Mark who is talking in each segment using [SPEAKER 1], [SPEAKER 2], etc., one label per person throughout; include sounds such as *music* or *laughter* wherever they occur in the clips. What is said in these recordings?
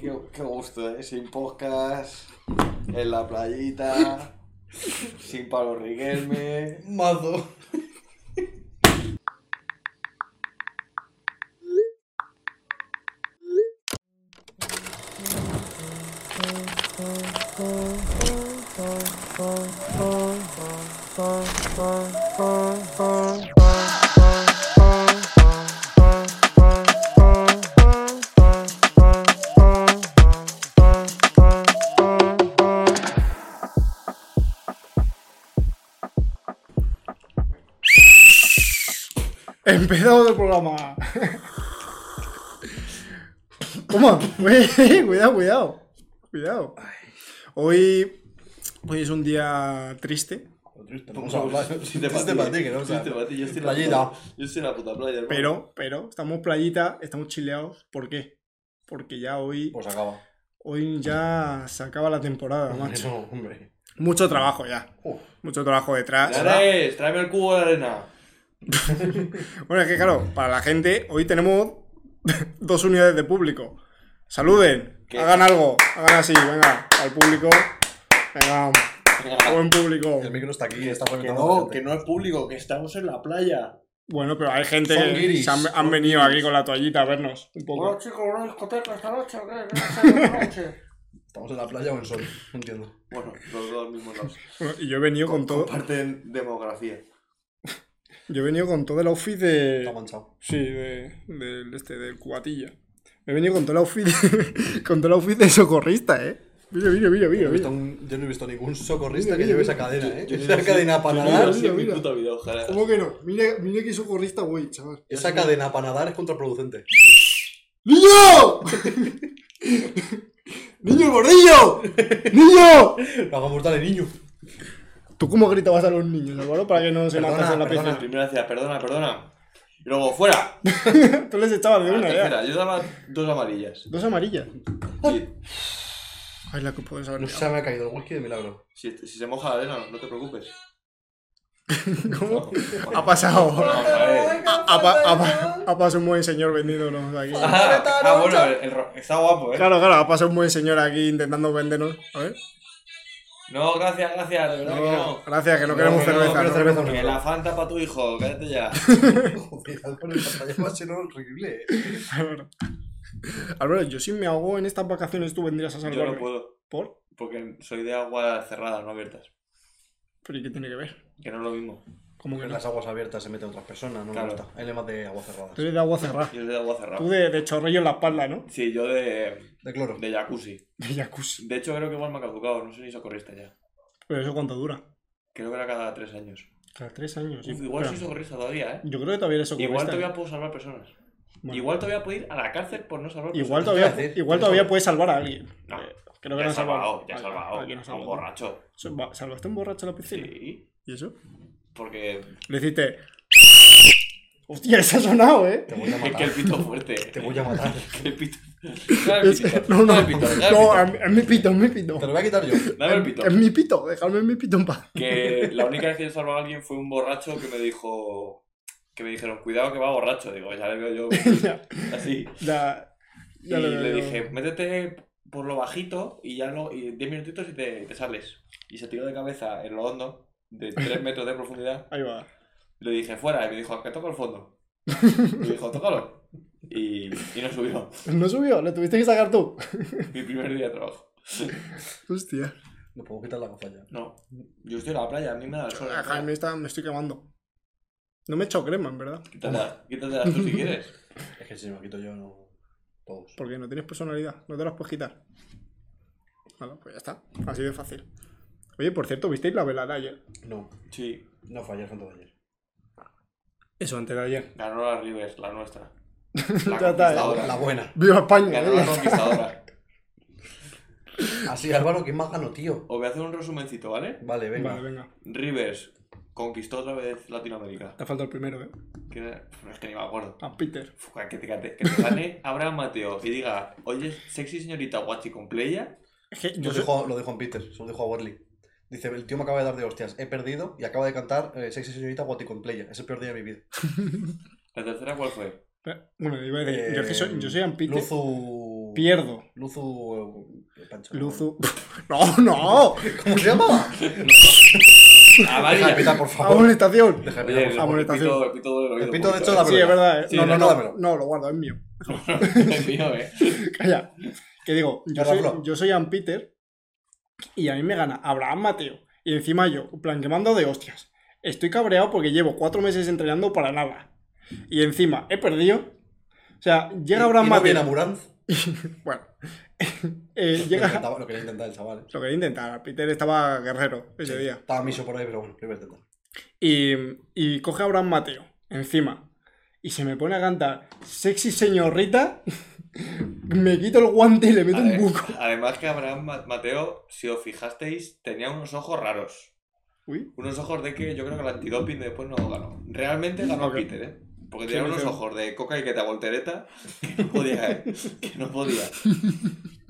[SPEAKER 1] Qué gusto, ¿eh? Sin podcast, en la playita, sin Pablo Riquelme.
[SPEAKER 2] Mazo. Empezamos el programa. Toma, güey, cuidado, cuidado. Cuidado. Hoy, hoy es un día triste,
[SPEAKER 3] Pues
[SPEAKER 1] Vamos a hablar. Si te
[SPEAKER 3] Triste para ti, que no
[SPEAKER 1] Pues, Si te
[SPEAKER 3] sabes.
[SPEAKER 1] para ti, yo estoy en la
[SPEAKER 3] Playita.
[SPEAKER 1] puta- Yo estoy en la puta playa, hermano.
[SPEAKER 2] pero, pero estamos playita, estamos chileados. ¿Por qué? Porque ya hoy,
[SPEAKER 3] Pues acaba.
[SPEAKER 2] hoy ya se acaba la temporada, macho.
[SPEAKER 3] No, hombre.
[SPEAKER 2] Mucho trabajo ya,
[SPEAKER 3] Uf.
[SPEAKER 2] mucho trabajo detrás.
[SPEAKER 1] Andrés, eh, tráeme el cubo de arena.
[SPEAKER 2] Bueno, es que claro, para la gente, hoy tenemos *laughs* dos unidades de público. Saluden,
[SPEAKER 1] ¿Qué?
[SPEAKER 2] hagan algo, hagan así, venga, al público. Venga, buen público.
[SPEAKER 3] El micro está aquí, está
[SPEAKER 1] Que
[SPEAKER 3] reventando.
[SPEAKER 1] no,
[SPEAKER 3] la
[SPEAKER 1] que
[SPEAKER 3] gente.
[SPEAKER 1] no es público, que estamos en la playa.
[SPEAKER 2] Bueno, pero hay gente
[SPEAKER 3] Son
[SPEAKER 2] que
[SPEAKER 3] guiris,
[SPEAKER 2] se han, han
[SPEAKER 3] son
[SPEAKER 2] venido aquí con la toallita a vernos un poco.
[SPEAKER 1] chicos, una discoteca esta noche, ¿o *laughs* qué? ¿Qué noche?
[SPEAKER 3] Estamos en la playa o en sol. No entiendo.
[SPEAKER 1] Bueno, los dos mismos lados.
[SPEAKER 2] Bueno, y yo he venido con todo,
[SPEAKER 1] Comparten demografía.
[SPEAKER 2] yo he venido con todo el outfit
[SPEAKER 3] Está
[SPEAKER 2] de,
[SPEAKER 3] manchado.
[SPEAKER 2] sí, de, del este, del cubatilla. He venido con todo el outfit, de- *laughs* con todo el outfit de socorrista, eh. Mira, mira, mira,
[SPEAKER 3] Yo
[SPEAKER 2] mira,
[SPEAKER 3] no he visto,
[SPEAKER 2] mira.
[SPEAKER 3] un- yo no he visto ningún socorrista
[SPEAKER 2] Mira,
[SPEAKER 3] que
[SPEAKER 2] mira,
[SPEAKER 3] lleve esa
[SPEAKER 2] mira.
[SPEAKER 3] cadena, ¿eh?
[SPEAKER 1] Yo- yo
[SPEAKER 3] esa
[SPEAKER 1] no sé.
[SPEAKER 3] cadena para
[SPEAKER 1] Yo
[SPEAKER 2] nada,
[SPEAKER 1] no
[SPEAKER 3] nadar.
[SPEAKER 1] sé
[SPEAKER 2] mira,
[SPEAKER 1] en mi
[SPEAKER 2] mira.
[SPEAKER 1] puta vida, ojalá.
[SPEAKER 2] ¿Cómo que no? Mira, mira que socorrista voy, chaval.
[SPEAKER 3] Esa cadena para nadar es contraproducente. *laughs*
[SPEAKER 2] ¡Niño! ¡Niño el bordillo! ¡Niño!
[SPEAKER 3] Lo hagamos dale, niño.
[SPEAKER 2] ¿Tú cómo gritabas a los niños, Álvaro? Para que no se
[SPEAKER 3] Perdona,
[SPEAKER 2] matasen la
[SPEAKER 3] perdona.
[SPEAKER 2] piscina.
[SPEAKER 1] Primero decía, perdona, perdona. Y luego, fuera.
[SPEAKER 2] Tú les echabas de
[SPEAKER 1] A la
[SPEAKER 2] una, ya.
[SPEAKER 1] tercera, yo daba dos
[SPEAKER 2] *laughs*
[SPEAKER 1] amarillas.
[SPEAKER 2] Dos amarillas.
[SPEAKER 1] Sí.
[SPEAKER 2] Ay, la que puedes haber
[SPEAKER 3] No
[SPEAKER 2] liado.
[SPEAKER 3] se me ha caído el whisky de milagro.
[SPEAKER 1] Si, si se moja la arena, no, no te preocupes.
[SPEAKER 2] ¿Cómo? Ha pasado.
[SPEAKER 1] Joder.
[SPEAKER 2] Ha, pa- ha pa- ha pasado un buen señor vendiéndonos aquí.
[SPEAKER 1] Ah, ah, bueno, el- el ro- está guapo, ¿eh?
[SPEAKER 2] Claro, claro, ha pasado un buen señor aquí intentando vendernos. A ver.
[SPEAKER 1] No, gracias, gracias, de verdad
[SPEAKER 2] No,
[SPEAKER 1] que
[SPEAKER 2] gracias, que no
[SPEAKER 3] No,
[SPEAKER 2] queremos
[SPEAKER 3] que no,
[SPEAKER 2] cerveza.
[SPEAKER 3] quiero
[SPEAKER 2] no
[SPEAKER 3] cerveza,
[SPEAKER 2] queremos-
[SPEAKER 1] no. Que la Fanta para tu hijo, cállate
[SPEAKER 2] *laughs*
[SPEAKER 1] ya.
[SPEAKER 3] Cuidado con el pantalla, va a ser horrible. ¿eh?
[SPEAKER 2] Álvaro. *laughs* Álvaro, yo si me ahogo en estas vacaciones, tú vendrías a
[SPEAKER 1] Yo no
[SPEAKER 2] salvarme.
[SPEAKER 1] puedo,
[SPEAKER 2] ¿Por?
[SPEAKER 1] porque soy de aguas cerradas, no abiertas.
[SPEAKER 2] ¿Pero y qué tiene que ver?
[SPEAKER 1] Que no es lo mismo.
[SPEAKER 2] ¿Cómo que
[SPEAKER 3] En
[SPEAKER 2] no?
[SPEAKER 3] las aguas abiertas se meten otras personas, no
[SPEAKER 1] Claro.
[SPEAKER 3] me gusta. Hay lemas de aguas cerradas.
[SPEAKER 2] Tú eres de agua cerrada.
[SPEAKER 1] Yo soy de agua
[SPEAKER 2] Tú
[SPEAKER 1] cerrada.
[SPEAKER 2] de, de chorrillo en la espalda, ¿no?
[SPEAKER 1] Sí, yo de,
[SPEAKER 3] De cloro.
[SPEAKER 1] de jacuzzi.
[SPEAKER 2] De jacuzzi.
[SPEAKER 1] De hecho, creo que igual me ha caducado, no soy ni socorrista ya.
[SPEAKER 2] Pero eso cuánto dura.
[SPEAKER 1] Creo que era cada tres años.
[SPEAKER 2] Cada tres años. sí.
[SPEAKER 1] Uf, igual
[SPEAKER 2] Pero-
[SPEAKER 1] soy socorrista todavía, ¿eh?
[SPEAKER 2] Yo creo que todavía eres socorrista.
[SPEAKER 1] Igual
[SPEAKER 2] ¿eh?
[SPEAKER 1] todavía puedo salvar personas.
[SPEAKER 2] Bueno.
[SPEAKER 1] Igual todavía puedo ir a la cárcel por no salvar personas.
[SPEAKER 2] Igual
[SPEAKER 3] Te iba a
[SPEAKER 2] todavía,
[SPEAKER 3] decir,
[SPEAKER 2] igual
[SPEAKER 3] tienes
[SPEAKER 2] todavía
[SPEAKER 3] algo.
[SPEAKER 2] puedes salvar a alguien.
[SPEAKER 1] No.
[SPEAKER 2] Eh, Creo
[SPEAKER 1] Ya
[SPEAKER 2] que no
[SPEAKER 1] he
[SPEAKER 2] has salvado.
[SPEAKER 1] salvado, ya he
[SPEAKER 2] Ah,
[SPEAKER 1] salvado.
[SPEAKER 2] ah, que no has
[SPEAKER 1] A un
[SPEAKER 2] salvado.
[SPEAKER 1] borracho.
[SPEAKER 2] Salva- ¿Salvaste un borracho en la piscina?
[SPEAKER 1] Sí.
[SPEAKER 2] ¿Y eso?
[SPEAKER 1] Porque
[SPEAKER 2] Le hiciste. ¡Hostia, eso ha sonado, eh!
[SPEAKER 3] Te voy a
[SPEAKER 1] *laughs* Es que el
[SPEAKER 3] matar.
[SPEAKER 1] pito
[SPEAKER 2] *laughs*
[SPEAKER 1] fuerte. eh.
[SPEAKER 3] Te voy
[SPEAKER 1] *laughs*
[SPEAKER 3] a matar.
[SPEAKER 1] El pito. Dame el pito.
[SPEAKER 2] no, no,
[SPEAKER 1] Dame el pito. Dame el
[SPEAKER 2] no,
[SPEAKER 1] pito.
[SPEAKER 2] es es mi pito, es mi pito.
[SPEAKER 3] Te lo voy a quitar yo.
[SPEAKER 1] Dame el pito.
[SPEAKER 2] Es mi pito, dejadme mi pito en paz. *laughs*
[SPEAKER 1] Que la única vez que yo salvaba a alguien fue un borracho que me dijo. Que me dijeron, cuidado que va borracho. Digo, ya le
[SPEAKER 2] *laughs*
[SPEAKER 1] veo yo
[SPEAKER 2] ya,
[SPEAKER 1] así.
[SPEAKER 2] ya, ya
[SPEAKER 1] y
[SPEAKER 2] lo
[SPEAKER 1] le,
[SPEAKER 2] veo.
[SPEAKER 1] dije, métete por lo bajito y ya no. Y 10 minutitos y te, te sales. Y se tiró de cabeza en lo hondo, de 3 metros de profundidad.
[SPEAKER 2] Ahí va.
[SPEAKER 1] Le dije, fuera. Y me dijo, que toco el
[SPEAKER 2] *laughs*
[SPEAKER 1] fondo. Me dijo, tócalo. Y, y no subió.
[SPEAKER 2] No subió, lo tuviste que sacar tú.
[SPEAKER 1] Mi primer día de trabajo.
[SPEAKER 2] Hostia.
[SPEAKER 3] Me puedo quitar la gafa ya.
[SPEAKER 1] No, yo estoy en la playa, a mí me da el sol.
[SPEAKER 2] Ah, Jaime, está- me estoy quemando. No me he echado crema, en verdad.
[SPEAKER 1] Quítatela, quítatela tú si quieres.
[SPEAKER 3] Es que si me lo quito yo, no. Todos.
[SPEAKER 2] Porque no tienes personalidad, no te las puedes quitar. Nada, pues ya está. Así de fácil. Oye, por cierto, ¿visteis la velada ayer?
[SPEAKER 3] No,
[SPEAKER 1] Sí,
[SPEAKER 3] no fallé antes de ayer.
[SPEAKER 2] Eso, antes de ayer.
[SPEAKER 1] ganó la Rivers, la
[SPEAKER 2] *laughs*
[SPEAKER 1] nuestra. La
[SPEAKER 2] Ya está,
[SPEAKER 3] La,
[SPEAKER 1] conquistadora.
[SPEAKER 3] la buena.
[SPEAKER 2] ¡Viva España!
[SPEAKER 1] Ganó la conquistadora.
[SPEAKER 3] Así, Álvaro, ¿quién más ganó, tío?
[SPEAKER 1] Os voy a hacer un resumencito, ¿vale?
[SPEAKER 3] Vale, venga.
[SPEAKER 2] Vale, venga.
[SPEAKER 1] Rivers conquistó otra vez Latinoamérica.
[SPEAKER 2] Te falta el primero, ¿eh?
[SPEAKER 1] Que era- Es que ni me acuerdo.
[SPEAKER 2] A Peter.
[SPEAKER 1] Uf, Que te, que te- que te gane Abraham Mateo y diga, oye, sexy señorita guachi con playa.
[SPEAKER 2] Es que
[SPEAKER 3] Lo
[SPEAKER 2] yo sé-
[SPEAKER 3] dijo, lo dijo en Peter, se lo dijo a Werly. Dice, el tío me acaba de dar de hostias, he perdido y acaba de cantar eh, Sexy Señorita Guaticon Playa. Es el peor día de mi vida.
[SPEAKER 1] ¿La tercera cuál fue?
[SPEAKER 2] Eh, Bueno, iba a decir, yo, es que soy, yo soy Ampite.
[SPEAKER 3] Eh, Luzu...
[SPEAKER 2] Pierdo.
[SPEAKER 3] Luzu. eh, Pancho.
[SPEAKER 2] Luzu. *laughs* No, no.
[SPEAKER 3] ¿Cómo se
[SPEAKER 1] *laughs*
[SPEAKER 3] llamaba? Deja de
[SPEAKER 1] Amarilla.
[SPEAKER 3] pitar, por favor.
[SPEAKER 2] Amonestación.
[SPEAKER 3] Deja de
[SPEAKER 1] Ah,
[SPEAKER 3] pitar,
[SPEAKER 1] Oye,
[SPEAKER 3] por
[SPEAKER 1] el,
[SPEAKER 3] favor.
[SPEAKER 2] Amor.
[SPEAKER 1] el pito, el pito del oído.
[SPEAKER 3] El pito, de
[SPEAKER 1] un
[SPEAKER 3] hecho,
[SPEAKER 1] poquito,
[SPEAKER 3] la
[SPEAKER 2] Sí, es verdad. eh.
[SPEAKER 1] Sí,
[SPEAKER 2] no, no,
[SPEAKER 1] no,
[SPEAKER 2] no.
[SPEAKER 3] dámelo.
[SPEAKER 2] No, lo guardo, es mío.
[SPEAKER 1] ¿eh? Es *laughs* mío, ¿eh?
[SPEAKER 2] Calla. Que digo, yo soy,
[SPEAKER 3] Guárdalo.
[SPEAKER 2] yo soy Ian Peter y a mí me gana Abraham Mateo. Y encima yo, en plan, que me han dado de hostias. Estoy cabreado porque llevo cuatro meses entrenando para nada. Y encima he perdido. O sea, llega Abraham
[SPEAKER 3] Y no
[SPEAKER 2] *laughs*
[SPEAKER 3] viene a
[SPEAKER 2] Mateo.
[SPEAKER 3] Muranz.
[SPEAKER 2] Bueno. *laughs* Eh,
[SPEAKER 3] Lo
[SPEAKER 2] llega.
[SPEAKER 3] intentaba- Lo quería intentar el chaval. eh.
[SPEAKER 2] Lo quería intentar. Peter estaba guerrero ese día.
[SPEAKER 3] Estaba miso por ahí, pero bueno, lo iba a intentar.
[SPEAKER 2] Y, y coge a Abraham Mateo encima. Y se me pone a cantar Sexy señorita. *laughs* me quito el guante y le meto un
[SPEAKER 1] Ade-
[SPEAKER 2] buco.
[SPEAKER 1] Además que Abraham Ma- Mateo, si os fijasteis, tenía unos ojos raros.
[SPEAKER 2] Uy.
[SPEAKER 1] Unos ojos de que yo creo que el antidoping después no ganó. Realmente ganó
[SPEAKER 2] Ok.
[SPEAKER 1] Peter, ¿eh? Porque
[SPEAKER 2] Sí,
[SPEAKER 1] tenía
[SPEAKER 2] me
[SPEAKER 1] unos
[SPEAKER 2] creo.
[SPEAKER 1] ojos de coca y que te voltereta *laughs* que no podía, ¿eh? Que no podía.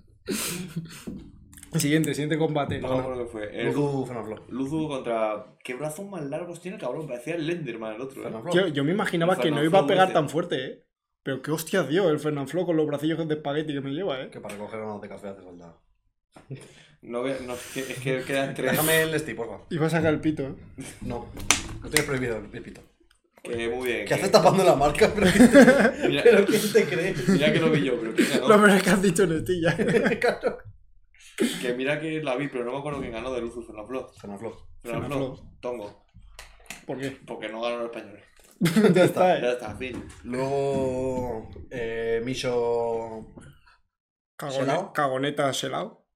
[SPEAKER 2] *laughs* Siguiente, siguiente combate.
[SPEAKER 1] No me acuerdo qué fue. El-
[SPEAKER 3] Luzu Fenaflo.
[SPEAKER 1] Luzu contra... ¿Qué brazos más largos tiene, cabrón? Parecía el Lenderman el otro, ¿eh?
[SPEAKER 2] Yo, yo me imaginaba
[SPEAKER 1] El
[SPEAKER 2] que no
[SPEAKER 1] Fernanfloo
[SPEAKER 2] iba a pegar
[SPEAKER 1] este.
[SPEAKER 2] tan fuerte, ¿eh? Pero qué hostias dio el Fernanfloo con los bracillos de espagueti que me lleva, ¿eh?
[SPEAKER 3] Que para coger granadas de café hace falta.
[SPEAKER 1] Eh. No, ve- no, es, que, es que quedan tres.
[SPEAKER 3] Déjame el Steve, por favor.
[SPEAKER 2] Iba a sacar el pito, ¿eh?
[SPEAKER 3] No. Lo tienes prohibido, el pito.
[SPEAKER 1] Que muy bien.
[SPEAKER 3] ¿Qué
[SPEAKER 1] Eh, que-
[SPEAKER 3] haces tapando la marca?
[SPEAKER 2] *laughs*
[SPEAKER 3] ¿Pero quién te, *laughs*
[SPEAKER 1] Mira-
[SPEAKER 3] ¿pero quién te crees?
[SPEAKER 1] Mira que lo vi yo, pero que
[SPEAKER 2] Lo
[SPEAKER 1] ganó.
[SPEAKER 2] peor es que has dicho en estilla.
[SPEAKER 3] *laughs* Claro.
[SPEAKER 1] Que mira que la vi, pero no me acuerdo quién ganó de Luzu Fernafló.
[SPEAKER 3] Fenaflo.
[SPEAKER 1] Fernafló, Tongo.
[SPEAKER 2] ¿Por qué?
[SPEAKER 1] Porque no ganó los españoles.
[SPEAKER 2] ya está,
[SPEAKER 1] Ya
[SPEAKER 2] ¿eh?
[SPEAKER 1] está, fin.
[SPEAKER 3] Luego. Eh, Micho.
[SPEAKER 2] *laughs* Cagone-
[SPEAKER 3] ¿Selao?
[SPEAKER 2] cagoneta selao.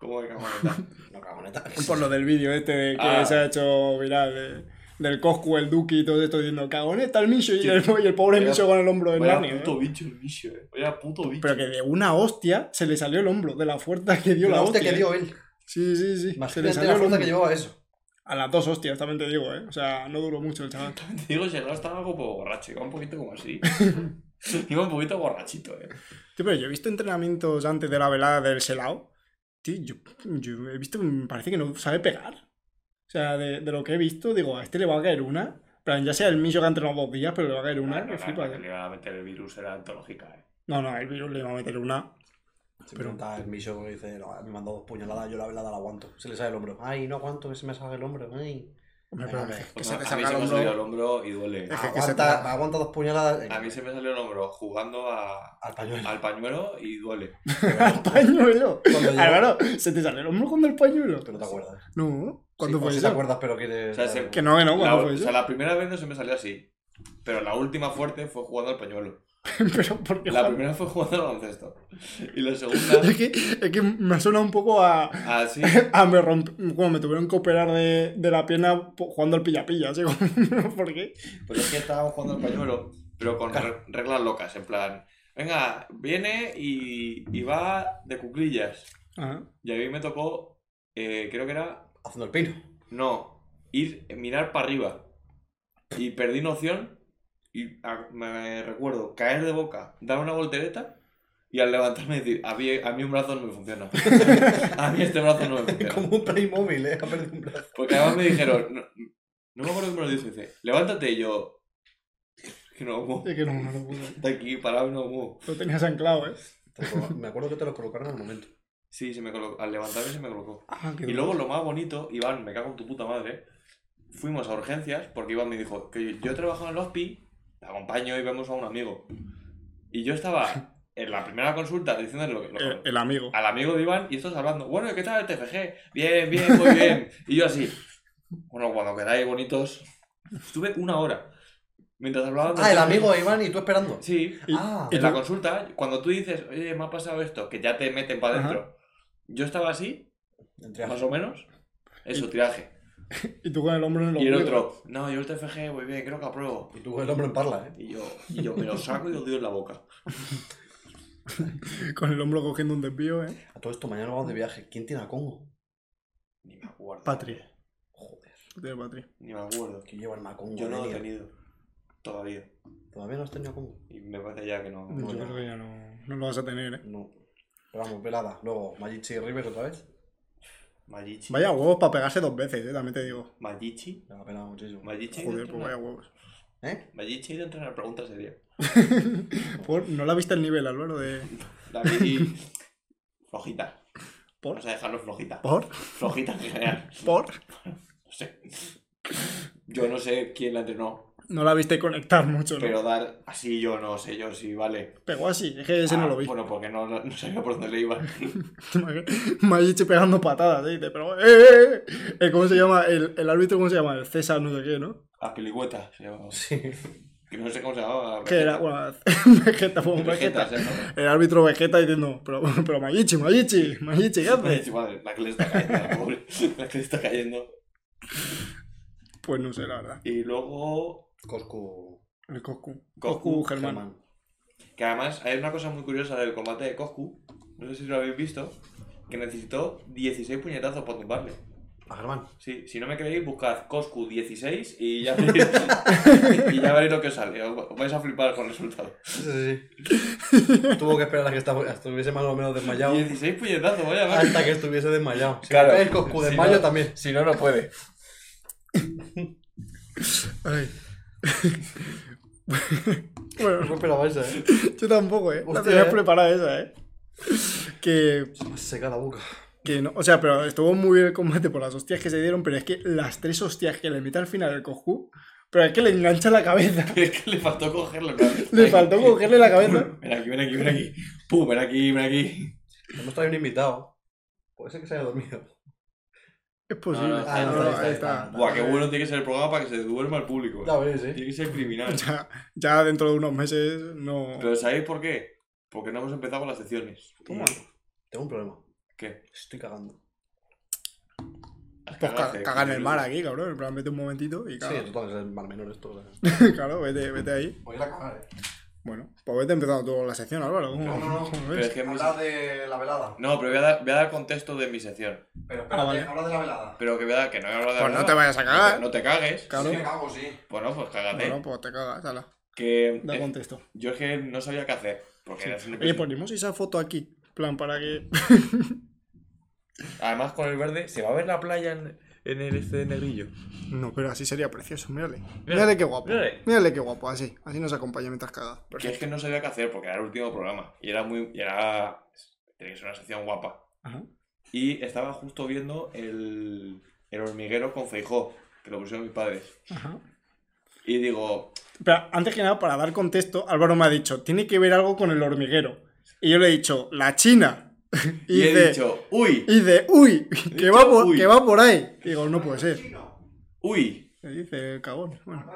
[SPEAKER 1] ¿Cómo que camarota?
[SPEAKER 2] *laughs*
[SPEAKER 3] No, cagoneta.
[SPEAKER 2] Por lo del vídeo este de que
[SPEAKER 1] Ah.
[SPEAKER 2] se ha hecho viral de- del Coscu, el Duki y todo esto diciendo cagoneta el Micho y, el, y el pobre
[SPEAKER 1] Vaya-
[SPEAKER 2] Micho con el hombro de Narnia.
[SPEAKER 1] Vaya
[SPEAKER 2] ¿eh?
[SPEAKER 1] puto bicho el bicho, eh. Vaya puto bicho.
[SPEAKER 2] Pero que de una hostia se le salió el hombro, de la fuerza que dio
[SPEAKER 3] Dio
[SPEAKER 2] la,
[SPEAKER 3] la hostia que
[SPEAKER 2] ¿eh?
[SPEAKER 3] dio él.
[SPEAKER 2] Sí, sí, sí. Se le
[SPEAKER 3] Imagínate
[SPEAKER 2] salió
[SPEAKER 3] la
[SPEAKER 2] el
[SPEAKER 3] fuerza
[SPEAKER 2] hombro.
[SPEAKER 3] que llevaba eso.
[SPEAKER 2] A las dos hostias, también te digo, ¿eh? O sea, no duró mucho el chaval.
[SPEAKER 1] *laughs* Te digo, Gerard estaba algo como borracho, iba un poquito como
[SPEAKER 2] *laughs*
[SPEAKER 1] así. iba un poquito borrachito, eh.
[SPEAKER 2] Tío, pero yo he visto entrenamientos antes de la velada del Selao. Tío, yo, yo he visto, me parece que no sabe pegar. O sea, de, de lo que he visto, digo, a este le va a caer una. En plan, ya sea el Micho que ha entrenado dos días, pero le va a caer una,
[SPEAKER 1] No, no, no,
[SPEAKER 2] que flipa.
[SPEAKER 1] la que
[SPEAKER 2] ¿eh?
[SPEAKER 1] le iba a meter el virus era antológica, eh.
[SPEAKER 2] No, no, el virus le iba a meter una.
[SPEAKER 3] Se
[SPEAKER 2] Pero-
[SPEAKER 3] pregunta el Micho y dice: no, Me mandó dos puñaladas, yo la velada la aguanto. Se le sale el hombro. Ay, no aguanto, que se me sale el hombro. Ay.
[SPEAKER 2] Hombre,
[SPEAKER 3] Venga,
[SPEAKER 2] pero
[SPEAKER 3] hombre.
[SPEAKER 2] que- que
[SPEAKER 1] O
[SPEAKER 2] se
[SPEAKER 1] sea,
[SPEAKER 2] te
[SPEAKER 1] pues a mí
[SPEAKER 2] salga
[SPEAKER 1] se
[SPEAKER 2] el
[SPEAKER 1] me
[SPEAKER 2] hombro.
[SPEAKER 1] salió el hombro y duele.
[SPEAKER 2] Es que- que se
[SPEAKER 3] Aguanta,
[SPEAKER 2] te-
[SPEAKER 3] aguanta dos puñaladas. Venga,
[SPEAKER 1] A mí se me salió el hombro jugando a-
[SPEAKER 3] Al pañuelo.
[SPEAKER 1] al pañuelo y duele.
[SPEAKER 2] Al pañuelo.
[SPEAKER 3] Cuando yo-
[SPEAKER 2] Álvaro, se te salió el hombro con el pañuelo.
[SPEAKER 3] Pero no te acuerdas.
[SPEAKER 2] No, ¿cuándo
[SPEAKER 1] pues
[SPEAKER 3] Sí,
[SPEAKER 2] fue
[SPEAKER 3] o sí te
[SPEAKER 2] eso?
[SPEAKER 3] acuerdas, pero quieres.
[SPEAKER 1] O sea, se-
[SPEAKER 2] Que no, que no,
[SPEAKER 1] La-
[SPEAKER 2] ¿cuándo fue
[SPEAKER 1] o
[SPEAKER 2] eso?
[SPEAKER 1] sea, la primera vez no se me salió así. Pero la última fuerte fue jugando al pañuelo.
[SPEAKER 2] *laughs* Pero porque
[SPEAKER 1] La primera fue jugando al baloncesto. Y la segunda,
[SPEAKER 2] *laughs* es que, es que me suena un poco a.
[SPEAKER 1] así.
[SPEAKER 2] a Ah, me romp... Bueno, me tuvieron que operar de, de la pierna po- jugando al pilla-pilla, así como- *laughs* ¿Por qué?
[SPEAKER 1] Pero Pues es que estábamos jugando al pañuelo, pero con re- reglas locas, en plan. Venga, viene y, y va de cuclillas.
[SPEAKER 2] Ajá.
[SPEAKER 1] Y a mí me tocó, eh, creo que era,
[SPEAKER 3] Haciendo el pino.
[SPEAKER 1] *laughs* no, ir, mirar para arriba. Y perdí noción y a- me recuerdo caer de boca, dar una voltereta y al levantarme decir, a mí, a mí un brazo no me funciona. *laughs* a mí este brazo no me funciona.
[SPEAKER 3] Como un Playmobil, eh. Ha perdido un brazo.
[SPEAKER 1] Porque además me dijeron, no, no me acuerdo cómo lo dice, dice, levántate y yo... Que no, ¿cómo?
[SPEAKER 2] Es que no, no lo pude.
[SPEAKER 1] Está aquí parado y no muevo.
[SPEAKER 2] Lo tenías anclado, ¿eh?
[SPEAKER 3] Te lo colo- Me acuerdo que te lo colocaron al momento.
[SPEAKER 1] Sí, se me colocó. Al levantarme se me colocó.
[SPEAKER 2] Ah, qué
[SPEAKER 1] Y luego lo más bonito, Iván, me cago en tu puta madre. Fuimos a urgencias porque Iván me dijo que yo, yo trabajo en el hospi, te acompaño y vemos a un amigo. Y yo estaba en la primera consulta diciéndole lo que. lo-
[SPEAKER 2] eh, El, el amigo.
[SPEAKER 1] al amigo de Iván y estos hablando, bueno, ¿y ¿qué tal el TFG? Bien, bien, muy bien. Y yo así, bueno, cuando quedáis bonitos. Estuve una hora mientras hablaban. del
[SPEAKER 3] Ah, el
[SPEAKER 1] TFG.
[SPEAKER 3] amigo de Iván y tú esperando.
[SPEAKER 1] Sí,
[SPEAKER 2] Y-
[SPEAKER 3] Ah,
[SPEAKER 2] y-
[SPEAKER 1] en la
[SPEAKER 2] tú-
[SPEAKER 1] consulta, cuando tú dices, oye, me ha pasado esto, que ya te meten para
[SPEAKER 2] Ajá.
[SPEAKER 1] adentro. Yo estaba así,
[SPEAKER 3] entre
[SPEAKER 1] más o menos. Eso, tiraje.
[SPEAKER 2] Y tú con el hombro en el
[SPEAKER 1] Y el
[SPEAKER 2] ombligo.
[SPEAKER 1] otro, no, yo el TFG, muy bien, creo que apruebo.
[SPEAKER 3] Y tú el hombre en parla, ¿eh?
[SPEAKER 1] Y yo, y yo me lo saco y lo digo en la boca.
[SPEAKER 2] Con el hombro cogiendo un desvío, ¿eh?
[SPEAKER 3] A todo esto, mañana vamos de viaje. ¿Quién tiene a Congo?
[SPEAKER 1] Ni me acuerdo.
[SPEAKER 2] Patri.
[SPEAKER 3] Joder,
[SPEAKER 2] De Patri.
[SPEAKER 1] Ni me acuerdo.
[SPEAKER 3] que llevan a Congo.
[SPEAKER 1] Yo no lo he
[SPEAKER 3] Daniel.
[SPEAKER 1] tenido. Todavía.
[SPEAKER 3] Todavía no has tenido a Congo.
[SPEAKER 1] Y me parece ya que no.
[SPEAKER 2] Yo
[SPEAKER 1] no-
[SPEAKER 2] creo que ya no, no lo vas a tener, ¿eh?
[SPEAKER 3] No. Pero vamos, velada. Luego, Majichi y River otra vez.
[SPEAKER 1] Majichi.
[SPEAKER 2] Vaya huevos para pegarse dos veces, ¿eh? También te digo.
[SPEAKER 1] Majichi.
[SPEAKER 3] Me ha pelado muchísimo.
[SPEAKER 1] Majichi.
[SPEAKER 2] Joder, pues vaya huevos.
[SPEAKER 3] ¿Eh? *laughs*
[SPEAKER 1] Vallichi de entrenar, pregunta
[SPEAKER 2] *laughs*
[SPEAKER 1] seria.
[SPEAKER 2] Por- no la viste el nivel, Álvaro, de...
[SPEAKER 1] David y. flojita.
[SPEAKER 2] ¿Por?
[SPEAKER 1] Vamos a dejarlo flojita.
[SPEAKER 2] ¿Por?
[SPEAKER 1] Flojita en general.
[SPEAKER 2] ¿Por?
[SPEAKER 1] No sé. Yo no sé quién la entrenó,
[SPEAKER 2] No la viste conectar mucho, ¿no?
[SPEAKER 1] pero dar así yo no sé yo si vale.
[SPEAKER 2] Pegó así, es que ese
[SPEAKER 1] Ah,
[SPEAKER 2] no lo vi.
[SPEAKER 1] Bueno, porque no, no sabía por dónde le iba.
[SPEAKER 2] *laughs* Mayichi pegando patadas, ¿eh? Dice, pero... ¡Eh, eh, eh! Eh, ¿Cómo se llama? El, el árbitro, ¿cómo se llama? El César, no sé qué, ¿no?
[SPEAKER 1] A Piligüeta se llamaba.
[SPEAKER 3] Sí.
[SPEAKER 1] Que no sé cómo se llamaba.
[SPEAKER 2] Que era,
[SPEAKER 1] Vegeta.
[SPEAKER 2] bueno, *laughs* Vegeta, fue un
[SPEAKER 1] Vegeta,
[SPEAKER 2] Vegeta.
[SPEAKER 1] se llamaba.
[SPEAKER 2] El árbitro Vegeta diciendo, pero, pero Mayichi, Mayichi, Mayichi, ¿qué haces?
[SPEAKER 1] Ay, madre, La que le está cayendo, la pobre. La que le está cayendo.
[SPEAKER 2] Pues no sé, la verdad.
[SPEAKER 1] Y luego,
[SPEAKER 3] Coscu.
[SPEAKER 2] El Coscu.
[SPEAKER 1] Coscu,
[SPEAKER 2] Coscu Uh, Germán.
[SPEAKER 1] que además hay una cosa muy curiosa del combate de Coscu, no sé si lo habéis visto, que necesitó 16 puñetazos para tumbarle.
[SPEAKER 3] A Ah, Germán.
[SPEAKER 1] Sí, si no me creéis, buscad Coscu 16 y ya *laughs* veréis, y ya veréis lo que sale. Os vais a flipar con el resultado.
[SPEAKER 3] Sí, sí, sí. Tuvo que esperar a que estaba- estuviese más o menos desmayado.
[SPEAKER 1] 16 puñetazos, vaya madre.
[SPEAKER 3] Hasta que estuviese desmayado. Si
[SPEAKER 1] Claro.
[SPEAKER 3] me cae el Coscu
[SPEAKER 1] Si
[SPEAKER 3] desmayo
[SPEAKER 1] no-
[SPEAKER 3] también.
[SPEAKER 1] Si no, no puede.
[SPEAKER 2] Ay. *laughs* bueno,
[SPEAKER 3] No esperaba esa, eh.
[SPEAKER 2] yo tampoco, ¿eh?
[SPEAKER 3] Hostia,
[SPEAKER 2] la tenías
[SPEAKER 3] ¿eh?
[SPEAKER 2] preparada esa, ¿eh? Que,
[SPEAKER 3] Se me seca la boca.
[SPEAKER 2] que no, o sea, pero estuvo muy bien el combate por las hostias que se dieron, pero es que las tres hostias que le mete al final el Coscu, pero es que le engancha la cabeza.
[SPEAKER 1] *laughs*
[SPEAKER 2] *laughs*
[SPEAKER 1] Es que le faltó cogerlo. ¿no?
[SPEAKER 2] Le faltó cogerle la cabeza.
[SPEAKER 1] *laughs* Ven aquí, ven aquí, ven aquí. Pum, ven aquí, ven aquí.
[SPEAKER 3] Hemos traído un invitado. Puede ser que se haya dormido.
[SPEAKER 2] Es posible.
[SPEAKER 1] No, no,
[SPEAKER 3] está,
[SPEAKER 2] Ah,
[SPEAKER 3] está,
[SPEAKER 2] no,
[SPEAKER 3] está,
[SPEAKER 2] ahí
[SPEAKER 3] está.
[SPEAKER 2] está.
[SPEAKER 1] Buah, qué bueno tiene que ser el programa para que se duerma el público.
[SPEAKER 3] Ya ves, eh.
[SPEAKER 1] Tiene que ser
[SPEAKER 2] *laughs*
[SPEAKER 1] criminal.
[SPEAKER 2] Ya, ya dentro de unos meses no.
[SPEAKER 1] Pero ¿sabéis por qué? Porque no hemos empezado con las secciones.
[SPEAKER 2] Toma.
[SPEAKER 3] Tengo un problema.
[SPEAKER 1] ¿Qué?
[SPEAKER 3] Estoy cagando.
[SPEAKER 2] Pues ca-
[SPEAKER 1] Cagaste,
[SPEAKER 2] cagar en el
[SPEAKER 1] ¿no?
[SPEAKER 2] mar aquí, cabrón. En plan, vete un momentito y
[SPEAKER 3] Sí,
[SPEAKER 2] claro,
[SPEAKER 3] total, es el mal menor esto. o sea.
[SPEAKER 2] *laughs* claro vete, vete ahí.
[SPEAKER 3] Voy a ir a cagar, eh.
[SPEAKER 2] Bueno, pues vete empezando tú la sección, Álvaro. ¿Cómo,
[SPEAKER 3] No, no, no.
[SPEAKER 2] cómo
[SPEAKER 1] Pero
[SPEAKER 2] ves?
[SPEAKER 1] es que mi-
[SPEAKER 3] Habla de la velada.
[SPEAKER 1] No, pero voy a, dar, voy a dar contexto de mi sección.
[SPEAKER 3] Pero
[SPEAKER 2] Ah, vale.
[SPEAKER 3] habla de la velada.
[SPEAKER 1] Pero que voy a dar que no he hablado de
[SPEAKER 2] Pues no
[SPEAKER 1] nada.
[SPEAKER 2] te vayas a
[SPEAKER 1] No te-
[SPEAKER 2] cagar.
[SPEAKER 1] No te cagues.
[SPEAKER 2] Claro.
[SPEAKER 3] cago, sí.
[SPEAKER 1] Bueno, pues cágate.
[SPEAKER 2] Bueno, pues te cagas, ala.
[SPEAKER 1] Que
[SPEAKER 2] Da
[SPEAKER 1] eh,
[SPEAKER 2] contexto.
[SPEAKER 1] yo es que no sabía qué hacer. Porque eras un
[SPEAKER 2] Oye, ponemos esa foto aquí. en plan, para que. *laughs*
[SPEAKER 1] Además, con el verde, ¿se va a ver la playa en, en el este de negrillo?
[SPEAKER 2] No, pero así sería precioso, mírale.
[SPEAKER 1] Mira,
[SPEAKER 2] Mírale qué guapo.
[SPEAKER 1] mírale.
[SPEAKER 2] Mírale qué guapo, así. Así nos acompaña mientras cagas.
[SPEAKER 1] Que es que no sabía qué hacer porque era el último programa. Y era muy. Y era. Tenía que ser una sección guapa.
[SPEAKER 2] Ajá.
[SPEAKER 1] Y estaba justo viendo el. El hormiguero con Feijó, que lo pusieron mis padres.
[SPEAKER 2] Ajá.
[SPEAKER 1] Y digo,
[SPEAKER 2] Pero antes que nada, para dar contexto, Álvaro me ha dicho, tiene que ver algo con el hormiguero. Y yo le he dicho, la China.
[SPEAKER 1] *laughs* y, he
[SPEAKER 2] dice-
[SPEAKER 1] dicho, uy,
[SPEAKER 2] Y dice, uy, que
[SPEAKER 1] dicho,
[SPEAKER 2] va, por,
[SPEAKER 1] "Uy".
[SPEAKER 2] que va por ahí. Y digo, no puede ser.
[SPEAKER 1] uy,
[SPEAKER 2] Le dice el cagón. Bueno,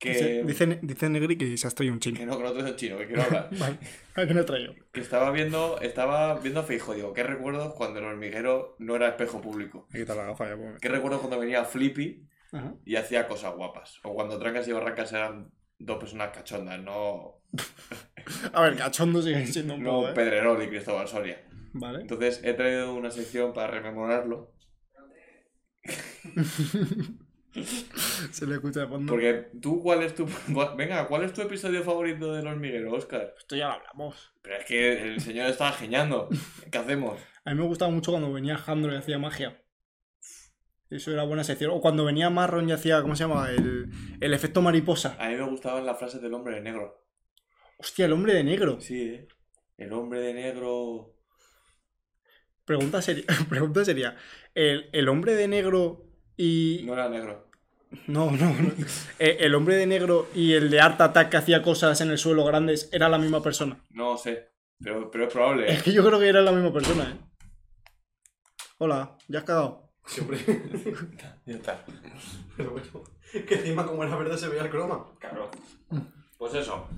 [SPEAKER 1] que,
[SPEAKER 2] dice, dice, dice Negri que se has traído
[SPEAKER 1] *laughs*
[SPEAKER 2] un
[SPEAKER 1] que
[SPEAKER 2] chino.
[SPEAKER 1] no, que no te el chino, que quiero hablar.
[SPEAKER 2] *laughs* Vale, ¿a qué no he traído?
[SPEAKER 1] que estaba viendo, estaba viendo a Feijo, digo, ¿qué recuerdos cuando el hormiguero no era espejo público?
[SPEAKER 2] He quitado la gafa ya, pues.
[SPEAKER 1] ¿Qué recuerdos cuando venía Flippy
[SPEAKER 2] Ajá.
[SPEAKER 1] y hacía cosas guapas? O cuando Trancas y Barrancas eran dos personas cachondas, no,
[SPEAKER 2] A ver, cachondo sigue siendo un poco,
[SPEAKER 1] no
[SPEAKER 2] ¿eh?
[SPEAKER 1] Pedrerol y Cristóbal Soria.
[SPEAKER 2] Vale.
[SPEAKER 1] Entonces he traído una sección para rememorarlo,
[SPEAKER 2] Se le escucha de fondo.
[SPEAKER 1] porque tú, ¿cuál es tu... *laughs* cuál- venga, ¿cuál es tu episodio favorito del hormiguero, Oscar?
[SPEAKER 2] Esto ya lo hablamos.
[SPEAKER 1] Pero es que el señor estaba geñando, ¿qué hacemos?
[SPEAKER 2] A mí me gustaba mucho cuando venía Jandro y hacía magia. Eso era buena sección. O cuando venía Marron y hacía, ¿cómo se llama? El, el efecto mariposa.
[SPEAKER 1] A mí me gustaban las frases del hombre de negro.
[SPEAKER 2] Hostia, el hombre de negro.
[SPEAKER 1] Sí, ¿eh? El hombre de negro...
[SPEAKER 2] Pregunta sería, *laughs* pregunta sería ¿el, el hombre de negro y...
[SPEAKER 1] No era negro.
[SPEAKER 2] No, no, no. Eh, El hombre de negro y el de Art Attack que hacía cosas en el suelo grandes era la misma persona. *laughs*
[SPEAKER 1] No sé, pero, pero es probable. ¿eh?
[SPEAKER 2] Es que yo creo que era la misma persona, ¿eh? Hola, ¿ya has cagado?
[SPEAKER 3] *laughs* Siempre.
[SPEAKER 1] Ya está.
[SPEAKER 3] Pero bueno, que encima como era verde se veía el croma. *laughs*
[SPEAKER 1] Cabrón. Pues eso.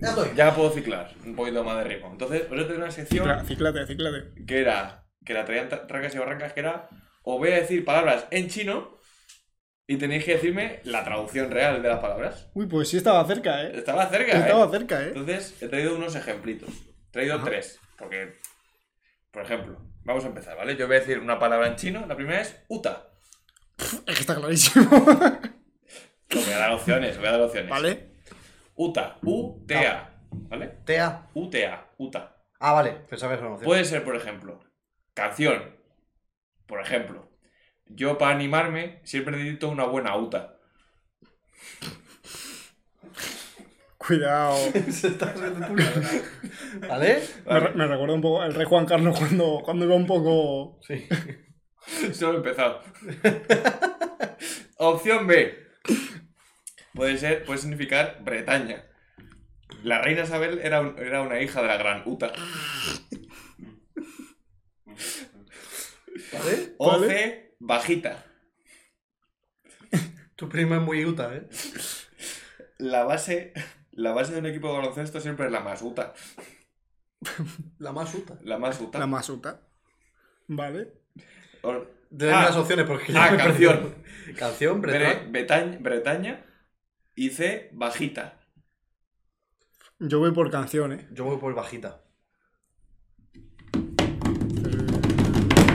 [SPEAKER 3] Ya estoy.
[SPEAKER 1] Ya puedo ciclar un poquito más de ritmo. Entonces, os he traído una
[SPEAKER 2] Cicla-
[SPEAKER 1] sección
[SPEAKER 2] cíclate, cíclate.
[SPEAKER 1] que era, que la traían tra- trancas y barrancas, que era, os voy a decir palabras en chino y tenéis que decirme la traducción real de las palabras.
[SPEAKER 2] Uy, pues sí estaba cerca, ¿eh?
[SPEAKER 1] Estaba cerca, ¿eh?
[SPEAKER 2] Estaba cerca, ¿eh?
[SPEAKER 1] Entonces, he traído unos ejemplitos. He traído tres, porque, por ejemplo, vamos a empezar, ¿vale? Yo voy a decir una palabra en chino. La primera es uta.
[SPEAKER 2] Es que está clarísimo. *laughs*
[SPEAKER 1] Os voy a dar opciones, os voy a dar opciones.
[SPEAKER 2] ¿Vale?
[SPEAKER 1] Uta, U-T-A, ¿vale?
[SPEAKER 3] Tea.
[SPEAKER 1] UTA, UTA.
[SPEAKER 3] Ah, vale. Pensaba que era una opción.
[SPEAKER 1] Puede ser, por ejemplo, canción. Por ejemplo, yo para animarme siempre necesito una buena UTA.
[SPEAKER 2] Cuidado.
[SPEAKER 3] Se está haciendo tu cara. ¿Vale?
[SPEAKER 2] Me, re- me recuerda un poco el rey Juan Carlos cuando, cuando iba un poco.
[SPEAKER 3] Sí.
[SPEAKER 1] *laughs* Solo he empezado. *laughs* Opción B. Puede ser, puede significar Bretaña. La reina Isabel era, un- era una hija de la gran Uta.
[SPEAKER 3] *laughs* ¿Vale?
[SPEAKER 1] O
[SPEAKER 2] ¿Vale?
[SPEAKER 1] C, bajita.
[SPEAKER 3] Tu prima es muy Utah, ¿eh?
[SPEAKER 1] La base, *laughs* la base de un equipo de baloncesto siempre es la más Uta.
[SPEAKER 3] La más Utah.
[SPEAKER 1] La más Uta.
[SPEAKER 2] La masuta. Vale.
[SPEAKER 1] O-
[SPEAKER 3] Deben
[SPEAKER 1] Ah.
[SPEAKER 3] las opciones porque
[SPEAKER 1] Ah,
[SPEAKER 3] me he
[SPEAKER 1] canción.
[SPEAKER 3] perdido. Canción,
[SPEAKER 1] Bre-
[SPEAKER 3] Bretaña.
[SPEAKER 1] Bretaña, Bretaña. Y C, bajita.
[SPEAKER 2] Yo voy por canciones.
[SPEAKER 3] Yo voy por bajita.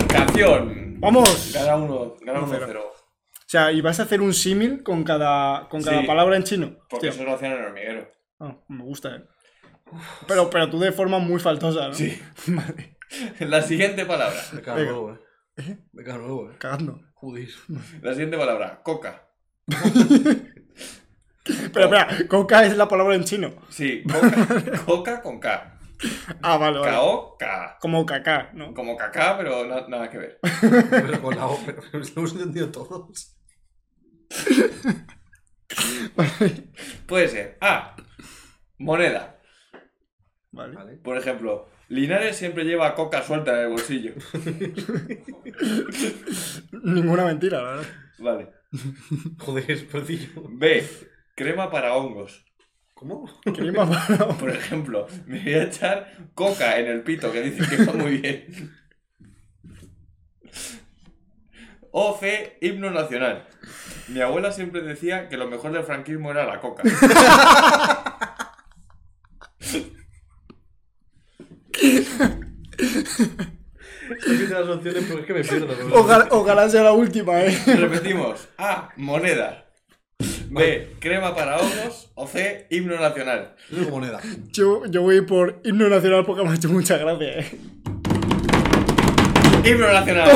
[SPEAKER 1] Canción.
[SPEAKER 2] ¡Vamos!
[SPEAKER 1] Gana uno, gana uno
[SPEAKER 2] Uno cero.
[SPEAKER 1] cero.
[SPEAKER 2] O sea, y vas a hacer un símil con cada, con cada
[SPEAKER 1] Sí.
[SPEAKER 2] palabra en chino.
[SPEAKER 1] Porque
[SPEAKER 2] Hostia.
[SPEAKER 1] eso lo hacían en el hormiguero.
[SPEAKER 2] Ah, me gusta, eh. Pero, pero tú de forma muy faltosa, ¿no? *laughs*
[SPEAKER 1] Sí.
[SPEAKER 2] Vale.
[SPEAKER 1] *laughs* La siguiente palabra.
[SPEAKER 3] Me cago
[SPEAKER 2] Venga.
[SPEAKER 3] nuevo, ¿eh? Me cago nuevo, ¿eh?
[SPEAKER 2] Cagando.
[SPEAKER 3] *laughs* Judís.
[SPEAKER 1] La siguiente palabra, coca.
[SPEAKER 2] Pero espera, coca es la palabra en chino. *laughs*
[SPEAKER 1] Sí, coca, coca con K.
[SPEAKER 2] Ah, vale, vale.
[SPEAKER 1] K-O-K.
[SPEAKER 2] Como caca, ¿no?
[SPEAKER 1] Como cacá, pero na- nada que ver.
[SPEAKER 3] Pero con la O, pero lo hemos entendido todos.
[SPEAKER 1] Puede ser A. Moneda.
[SPEAKER 2] Vale.
[SPEAKER 3] Vale.
[SPEAKER 1] Por ejemplo, Linares siempre lleva coca suelta en el
[SPEAKER 2] *laughs*
[SPEAKER 1] bolsillo.
[SPEAKER 2] Ninguna mentira, la
[SPEAKER 1] *laughs*
[SPEAKER 2] verdad.
[SPEAKER 1] Vale.
[SPEAKER 3] Joder, perdillo.
[SPEAKER 1] B. Crema para hongos.
[SPEAKER 3] ¿Cómo?
[SPEAKER 2] Crema para-
[SPEAKER 1] Por ejemplo, me voy a echar coca en el pito, que dicen que va muy bien. O C. Himno nacional. Mi abuela siempre decía que lo mejor del franquismo era la coca.
[SPEAKER 3] Es que te las opciones, pero es que me pierdo las *laughs* opciones.
[SPEAKER 2] Ojalá, ojalá sea la última, eh.
[SPEAKER 1] Repetimos. A. Moneda. B. Crema para hongos. O C. Himno nacional.
[SPEAKER 3] Yo digo moneda.
[SPEAKER 2] Yo, yo voy por himno nacional porque me ha hecho mucha gracia, eh.
[SPEAKER 1] Himno nacional.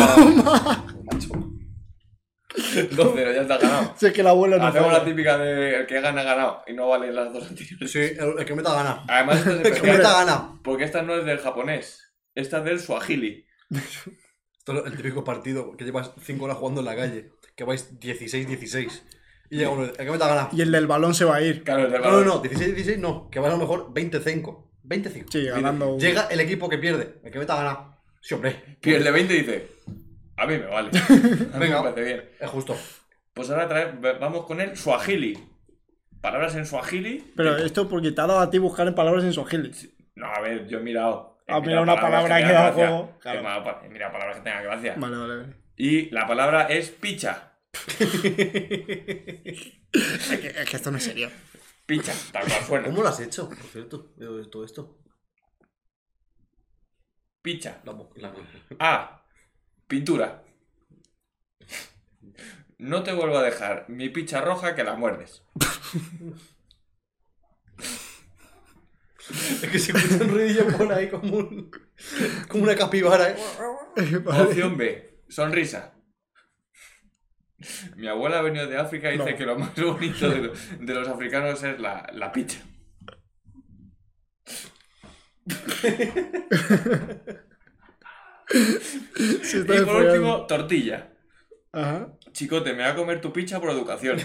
[SPEAKER 1] 2-0, ya está ganado.
[SPEAKER 2] Si es que la abuela no
[SPEAKER 1] Hacemos Ah, la
[SPEAKER 2] sabe.
[SPEAKER 1] típica de el que gana, ganado. Y no valen las dos anteriores.
[SPEAKER 3] Sí, el, el que meta gana.
[SPEAKER 1] Además, esto es
[SPEAKER 3] El que
[SPEAKER 1] especial.
[SPEAKER 3] meta gana.
[SPEAKER 1] Porque esta no es del japonés. Esta es del suajili.
[SPEAKER 3] Esto es el típico partido que llevas 5 horas jugando en la calle. Que vais 16-16. Y llega uno, el que meta gana.
[SPEAKER 2] Y el del balón se va a ir.
[SPEAKER 1] Claro, es del
[SPEAKER 3] No, no,
[SPEAKER 1] balón.
[SPEAKER 3] no, 16-16 no. Que vas a lo mejor 25. 25.
[SPEAKER 2] Sí, ganando.
[SPEAKER 3] Llega el equipo que pierde. El que meta gana. Sí, hombre.
[SPEAKER 1] Pierde 20 y dice: A mí me vale.
[SPEAKER 2] *laughs*
[SPEAKER 1] A mí me
[SPEAKER 3] Venga.
[SPEAKER 1] parece bien.
[SPEAKER 3] Es justo.
[SPEAKER 1] Pues ahora trae- vamos con el suajili. Palabras en suajili
[SPEAKER 2] Pero esto porque te ha dado a ti buscar en palabras en su
[SPEAKER 1] No, a ver, yo he mirado. he
[SPEAKER 2] Ah, mira,
[SPEAKER 1] mirado
[SPEAKER 2] una
[SPEAKER 1] palabras
[SPEAKER 2] palabra que
[SPEAKER 1] tengan
[SPEAKER 2] da
[SPEAKER 1] gracia.
[SPEAKER 2] juego.
[SPEAKER 1] He
[SPEAKER 2] Claro.
[SPEAKER 1] mirado pa- He mirado palabras que tengan gracia.
[SPEAKER 2] Vale, vale, vale.
[SPEAKER 1] Y la palabra es picha.
[SPEAKER 2] Es que, es que esto no es serio.
[SPEAKER 1] Picha, tal cual suena.
[SPEAKER 3] ¿Cómo lo has hecho, por cierto? eh, Todo esto.
[SPEAKER 1] Picha.
[SPEAKER 3] La, bo- la-
[SPEAKER 1] A. Pintura. No te vuelvo a dejar mi picha roja que la muerdes.
[SPEAKER 3] *laughs* Es que se escucha un ruidillo por ahí como un. Como una capibara, ¿eh?
[SPEAKER 2] *laughs* Vale.
[SPEAKER 1] Opción B. Sonrisa. Mi abuela ha venido de África y dice
[SPEAKER 2] No.
[SPEAKER 1] que lo más *laughs* bonito de, lo- de los africanos es la, la picha.
[SPEAKER 2] Se
[SPEAKER 1] Y
[SPEAKER 2] está
[SPEAKER 1] por
[SPEAKER 2] desfollando.
[SPEAKER 1] último, tortilla.
[SPEAKER 2] Ajá.
[SPEAKER 1] Chicote, me va a comer tu picha por educación.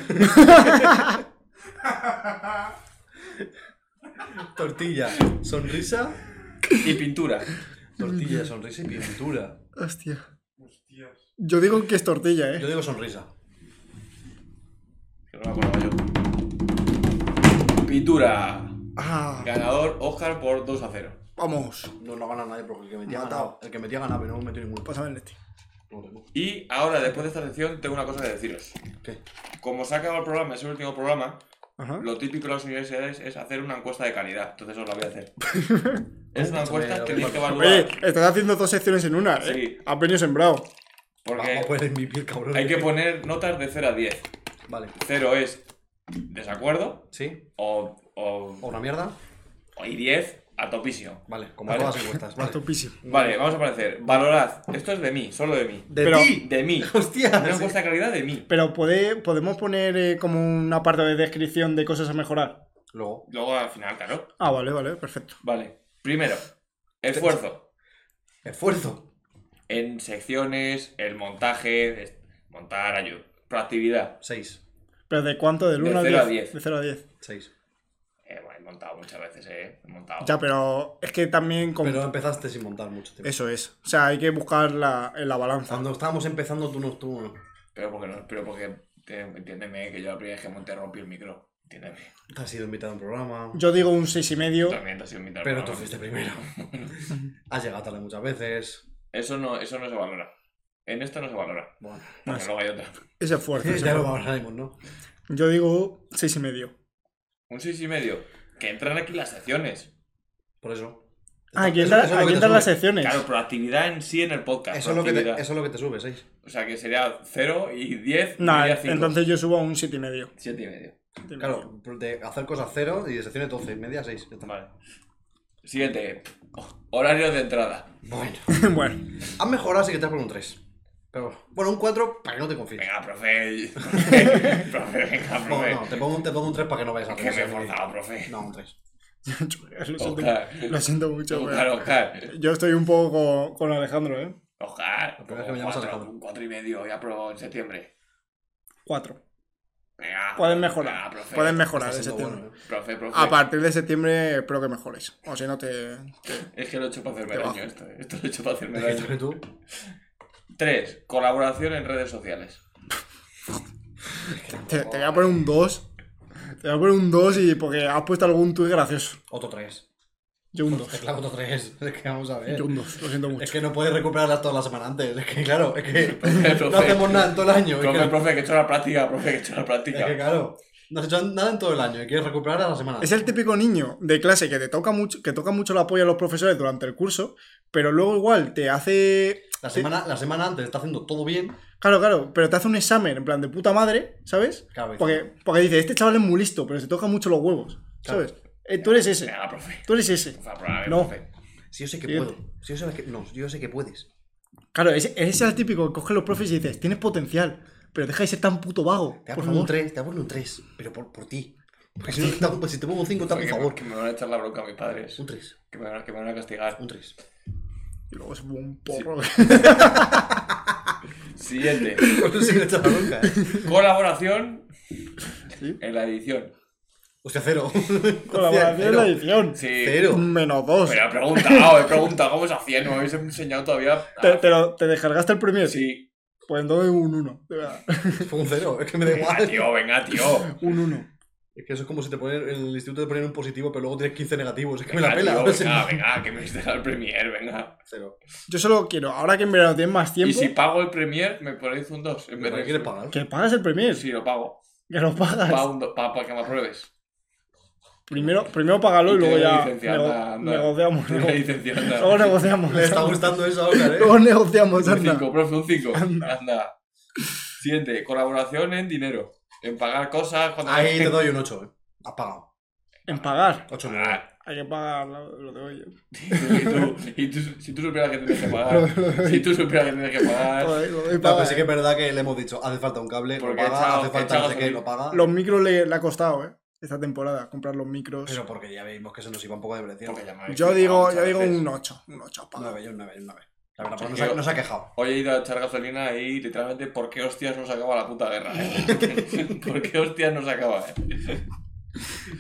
[SPEAKER 3] Tortilla, sonrisa.
[SPEAKER 1] Y pintura.
[SPEAKER 3] Tortilla, sonrisa y pintura.
[SPEAKER 2] Hostia. Yo digo que es tortilla,
[SPEAKER 3] Yo
[SPEAKER 2] eh.
[SPEAKER 3] digo sonrisa.
[SPEAKER 1] Que no me acordaba yo. Pintura.
[SPEAKER 2] Ah,
[SPEAKER 1] Ganador Oscar por 2 a 0.
[SPEAKER 2] vamos.
[SPEAKER 3] No, no gana nadie porque el que metía
[SPEAKER 2] Matado.
[SPEAKER 3] ganaba. El que metía ganaba, pero no me metió ninguno. Pues,
[SPEAKER 2] Pásame el este.
[SPEAKER 3] No tengo.
[SPEAKER 1] Y ahora, después de esta sección, tengo una cosa que deciros.
[SPEAKER 3] ¿Qué?
[SPEAKER 1] Como se ha acabado el programa, es el último programa,
[SPEAKER 2] Ajá.
[SPEAKER 1] lo típico de las universidades es hacer una encuesta de calidad. Entonces os la voy a
[SPEAKER 3] *laughs*
[SPEAKER 1] hacer. es una
[SPEAKER 3] Échame
[SPEAKER 1] encuesta
[SPEAKER 3] la
[SPEAKER 1] que tenéis que
[SPEAKER 3] culpa.
[SPEAKER 2] Oye,
[SPEAKER 1] evaluar.
[SPEAKER 2] estás haciendo dos secciones en una, eh.
[SPEAKER 1] Sí.
[SPEAKER 2] Has venido sembrado.
[SPEAKER 1] Porque
[SPEAKER 3] Vamos a poner mi piel, cabrón.
[SPEAKER 1] hay que poner notas de 0 a 10.
[SPEAKER 3] Vale.
[SPEAKER 1] 0 es desacuerdo
[SPEAKER 3] ¿Sí?
[SPEAKER 1] o, o,
[SPEAKER 3] ¿O una mierda?
[SPEAKER 1] o- y 10 a topísimo.
[SPEAKER 3] Vale, como
[SPEAKER 1] Vale.
[SPEAKER 3] todas las encuestas.
[SPEAKER 2] A
[SPEAKER 3] Vale.
[SPEAKER 2] topísimo.
[SPEAKER 1] Vale, vamos a aparecer. Valorad. Esto es de mí, solo de mí.
[SPEAKER 3] ¿De
[SPEAKER 2] Pero-
[SPEAKER 3] ti?
[SPEAKER 1] De
[SPEAKER 3] *laughs*
[SPEAKER 1] mí.
[SPEAKER 3] ¡Hostia!
[SPEAKER 1] Una
[SPEAKER 3] sí.
[SPEAKER 1] encuesta de calidad de mí.
[SPEAKER 2] Pero puede, podemos poner eh, como un apartado de descripción de cosas a mejorar.
[SPEAKER 3] Luego.
[SPEAKER 1] Luego al final, claro.
[SPEAKER 2] Ah, vale, vale, perfecto.
[SPEAKER 1] Vale. Primero, esfuerzo.
[SPEAKER 3] Esfuerzo.
[SPEAKER 1] En secciones, el montaje, es- montar, ayuda. Proactividad.
[SPEAKER 3] 6.
[SPEAKER 2] Pero ¿de cuánto? ¿Del
[SPEAKER 1] De
[SPEAKER 2] 1
[SPEAKER 1] cero a
[SPEAKER 2] al 10?
[SPEAKER 1] diez.
[SPEAKER 2] De 0 a 10.
[SPEAKER 3] 6.
[SPEAKER 1] Eh, bueno, he montado muchas veces, eh. He montado.
[SPEAKER 2] Ya, pero es que también... con-
[SPEAKER 3] Pero empezaste sin montar mucho tiempo.
[SPEAKER 2] Eso es. O sea, hay que buscar la, en la balanza.
[SPEAKER 3] Cuando estábamos empezando, tú no, tú no.
[SPEAKER 1] Pero porque no, pero porque eh, entiéndeme que yo la primera vez que monté rompí el micro. Entiéndeme.
[SPEAKER 3] Te has sido invitado a un programa.
[SPEAKER 2] Yo digo un 6,5.
[SPEAKER 1] También te has sido mi
[SPEAKER 3] Pero tú
[SPEAKER 2] *laughs*
[SPEAKER 3] fuiste primero. has llegado tarde muchas veces.
[SPEAKER 1] Eso no, eso no se valora. En esto no se valora.
[SPEAKER 3] Bueno,
[SPEAKER 1] Porque luego hay otra.
[SPEAKER 2] Es esfuerzo. es
[SPEAKER 3] *laughs* ya lo
[SPEAKER 2] esfuerzo.
[SPEAKER 3] valoraremos, ¿no?
[SPEAKER 2] Yo digo 6,5.
[SPEAKER 1] Un seis y medio. Que entran aquí las secciones.
[SPEAKER 3] Por eso.
[SPEAKER 2] Ah, aquí
[SPEAKER 3] Eso-
[SPEAKER 2] entran
[SPEAKER 3] eso es lo que te
[SPEAKER 2] las
[SPEAKER 3] sube.
[SPEAKER 2] secciones.
[SPEAKER 1] Claro, proactividad en sí en el podcast.
[SPEAKER 3] Eso es, lo que te,
[SPEAKER 1] proactividad.
[SPEAKER 3] eso es lo que te sube, 6.
[SPEAKER 1] O sea que sería 0 y 10
[SPEAKER 2] Nah,
[SPEAKER 1] sería 5.
[SPEAKER 2] entonces yo subo a un 7,5.
[SPEAKER 1] 7 y medio.
[SPEAKER 3] Claro, de hacer cosas 0 y de secciones 12, media 6.
[SPEAKER 1] Vale. Siguiente. Horario de entrada.
[SPEAKER 3] Bueno.
[SPEAKER 2] *laughs* bueno,
[SPEAKER 3] Has mejorado, así que te has por un 3. Pero bueno, un 4 para que no te confíes.
[SPEAKER 1] Venga,
[SPEAKER 3] *laughs*
[SPEAKER 1] profe. *laughs* profe, venga,
[SPEAKER 3] No,
[SPEAKER 1] profe.
[SPEAKER 3] no, te pongo, un- te pongo un 3 para que no vayas a
[SPEAKER 1] que me he
[SPEAKER 3] hacer eso.
[SPEAKER 1] forzado, profe.
[SPEAKER 3] No, un 3.
[SPEAKER 2] *laughs* lo siento,
[SPEAKER 1] Oscar.
[SPEAKER 2] lo siento mucho.
[SPEAKER 1] Oscar,
[SPEAKER 2] pero
[SPEAKER 1] Oscar.
[SPEAKER 2] Yo estoy un poco con Alejandro, ¿eh?
[SPEAKER 1] Oscar.
[SPEAKER 3] primero que me llamas
[SPEAKER 1] cuatro,
[SPEAKER 3] Alejandro.
[SPEAKER 1] un cuatro y medio, ya probó en septiembre.
[SPEAKER 2] 4.
[SPEAKER 1] Venga.
[SPEAKER 2] Pueden
[SPEAKER 1] Venga,
[SPEAKER 2] mejorar.
[SPEAKER 1] profe.
[SPEAKER 2] Pueden mejorar
[SPEAKER 3] Estás
[SPEAKER 2] en
[SPEAKER 3] Ah, siendo
[SPEAKER 2] septiembre.
[SPEAKER 3] bueno, ¿eh?
[SPEAKER 1] Profe, profe.
[SPEAKER 2] A partir de septiembre espero que mejores. O si no te.
[SPEAKER 1] Es que lo he hecho para hacerme
[SPEAKER 2] Te
[SPEAKER 1] daño
[SPEAKER 2] bajo.
[SPEAKER 1] esto. eh. Esto lo he hecho para hacerme
[SPEAKER 3] Esto que
[SPEAKER 1] daño.
[SPEAKER 3] tú.
[SPEAKER 1] 3. Colaboración en redes sociales.
[SPEAKER 2] Te, te voy a poner un 2. Te voy a poner un 2 y porque has puesto algún tuit gracioso.
[SPEAKER 3] Otro 3.
[SPEAKER 2] Yo un
[SPEAKER 3] Es
[SPEAKER 2] 2.
[SPEAKER 3] claro, otro 3. *laughs* Es que vamos a ver.
[SPEAKER 2] Yo un 2. Lo siento
[SPEAKER 3] ¿eh? Es
[SPEAKER 2] mucho.
[SPEAKER 3] que no puedes recuperarlas toda la semana antes. Es que claro, es
[SPEAKER 2] *laughs*
[SPEAKER 3] que *laughs* no
[SPEAKER 1] Profe.
[SPEAKER 3] hacemos nada en todo el año. Es
[SPEAKER 1] Profe,
[SPEAKER 3] que,
[SPEAKER 1] profe, que he hecho la práctica, profe, que he hecho la
[SPEAKER 3] es que,
[SPEAKER 1] práctica.
[SPEAKER 3] claro, no has hecho nada en todo el año y quieres recuperar a la semana.
[SPEAKER 2] Es el típico niño de clase que te toca mucho, que toca mucho la polla a los profesores durante el curso, pero luego igual te hace
[SPEAKER 3] La semana, la semana antes está haciendo todo bien.
[SPEAKER 2] Claro, claro, pero te hace un examen en plan de puta madre, ¿sabes?
[SPEAKER 3] Claro, dice,
[SPEAKER 2] Porque, porque dice, este chaval es muy listo, pero se toca mucho los huevos,
[SPEAKER 3] Claro.
[SPEAKER 2] ¿sabes? Eh, tú eres ese,
[SPEAKER 1] Venga, profe.
[SPEAKER 2] tú eres ese.
[SPEAKER 1] Profe, a ver,
[SPEAKER 2] No.
[SPEAKER 1] profe.
[SPEAKER 3] Si yo sé que
[SPEAKER 2] Siguiente.
[SPEAKER 3] puedo. Si yo sé que, no, yo sé que puedes.
[SPEAKER 2] Claro, ese, ese es el típico que coge los profes y dices, tienes potencial, pero deja de ser tan puto vago,
[SPEAKER 3] Te voy
[SPEAKER 2] por
[SPEAKER 3] a poner un
[SPEAKER 2] favor.
[SPEAKER 3] 3, te voy a poner un 3, pero por, por ti. Porque si, no,
[SPEAKER 2] *laughs*
[SPEAKER 3] te hago- pues si te pongo un 5, te hago
[SPEAKER 1] Que
[SPEAKER 3] un
[SPEAKER 1] me-
[SPEAKER 3] favor.
[SPEAKER 1] Que me van a echar la bronca a mis padres.
[SPEAKER 3] Un 3,
[SPEAKER 1] Que me van a, que me van a castigar.
[SPEAKER 3] un 3.
[SPEAKER 2] Y luego es un porro. *laughs*
[SPEAKER 1] Siguiente.
[SPEAKER 3] *laughs* Por si le echas la bronca, eh.
[SPEAKER 1] Colaboración
[SPEAKER 2] Sí.
[SPEAKER 1] en la edición.
[SPEAKER 3] Hostia, cero. *laughs*
[SPEAKER 2] Colaboración en la
[SPEAKER 3] Hostia,
[SPEAKER 2] edición.
[SPEAKER 1] Sí.
[SPEAKER 3] Cero. cero.
[SPEAKER 2] Menos dos.
[SPEAKER 1] Pero he preguntado, he preguntado cómo se hacía, no me habéis enseñado todavía.
[SPEAKER 2] Te, te lo- te descargaste el Premiere.
[SPEAKER 1] Sí.
[SPEAKER 2] Pues entonces un 1.
[SPEAKER 3] *laughs* Fue un 0, es que me da
[SPEAKER 1] Venga,
[SPEAKER 3] igual.
[SPEAKER 1] tío, venga, tío.
[SPEAKER 3] *laughs*
[SPEAKER 2] Un 1.
[SPEAKER 3] Es que eso es como si te ponen, en el instituto te ponen un positivo, pero luego tienes 15 negativos. Es que me la
[SPEAKER 1] Venga,
[SPEAKER 3] pela.
[SPEAKER 1] tío,
[SPEAKER 3] no sé.
[SPEAKER 1] venga, venga, que me estés al Premier, venga.
[SPEAKER 3] Cero.
[SPEAKER 2] Yo solo quiero, ahora que en verano tienes más
[SPEAKER 1] Y
[SPEAKER 2] tiempo,
[SPEAKER 1] si pago el Premier, me ponéis un 2. En
[SPEAKER 3] ¿Me
[SPEAKER 1] vez de
[SPEAKER 3] quieres pagar?
[SPEAKER 2] que pagas el Premiere,
[SPEAKER 1] Sí, lo pago.
[SPEAKER 2] que lo
[SPEAKER 3] Ah,
[SPEAKER 2] pagas.
[SPEAKER 1] Pago un do- pa- para que me
[SPEAKER 3] *laughs*
[SPEAKER 1] apruebes.
[SPEAKER 2] Primero, primero págalo y
[SPEAKER 1] Y te
[SPEAKER 2] luego
[SPEAKER 1] doy
[SPEAKER 2] ya
[SPEAKER 1] licencia,
[SPEAKER 2] nego-
[SPEAKER 1] anda, anda.
[SPEAKER 2] negociamos.
[SPEAKER 1] Una
[SPEAKER 2] luego-
[SPEAKER 1] licencia,
[SPEAKER 3] *laughs*
[SPEAKER 1] anda.
[SPEAKER 2] Luego negociamos.
[SPEAKER 3] Le está gustando eso
[SPEAKER 2] *laughs*
[SPEAKER 3] ahora, eh.
[SPEAKER 2] Luego negociamos,
[SPEAKER 1] Un
[SPEAKER 2] anda.
[SPEAKER 1] 5, profe, un 5. Anda. Siguiente, colaboración en dinero. En pagar cosas cuando.
[SPEAKER 3] Ahí te doy un 8, eh. Has pagado.
[SPEAKER 2] En pagar.
[SPEAKER 3] 8
[SPEAKER 1] Ah,
[SPEAKER 2] Hay que pagar lo, lo de hoy. ¿eh?
[SPEAKER 1] Y tú, y tú- si tú supieras que
[SPEAKER 3] *laughs*
[SPEAKER 1] tienes que pagar, si tú supieras que tienes que pagar,
[SPEAKER 2] Lo de hoy
[SPEAKER 3] No,
[SPEAKER 2] pagar,
[SPEAKER 3] pues sí que
[SPEAKER 2] eh.
[SPEAKER 3] es verdad que le hemos dicho, hace falta un cable,
[SPEAKER 1] Porque
[SPEAKER 3] lo paga,
[SPEAKER 1] echado-
[SPEAKER 3] hace falta no
[SPEAKER 1] echado
[SPEAKER 3] sé qué,
[SPEAKER 1] su-
[SPEAKER 3] lo paga.
[SPEAKER 2] Los micros le, le ha costado, ¿eh? Esta temporada, comprar los micros.
[SPEAKER 3] Pero porque ya vimos que se nos iba un poco de precio.
[SPEAKER 1] Porque ya me habéis
[SPEAKER 2] yo
[SPEAKER 1] flipado
[SPEAKER 2] digo,
[SPEAKER 1] muchas
[SPEAKER 2] yo digo
[SPEAKER 1] veces.
[SPEAKER 2] un 8. Un 8
[SPEAKER 3] Un
[SPEAKER 2] pagar.
[SPEAKER 3] 9, un 9, un 9. La verdad,
[SPEAKER 1] Sí,
[SPEAKER 3] pues no, se ha,
[SPEAKER 1] yo-
[SPEAKER 3] no se ha quejado.
[SPEAKER 1] Hoy he ido a echar gasolina y literalmente, ¿por qué hostias no se acaba la puta guerra?
[SPEAKER 2] *laughs*
[SPEAKER 1] eh? ¿Por qué hostias no se acaba? eh?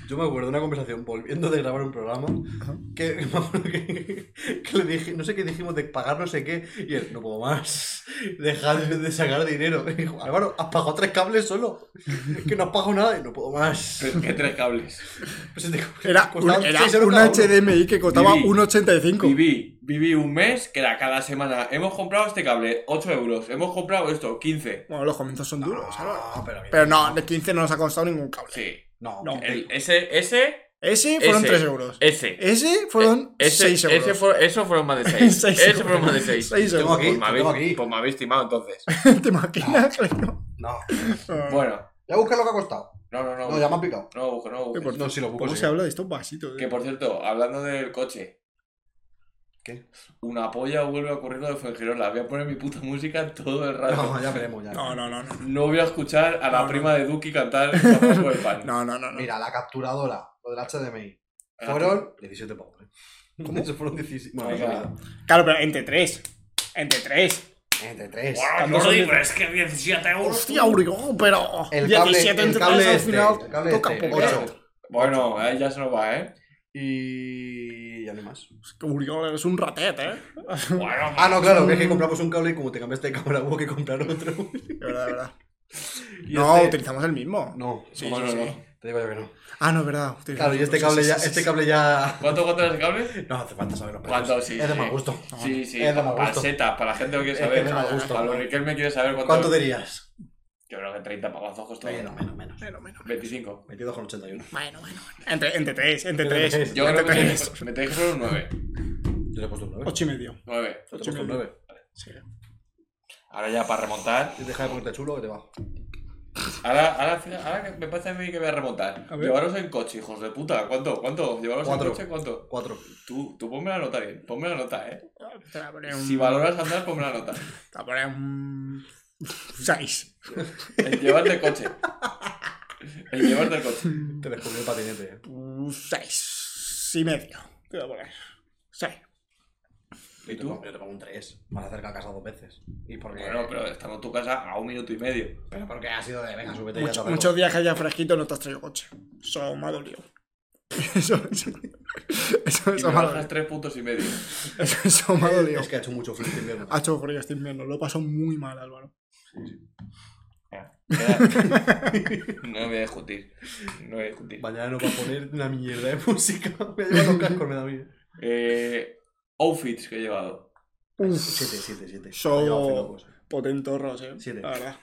[SPEAKER 3] Yo me acuerdo de una conversación volviendo de grabar un programa
[SPEAKER 2] Ajá.
[SPEAKER 3] que, *laughs* me acuerdo que, que le dije, no sé qué dijimos de pagar no sé qué, y él, no puedo más, dejar de sacar dinero. *laughs* Y dijo, Álvaro, has pagado tres cables solo, que no has pagado nada, y no puedo más.
[SPEAKER 1] Pero ¿Qué tres cables?
[SPEAKER 3] *laughs* Pues te- *laughs*
[SPEAKER 2] Era un,
[SPEAKER 3] costaban
[SPEAKER 2] era
[SPEAKER 3] seis euros
[SPEAKER 2] un
[SPEAKER 3] cada uno.
[SPEAKER 2] HDMI que costaba
[SPEAKER 1] Viví.
[SPEAKER 2] 1,85.
[SPEAKER 1] Viví, viví un mes que era cada semana. Hemos comprado este cable, 8 euros. Hemos comprado esto, 15.
[SPEAKER 2] Bueno, los comienzos son duros, ¿sabes?
[SPEAKER 3] Ah, pero, a mí
[SPEAKER 2] Pero no, de 15 no nos ha costado ningún cable.
[SPEAKER 1] Sí.
[SPEAKER 3] No,
[SPEAKER 2] No.
[SPEAKER 3] que-
[SPEAKER 1] El- ese, ese,
[SPEAKER 2] Ese fueron
[SPEAKER 1] Ese.
[SPEAKER 2] 3 euros.
[SPEAKER 1] ese. Eh,
[SPEAKER 2] Ese Eh, fueron
[SPEAKER 3] E-,
[SPEAKER 1] Ese-
[SPEAKER 2] 6 euros.
[SPEAKER 1] ese fue- eso fueron
[SPEAKER 2] *laughs*
[SPEAKER 1] más de 6.
[SPEAKER 2] Seis
[SPEAKER 1] ese
[SPEAKER 2] euros.
[SPEAKER 1] fueron más de 6.
[SPEAKER 2] Seis euros.
[SPEAKER 3] Tengo aquí.
[SPEAKER 1] Pues me habéis,
[SPEAKER 3] tengo aquí.
[SPEAKER 1] pues me habéis timado entonces.
[SPEAKER 2] *laughs* ¿Te imaginas? Claro.
[SPEAKER 3] no.
[SPEAKER 1] Bueno,
[SPEAKER 3] Ya busca lo que ha costado.
[SPEAKER 1] no, no, no.
[SPEAKER 3] No, ya me ha picado.
[SPEAKER 1] No busco, no busco.
[SPEAKER 2] por-
[SPEAKER 3] No, si lo busco.
[SPEAKER 2] ¿Cómo
[SPEAKER 3] pues sí.
[SPEAKER 2] se habla de estos vasitos? eh?
[SPEAKER 1] Que por cierto, hablando del coche.
[SPEAKER 3] ¿Qué?
[SPEAKER 1] Una polla vuelve a ocurrir lo de Fuengirola. Voy a poner mi puta música en todo el rato.
[SPEAKER 3] No,
[SPEAKER 1] No,
[SPEAKER 3] ya veremos, ya.
[SPEAKER 2] No, no, no, no.
[SPEAKER 1] voy a escuchar a la
[SPEAKER 2] No,
[SPEAKER 3] *laughs*
[SPEAKER 1] prima de Duki cantar Papá por el pan.
[SPEAKER 2] No, no, no, no.
[SPEAKER 3] Mira, la capturadora. Lo del HDMI.
[SPEAKER 1] Ah,
[SPEAKER 3] Fueron 17 pavos. ¿eh?
[SPEAKER 2] ¿Cómo?
[SPEAKER 3] *laughs* Eso fueron 17. Bueno,
[SPEAKER 1] Venga.
[SPEAKER 3] eso
[SPEAKER 2] Claro, pero entre tres. Entre tres.
[SPEAKER 3] era entre 3.
[SPEAKER 1] Guau,
[SPEAKER 2] Tampoco
[SPEAKER 1] Jordi,
[SPEAKER 2] son-
[SPEAKER 1] pero es que 17 euros.
[SPEAKER 2] Hostia, Uriol, pero.
[SPEAKER 3] El cable,
[SPEAKER 2] 17
[SPEAKER 3] el
[SPEAKER 2] entre
[SPEAKER 3] cable
[SPEAKER 2] tres al
[SPEAKER 3] este,
[SPEAKER 2] final.
[SPEAKER 3] el cable
[SPEAKER 2] toca
[SPEAKER 3] este,
[SPEAKER 2] poco, ¿eh?
[SPEAKER 3] 8.
[SPEAKER 1] Bueno, eh, ya se nos va, ¿eh?
[SPEAKER 3] Y ya no hay más.
[SPEAKER 2] Es que Uriol es un ratete, ¿eh?
[SPEAKER 1] Bueno,
[SPEAKER 3] Ah, no, claro, que es que compramos un cable y como te cambiaste de cámara hubo que comprar otro. *laughs*
[SPEAKER 2] De verdad, de verdad.
[SPEAKER 3] Y
[SPEAKER 2] No,
[SPEAKER 3] este-
[SPEAKER 2] utilizamos el mismo.
[SPEAKER 3] No,
[SPEAKER 2] Sí,
[SPEAKER 1] ¿Cómo
[SPEAKER 2] sí,
[SPEAKER 1] no,
[SPEAKER 2] sí.
[SPEAKER 1] no?
[SPEAKER 3] te digo yo que no.
[SPEAKER 2] Ah, no, es verdad. utilizamos
[SPEAKER 3] Claro, y este
[SPEAKER 2] otro, sí,
[SPEAKER 3] cable
[SPEAKER 2] sí,
[SPEAKER 3] ya.
[SPEAKER 2] sí, sí,
[SPEAKER 3] Este
[SPEAKER 2] sí.
[SPEAKER 3] cable ya.
[SPEAKER 1] ¿Cuánto cuesta el cable?
[SPEAKER 3] No hace falta saber los precios.
[SPEAKER 1] ¿Cuánto? Sí,
[SPEAKER 3] Es de
[SPEAKER 1] sí.
[SPEAKER 3] mal gusto.
[SPEAKER 1] Sí, sí,
[SPEAKER 3] Es de mal gusto.
[SPEAKER 1] pesetas, para la gente que quiere
[SPEAKER 3] Es que
[SPEAKER 1] saber.
[SPEAKER 3] es de mal gusto.
[SPEAKER 1] Para los Riquelme quiere saber cuánto.
[SPEAKER 3] ¿Cuánto dirías?
[SPEAKER 1] Yo creo que 30 pagazos costó.
[SPEAKER 3] Menos, menos, menos.
[SPEAKER 2] Bueno, bueno.
[SPEAKER 1] 25.
[SPEAKER 3] 22,81.
[SPEAKER 2] Bueno, bueno. bueno. Entre, entre tres, entre
[SPEAKER 3] Entre tres.
[SPEAKER 2] tres.
[SPEAKER 1] Yo creo
[SPEAKER 2] entre
[SPEAKER 1] que
[SPEAKER 2] tres.
[SPEAKER 1] me- me tenéis que poner un 9.
[SPEAKER 3] Yo le he puesto un 9.
[SPEAKER 2] Ocho y medio.
[SPEAKER 1] 9.
[SPEAKER 3] Yo le he puesto un 9.
[SPEAKER 2] Sí.
[SPEAKER 1] Ahora ya para remontar.
[SPEAKER 3] Y Deja de ponerte chulo que te va.
[SPEAKER 1] Ahora, ahora, al final- ahora que me pasa a mí que voy a remontar.
[SPEAKER 2] A ver.
[SPEAKER 1] Llevaros en coche, hijos de puta. ¿Cuánto? ¿Cuánto? ¿Llevaros
[SPEAKER 3] Cuatro.
[SPEAKER 1] en coche? ¿Cuánto?
[SPEAKER 3] 4.
[SPEAKER 1] Tú, tú ponme la nota bien. Ponme la nota, eh.
[SPEAKER 2] Te voy a poner un.
[SPEAKER 1] Si valoras andar, ponme la nota.
[SPEAKER 2] Te voy a poner un. *laughs* Seis.
[SPEAKER 1] El llevarte el
[SPEAKER 2] *laughs*
[SPEAKER 1] coche. El llevarte el coche.
[SPEAKER 3] Te descubrió el patinete. eh.
[SPEAKER 2] Un seis y medio. Te voy a poner. Seis.
[SPEAKER 1] ¿Y tú?
[SPEAKER 3] Yo te pongo un 3. Más acerca a casa dos veces. Y porque.
[SPEAKER 1] Bueno, pero estamos en tu casa a un minuto y medio.
[SPEAKER 3] pero porque ha sido de. Venga, súbete
[SPEAKER 2] Mucho-
[SPEAKER 3] ya. te
[SPEAKER 2] muchos días que haya fresquito no te has traído coche. Eso me ha dolido. *laughs* Eso, eso, eso,
[SPEAKER 1] Y
[SPEAKER 2] eso
[SPEAKER 1] me
[SPEAKER 2] me ha
[SPEAKER 1] bajas
[SPEAKER 2] dolido.
[SPEAKER 1] tres puntos y medio.
[SPEAKER 2] Eso, eso me ha
[SPEAKER 3] arreglo.
[SPEAKER 2] dolido.
[SPEAKER 3] Es que ha hecho mucho frío este invierno.
[SPEAKER 2] Ha hecho frío este invierno. Lo pasó muy mal, Álvaro.
[SPEAKER 1] Queda-
[SPEAKER 2] *laughs*
[SPEAKER 1] No voy a discutir. No voy a discutir.
[SPEAKER 3] Mañana nos va a poner una mierda de música. *laughs* Voy a llevar los cascos, me da miedo.
[SPEAKER 1] Eh, outfits que he llevado.
[SPEAKER 2] Uf,
[SPEAKER 3] 7, 7, 7.
[SPEAKER 2] So-
[SPEAKER 3] pues.
[SPEAKER 2] potentorros, eh.
[SPEAKER 3] Siete.
[SPEAKER 2] La verdad.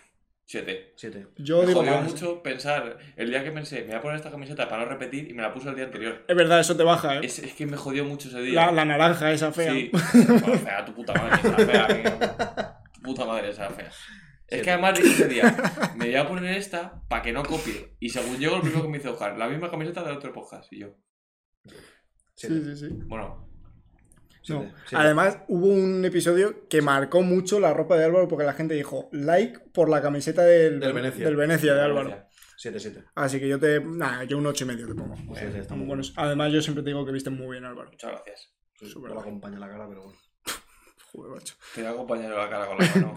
[SPEAKER 1] Siete.
[SPEAKER 3] 7.
[SPEAKER 2] Yo
[SPEAKER 1] me
[SPEAKER 2] digo
[SPEAKER 1] jodió
[SPEAKER 2] más.
[SPEAKER 1] mucho pensar. El día que pensé, me voy a poner esta camiseta para no repetir y me la puse el día anterior.
[SPEAKER 2] Es verdad, eso te baja, eh.
[SPEAKER 1] Es, es que me jodió mucho ese día.
[SPEAKER 2] La, la naranja esa fea. *laughs*
[SPEAKER 1] Sí. Bueno, fea, tu puta madre, esa fea. que- Tu puta madre, esa fea. Es que además dije ese
[SPEAKER 2] *laughs*
[SPEAKER 1] día, me voy a poner esta para que no copie. Y según llego, el primero que me dice Oscar, la misma camiseta del otro podcast. Y yo,
[SPEAKER 2] Sí, sí,
[SPEAKER 3] 7.
[SPEAKER 2] sí.
[SPEAKER 1] bueno,
[SPEAKER 2] No.
[SPEAKER 3] Siete, siete.
[SPEAKER 2] Además, hubo un episodio que marcó mucho la ropa de Álvaro porque la gente dijo like por la camiseta del,
[SPEAKER 3] Del Venecia.
[SPEAKER 2] del Venecia de Álvaro.
[SPEAKER 1] gracias.
[SPEAKER 3] 7, 7.
[SPEAKER 2] Así que yo te. Nada, yo un ocho y medio te pongo.
[SPEAKER 3] Pues sí,
[SPEAKER 2] Muy
[SPEAKER 3] está
[SPEAKER 1] Mm.
[SPEAKER 3] muy bueno.
[SPEAKER 2] buenos. Además, yo siempre te digo que visten muy bien, Álvaro.
[SPEAKER 1] Muchas gracias.
[SPEAKER 3] Sí,
[SPEAKER 2] Súper
[SPEAKER 3] No me
[SPEAKER 2] guay.
[SPEAKER 3] acompaña la cara, pero bueno.
[SPEAKER 2] Joder, macho.
[SPEAKER 1] Te voy a acompañar a la cara con la mano.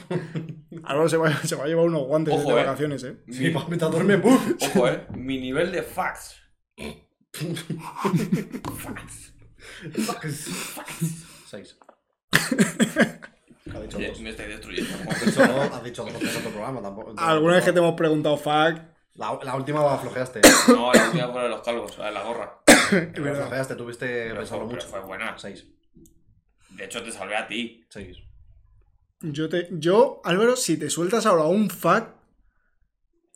[SPEAKER 2] Álvaro se va, *laughs* se va a llevar unos guantes
[SPEAKER 1] Ojo,
[SPEAKER 2] de
[SPEAKER 1] eh.
[SPEAKER 2] vacaciones, ¿eh?
[SPEAKER 3] Sí,
[SPEAKER 1] Mi-
[SPEAKER 3] para meter a dormir.
[SPEAKER 2] Mm.
[SPEAKER 3] *laughs* ¡buf!
[SPEAKER 1] Ojo, eh. Mi nivel de facts. facts.
[SPEAKER 3] 6. Ha dicho
[SPEAKER 1] Oye,
[SPEAKER 3] dos.
[SPEAKER 1] Me estáis destruyendo.
[SPEAKER 3] Has dicho dos, has dicho dos o tres otro programa tampoco.
[SPEAKER 2] *laughs* Alguna vez que te hemos preguntado fact,
[SPEAKER 3] La, la
[SPEAKER 2] *laughs*
[SPEAKER 3] última flojeaste.
[SPEAKER 1] No, la última fue la de los calvos, la de la gorra.
[SPEAKER 2] es verdad.
[SPEAKER 3] flojeaste, tuviste
[SPEAKER 1] Pero
[SPEAKER 3] pensarlo
[SPEAKER 1] fue, pero
[SPEAKER 3] mucho.
[SPEAKER 1] fue buena.
[SPEAKER 3] 6.
[SPEAKER 1] De hecho, te salvé a ti.
[SPEAKER 3] 6.
[SPEAKER 2] Yo, te, yo, Álvaro, si te sueltas ahora un fact,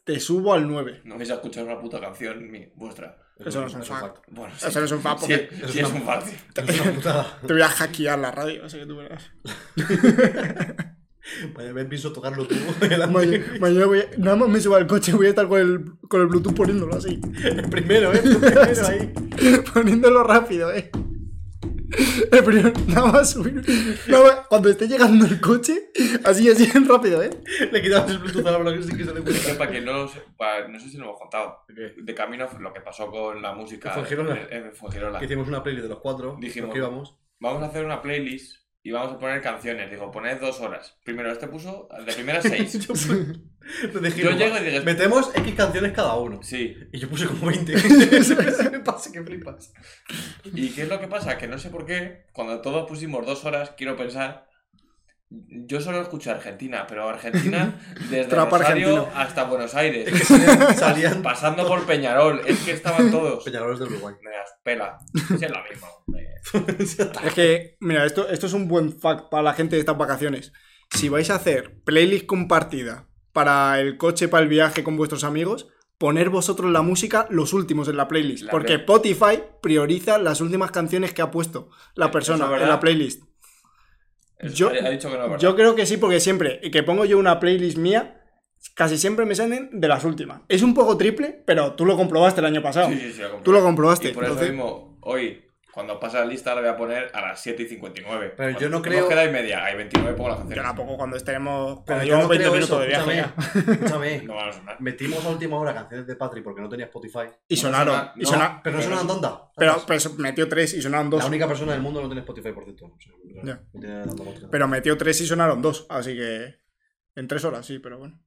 [SPEAKER 2] te subo al 9.
[SPEAKER 1] No vais a escuchar una puta canción mi- vuestra.
[SPEAKER 2] Eso no es un fact.
[SPEAKER 1] Bueno, sí.
[SPEAKER 2] Eso no es un fact
[SPEAKER 1] Sí,
[SPEAKER 2] porque
[SPEAKER 1] sí es un fact.
[SPEAKER 3] *laughs* Es una putada.
[SPEAKER 2] te voy a hackear la radio, así que tú verás.
[SPEAKER 3] Vaya, me pienso tocarlo tú. *laughs*
[SPEAKER 2] Ma- Mañana voy a- nada más me suba al coche, voy a estar con el, con el Bluetooth poniéndolo así.
[SPEAKER 3] El primero, ¿eh? El primero ahí.
[SPEAKER 2] *laughs* Poniéndolo rápido, eh. El primero, nada más subir. nada más- cuando esté llegando el coche, así, así, *laughs* rápido, eh.
[SPEAKER 3] Le quitamos el Bluetooth a la verdad que sí que se
[SPEAKER 1] *laughs*
[SPEAKER 3] le
[SPEAKER 1] Es que
[SPEAKER 3] cuenta.
[SPEAKER 1] para que no, lo se- para- no sé si lo hemos contado.
[SPEAKER 3] ¿Qué?
[SPEAKER 1] De camino lo que pasó con la música.
[SPEAKER 3] Fue en Girola.
[SPEAKER 1] en- en- fue en Girola.
[SPEAKER 3] Que hicimos una playlist de los cuatro.
[SPEAKER 1] Dijimos.
[SPEAKER 3] los que íbamos.
[SPEAKER 1] Vamos a hacer una playlist y vamos a poner canciones. Digo, poned dos horas. Primero este puso de primera *laughs*
[SPEAKER 3] *laughs*
[SPEAKER 1] seis.
[SPEAKER 3] Yo, puse- te dije,
[SPEAKER 1] Yo
[SPEAKER 3] no,
[SPEAKER 1] llego
[SPEAKER 3] va,
[SPEAKER 1] y digo-
[SPEAKER 3] Metemos X canciones cada uno.
[SPEAKER 1] Sí.
[SPEAKER 3] Y yo puse
[SPEAKER 1] *laughs*
[SPEAKER 3] como *laughs* 20. me pasa que flipas.
[SPEAKER 1] ¿Y qué es lo que pasa? Que no sé por qué, cuando todos pusimos dos horas, quiero pensar. Yo solo escucho Argentina, pero Argentina desde
[SPEAKER 2] Trap
[SPEAKER 1] Rosario
[SPEAKER 2] argentino.
[SPEAKER 1] hasta Buenos Aires,
[SPEAKER 3] Salían
[SPEAKER 1] pasando por Peñarol, es que estaban todos.
[SPEAKER 3] peñadores del Uruguay.
[SPEAKER 1] Me las pela. Sí, es lo mismo. Eh,
[SPEAKER 2] Es que, mira, esto, esto es un buen fact para la gente de estas vacaciones. Si vais a hacer playlist compartida para el coche, para el viaje con vuestros amigos, poner vosotros la música los últimos en la playlist.
[SPEAKER 1] La play-
[SPEAKER 2] porque Spotify prioriza las últimas canciones que ha puesto la
[SPEAKER 1] Eso es
[SPEAKER 2] persona
[SPEAKER 1] verdad.
[SPEAKER 2] en la playlist.
[SPEAKER 1] es-
[SPEAKER 2] Yo-
[SPEAKER 1] ha dicho que no, ¿verdad?
[SPEAKER 2] Yo creo que sí, porque siempre que pongo yo una playlist mía, casi siempre me salen de las últimas. Es un poco triple, pero tú lo comprobaste el año pasado.
[SPEAKER 1] Sí, sí, sí, lo comprobé.
[SPEAKER 2] Tú lo comprobaste.
[SPEAKER 1] Y por
[SPEAKER 2] entonces-
[SPEAKER 1] eso mismo, hoy Cuando pase la lista la voy a poner a las 7 y 59.
[SPEAKER 3] Pero yo
[SPEAKER 1] Cuando
[SPEAKER 3] no
[SPEAKER 1] hemos
[SPEAKER 3] creo-
[SPEAKER 1] quedado y media. Hay 29 pongo las
[SPEAKER 2] Yo
[SPEAKER 1] canciones.
[SPEAKER 2] tampoco cuando estaremos.
[SPEAKER 3] Pero
[SPEAKER 2] Cuando
[SPEAKER 3] yo no
[SPEAKER 2] llevamos 20
[SPEAKER 3] creo
[SPEAKER 2] minutos
[SPEAKER 3] eso,
[SPEAKER 2] de viaje. ya.
[SPEAKER 3] escúchame, escúchame.
[SPEAKER 1] *laughs* No van a sonar.
[SPEAKER 3] Metimos a última hora canciones de Patri porque no tenía Spotify.
[SPEAKER 2] Y sonaron.
[SPEAKER 1] suena-
[SPEAKER 2] y
[SPEAKER 3] No,
[SPEAKER 2] sona-
[SPEAKER 3] pero no sonaban tontas.
[SPEAKER 2] pero, pero metió tres y sonaron dos.
[SPEAKER 3] La única persona del mundo no tiene Spotify, por cierto. O sea, no,
[SPEAKER 2] Ya.
[SPEAKER 3] no tiene tanto contenido.
[SPEAKER 2] Pero metió tres y sonaron dos. Así que. En tres horas, sí, pero bueno.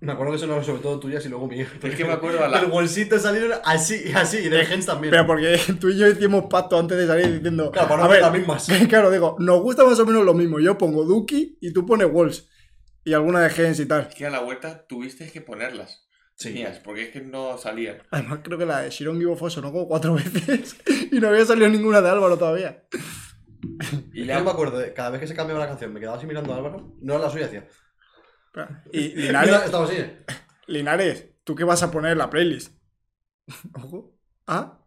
[SPEAKER 3] Me acuerdo que sonaron sobre todo tuyas y luego mías.
[SPEAKER 1] Es que me acuerdo a la-
[SPEAKER 3] El bolsito salieron así y así. Y de Gens también.
[SPEAKER 2] Pero porque *laughs* tú y yo hicimos pacto antes de salir diciendo.
[SPEAKER 3] Claro, para no
[SPEAKER 2] a
[SPEAKER 3] ver
[SPEAKER 2] ver,
[SPEAKER 3] las mismas.
[SPEAKER 2] *laughs* Claro, digo, nos gusta más o menos lo mismo. Yo pongo Duki y tú pones Walls. Y alguna de Gens y tal.
[SPEAKER 1] Es que a la vuelta tuviste que ponerlas.
[SPEAKER 3] Sí.
[SPEAKER 1] Mías, porque es que no salían.
[SPEAKER 2] Además, creo que la de Shiron Gibofo sonó como cuatro *laughs* veces. Y no había salido ninguna de Álvaro todavía.
[SPEAKER 1] Y le
[SPEAKER 3] Es que Yo me acuerdo, de- cada vez que se cambiaba la canción, me quedaba así mirando a Álvaro. No era la suya, hacía.
[SPEAKER 2] Espera, Y
[SPEAKER 3] *laughs* Mira,
[SPEAKER 2] Linares,
[SPEAKER 3] Estaba así. eh.
[SPEAKER 2] Linares, ¿tú qué vas a poner en la playlist? *laughs* Ojo. Ah,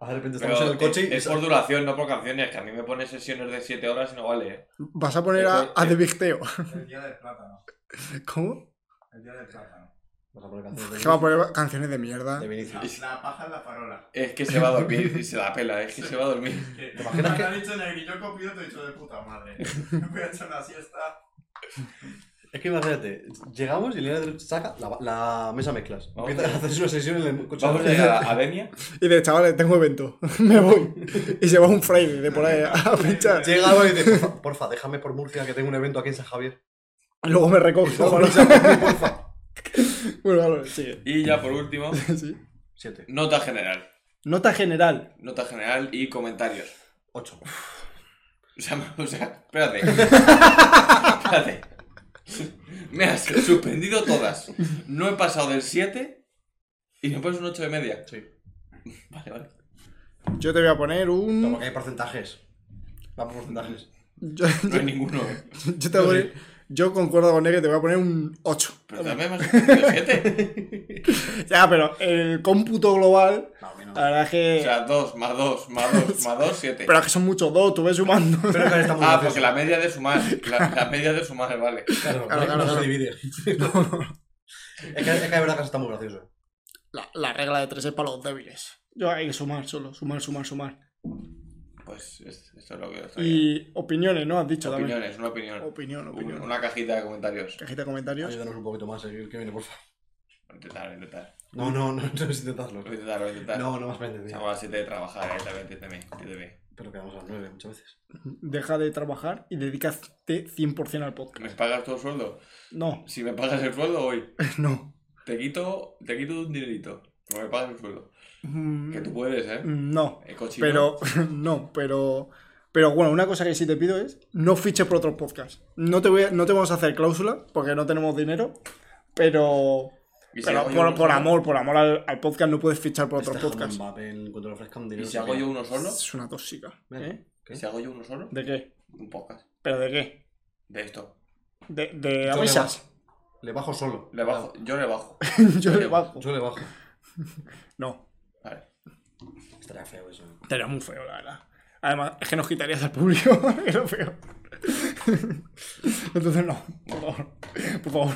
[SPEAKER 3] Ah, De repente
[SPEAKER 1] Pero
[SPEAKER 3] estamos en el coche
[SPEAKER 1] es,
[SPEAKER 3] y.
[SPEAKER 1] es por duración, no por canciones. Que a mí me pone sesiones de 7 horas y no vale. ¿eh?
[SPEAKER 2] vas a poner a,
[SPEAKER 3] eh.
[SPEAKER 2] a The Big Teo. *laughs*
[SPEAKER 4] El día del plátano.
[SPEAKER 2] ¿Cómo?
[SPEAKER 4] El día del plátano.
[SPEAKER 3] Vamos a poner canciones de
[SPEAKER 2] Que va a poner canciones de mierda.
[SPEAKER 3] de Vinicius.
[SPEAKER 4] La, la paja en la farola.
[SPEAKER 1] Es que se va a dormir y se la pela. Es que se va a dormir.
[SPEAKER 4] Que,
[SPEAKER 3] ¿Te imaginas
[SPEAKER 4] me
[SPEAKER 3] que-
[SPEAKER 4] han dicho negrillo comido, te he dicho de puta madre. Me voy a echar una siesta.
[SPEAKER 3] Es que imagínate, llegamos y Lina saca la, la mesa mezclas.
[SPEAKER 1] Vamos
[SPEAKER 3] Empieza a hacerse una sesión en el coche.
[SPEAKER 1] Vamos a llegar a- a Denia.
[SPEAKER 2] Y de chavales, tengo evento. *laughs* Me voy. Y se va un fraile de por ahí a pinchar.
[SPEAKER 3] *laughs* Llega algo y dice, porfa, porfa, déjame por Murcia que tengo un evento aquí en San Javier.
[SPEAKER 2] Luego me recoge.
[SPEAKER 3] Ojalá sea por mí, porfa.
[SPEAKER 2] *laughs* Bueno, Álvaro, sigue.
[SPEAKER 1] *laughs* Y ya por último,
[SPEAKER 2] Sí.
[SPEAKER 3] Siete,
[SPEAKER 1] nota general.
[SPEAKER 2] Nota general.
[SPEAKER 1] Nota general y comentarios.
[SPEAKER 3] ocho.
[SPEAKER 1] O sea, *laughs* me- o sea,
[SPEAKER 2] *laughs*
[SPEAKER 1] espérate. espérate. Me has suspendido todas. No he pasado del 7 y me pones un 8 de media.
[SPEAKER 3] Sí.
[SPEAKER 1] Vale, vale.
[SPEAKER 2] Yo te voy a poner
[SPEAKER 3] Como
[SPEAKER 1] Mm.
[SPEAKER 2] un.
[SPEAKER 3] que hay porcentajes. Va por porcentajes.
[SPEAKER 2] Yo, *laughs*
[SPEAKER 1] No hay ninguno. ¿eh?
[SPEAKER 2] yo te voy- yo concuerdo con él que te voy a poner un 8.
[SPEAKER 1] Pero también me has suspendido 7.
[SPEAKER 2] Ya, pero el cómputo global,
[SPEAKER 3] No, a mí no.
[SPEAKER 1] Ah.
[SPEAKER 2] la verdad es que.
[SPEAKER 1] O sea, 2 más 2 más
[SPEAKER 2] *laughs*
[SPEAKER 1] 2 más 2, 7.
[SPEAKER 2] pero es que son muchos dos, tú ves sumando.
[SPEAKER 3] Pero que estamos
[SPEAKER 1] Ah, porque la media de sumar. La, la media de sumar, vale.
[SPEAKER 3] Claro,
[SPEAKER 2] Claro, claro,
[SPEAKER 3] no
[SPEAKER 2] claro.
[SPEAKER 1] *laughs*
[SPEAKER 3] se divide. es, que, es que de verdad que está muy gracioso.
[SPEAKER 2] La, la regla de tres es para los débiles. Yo hay que sumar solo, sumar, sumar, sumar.
[SPEAKER 1] Pues es- esto es lo que yo traía.
[SPEAKER 2] Y Oh, opiniones, ¿no? Has dicho también.
[SPEAKER 1] Opiniones, una opinión.
[SPEAKER 2] Opinión,
[SPEAKER 1] Un-
[SPEAKER 2] opinión.
[SPEAKER 1] Una cajita de comentarios.
[SPEAKER 2] Cajita de comentarios.
[SPEAKER 3] Ayúdanos un poquito más, eh, el que viene, porfa.
[SPEAKER 1] Intentar, intentar.
[SPEAKER 3] No, no, no, no es intentarlo.
[SPEAKER 1] Intentar, intentar.
[SPEAKER 3] No, no más pendiente.
[SPEAKER 1] Estamos a las 7 de trabajar, eh. También entiéndeme, entiéndeme.
[SPEAKER 3] Pero quedamos a las nueve muchas veces.
[SPEAKER 2] Deja de trabajar y dedícate 100% al
[SPEAKER 1] ¿Me
[SPEAKER 2] podcast.
[SPEAKER 1] pagas todo el sueldo?
[SPEAKER 2] No, *laughs*
[SPEAKER 1] Si me pagas el sueldo hoy,
[SPEAKER 2] no.
[SPEAKER 1] te quito, te quito un dinerito. No me pagas el sueldo.
[SPEAKER 2] Mm,
[SPEAKER 1] Que tú puedes, ¿eh?
[SPEAKER 2] No.
[SPEAKER 1] Eh, cochino.
[SPEAKER 2] Pero, *laughs* no, pero. Pero bueno, una cosa que sí te pido es no fiches por otros podcasts. No te, voy a- no te vamos a hacer cláusula porque no tenemos dinero, pero.
[SPEAKER 1] ¿Y si
[SPEAKER 2] pero
[SPEAKER 1] hago yo
[SPEAKER 2] por,
[SPEAKER 1] uno
[SPEAKER 2] por
[SPEAKER 1] solo?
[SPEAKER 2] amor, por amor al, al podcast no puedes fichar por otros
[SPEAKER 3] Este
[SPEAKER 2] podcasts.
[SPEAKER 3] Mbappé, en cuanto le ofrezcan
[SPEAKER 1] ¿Y
[SPEAKER 3] dinero.
[SPEAKER 1] si hago yo uno solo?
[SPEAKER 2] Es una tóxica.
[SPEAKER 3] Venga.
[SPEAKER 2] ¿eh?
[SPEAKER 1] ¿Y si hago yo uno solo?
[SPEAKER 2] ¿De qué?
[SPEAKER 1] Un podcast.
[SPEAKER 2] ¿Pero de qué?
[SPEAKER 1] De esto.
[SPEAKER 2] ¿De, de
[SPEAKER 3] Yo le
[SPEAKER 2] avisas?
[SPEAKER 3] Le bajo solo.
[SPEAKER 1] Le bajo.
[SPEAKER 2] Ah.
[SPEAKER 1] Yo le bajo.
[SPEAKER 2] *laughs* Yo le bajo.
[SPEAKER 3] Yo le bajo.
[SPEAKER 2] No,
[SPEAKER 1] Vale.
[SPEAKER 3] Estaría feo eso. ¿eh?
[SPEAKER 2] estaría muy feo, la verdad. Además, es que nos quitarías al público, *laughs* es lo feo. Entonces, no, por favor. Por favor.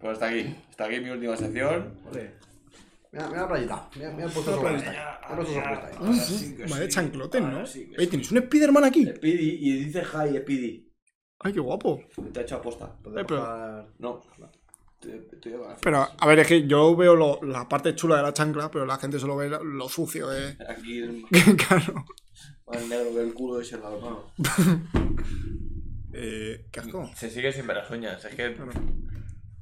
[SPEAKER 1] Pues hasta aquí. Hasta aquí mi última sección.
[SPEAKER 3] Ole. Mira, mira la playita. Mira, mira el puesto sobre esta. Me ha puesto sobre esta. ahí.
[SPEAKER 2] Ah, Vale, chanclotes, ¿no? Oye, tienes un Spiderman aquí.
[SPEAKER 1] Speedy y dice hi, Speedy.
[SPEAKER 2] Ay, qué guapo.
[SPEAKER 1] Te ha hecho aposta.
[SPEAKER 3] Podemos
[SPEAKER 2] Eh, pero-
[SPEAKER 3] bajar-
[SPEAKER 1] No. Te- te voy a-
[SPEAKER 2] Pero, a ver, es que yo veo lo- la parte chula de la chancla, pero la gente solo ve lo, lo sucio *laughs* de.
[SPEAKER 1] Aquí el
[SPEAKER 2] claro.
[SPEAKER 1] más negro que el culo de ese
[SPEAKER 3] Ah.
[SPEAKER 1] hermano.
[SPEAKER 2] Eh, qué asco.
[SPEAKER 1] Se sigue sin ver las uñas. Es que.
[SPEAKER 2] Claro.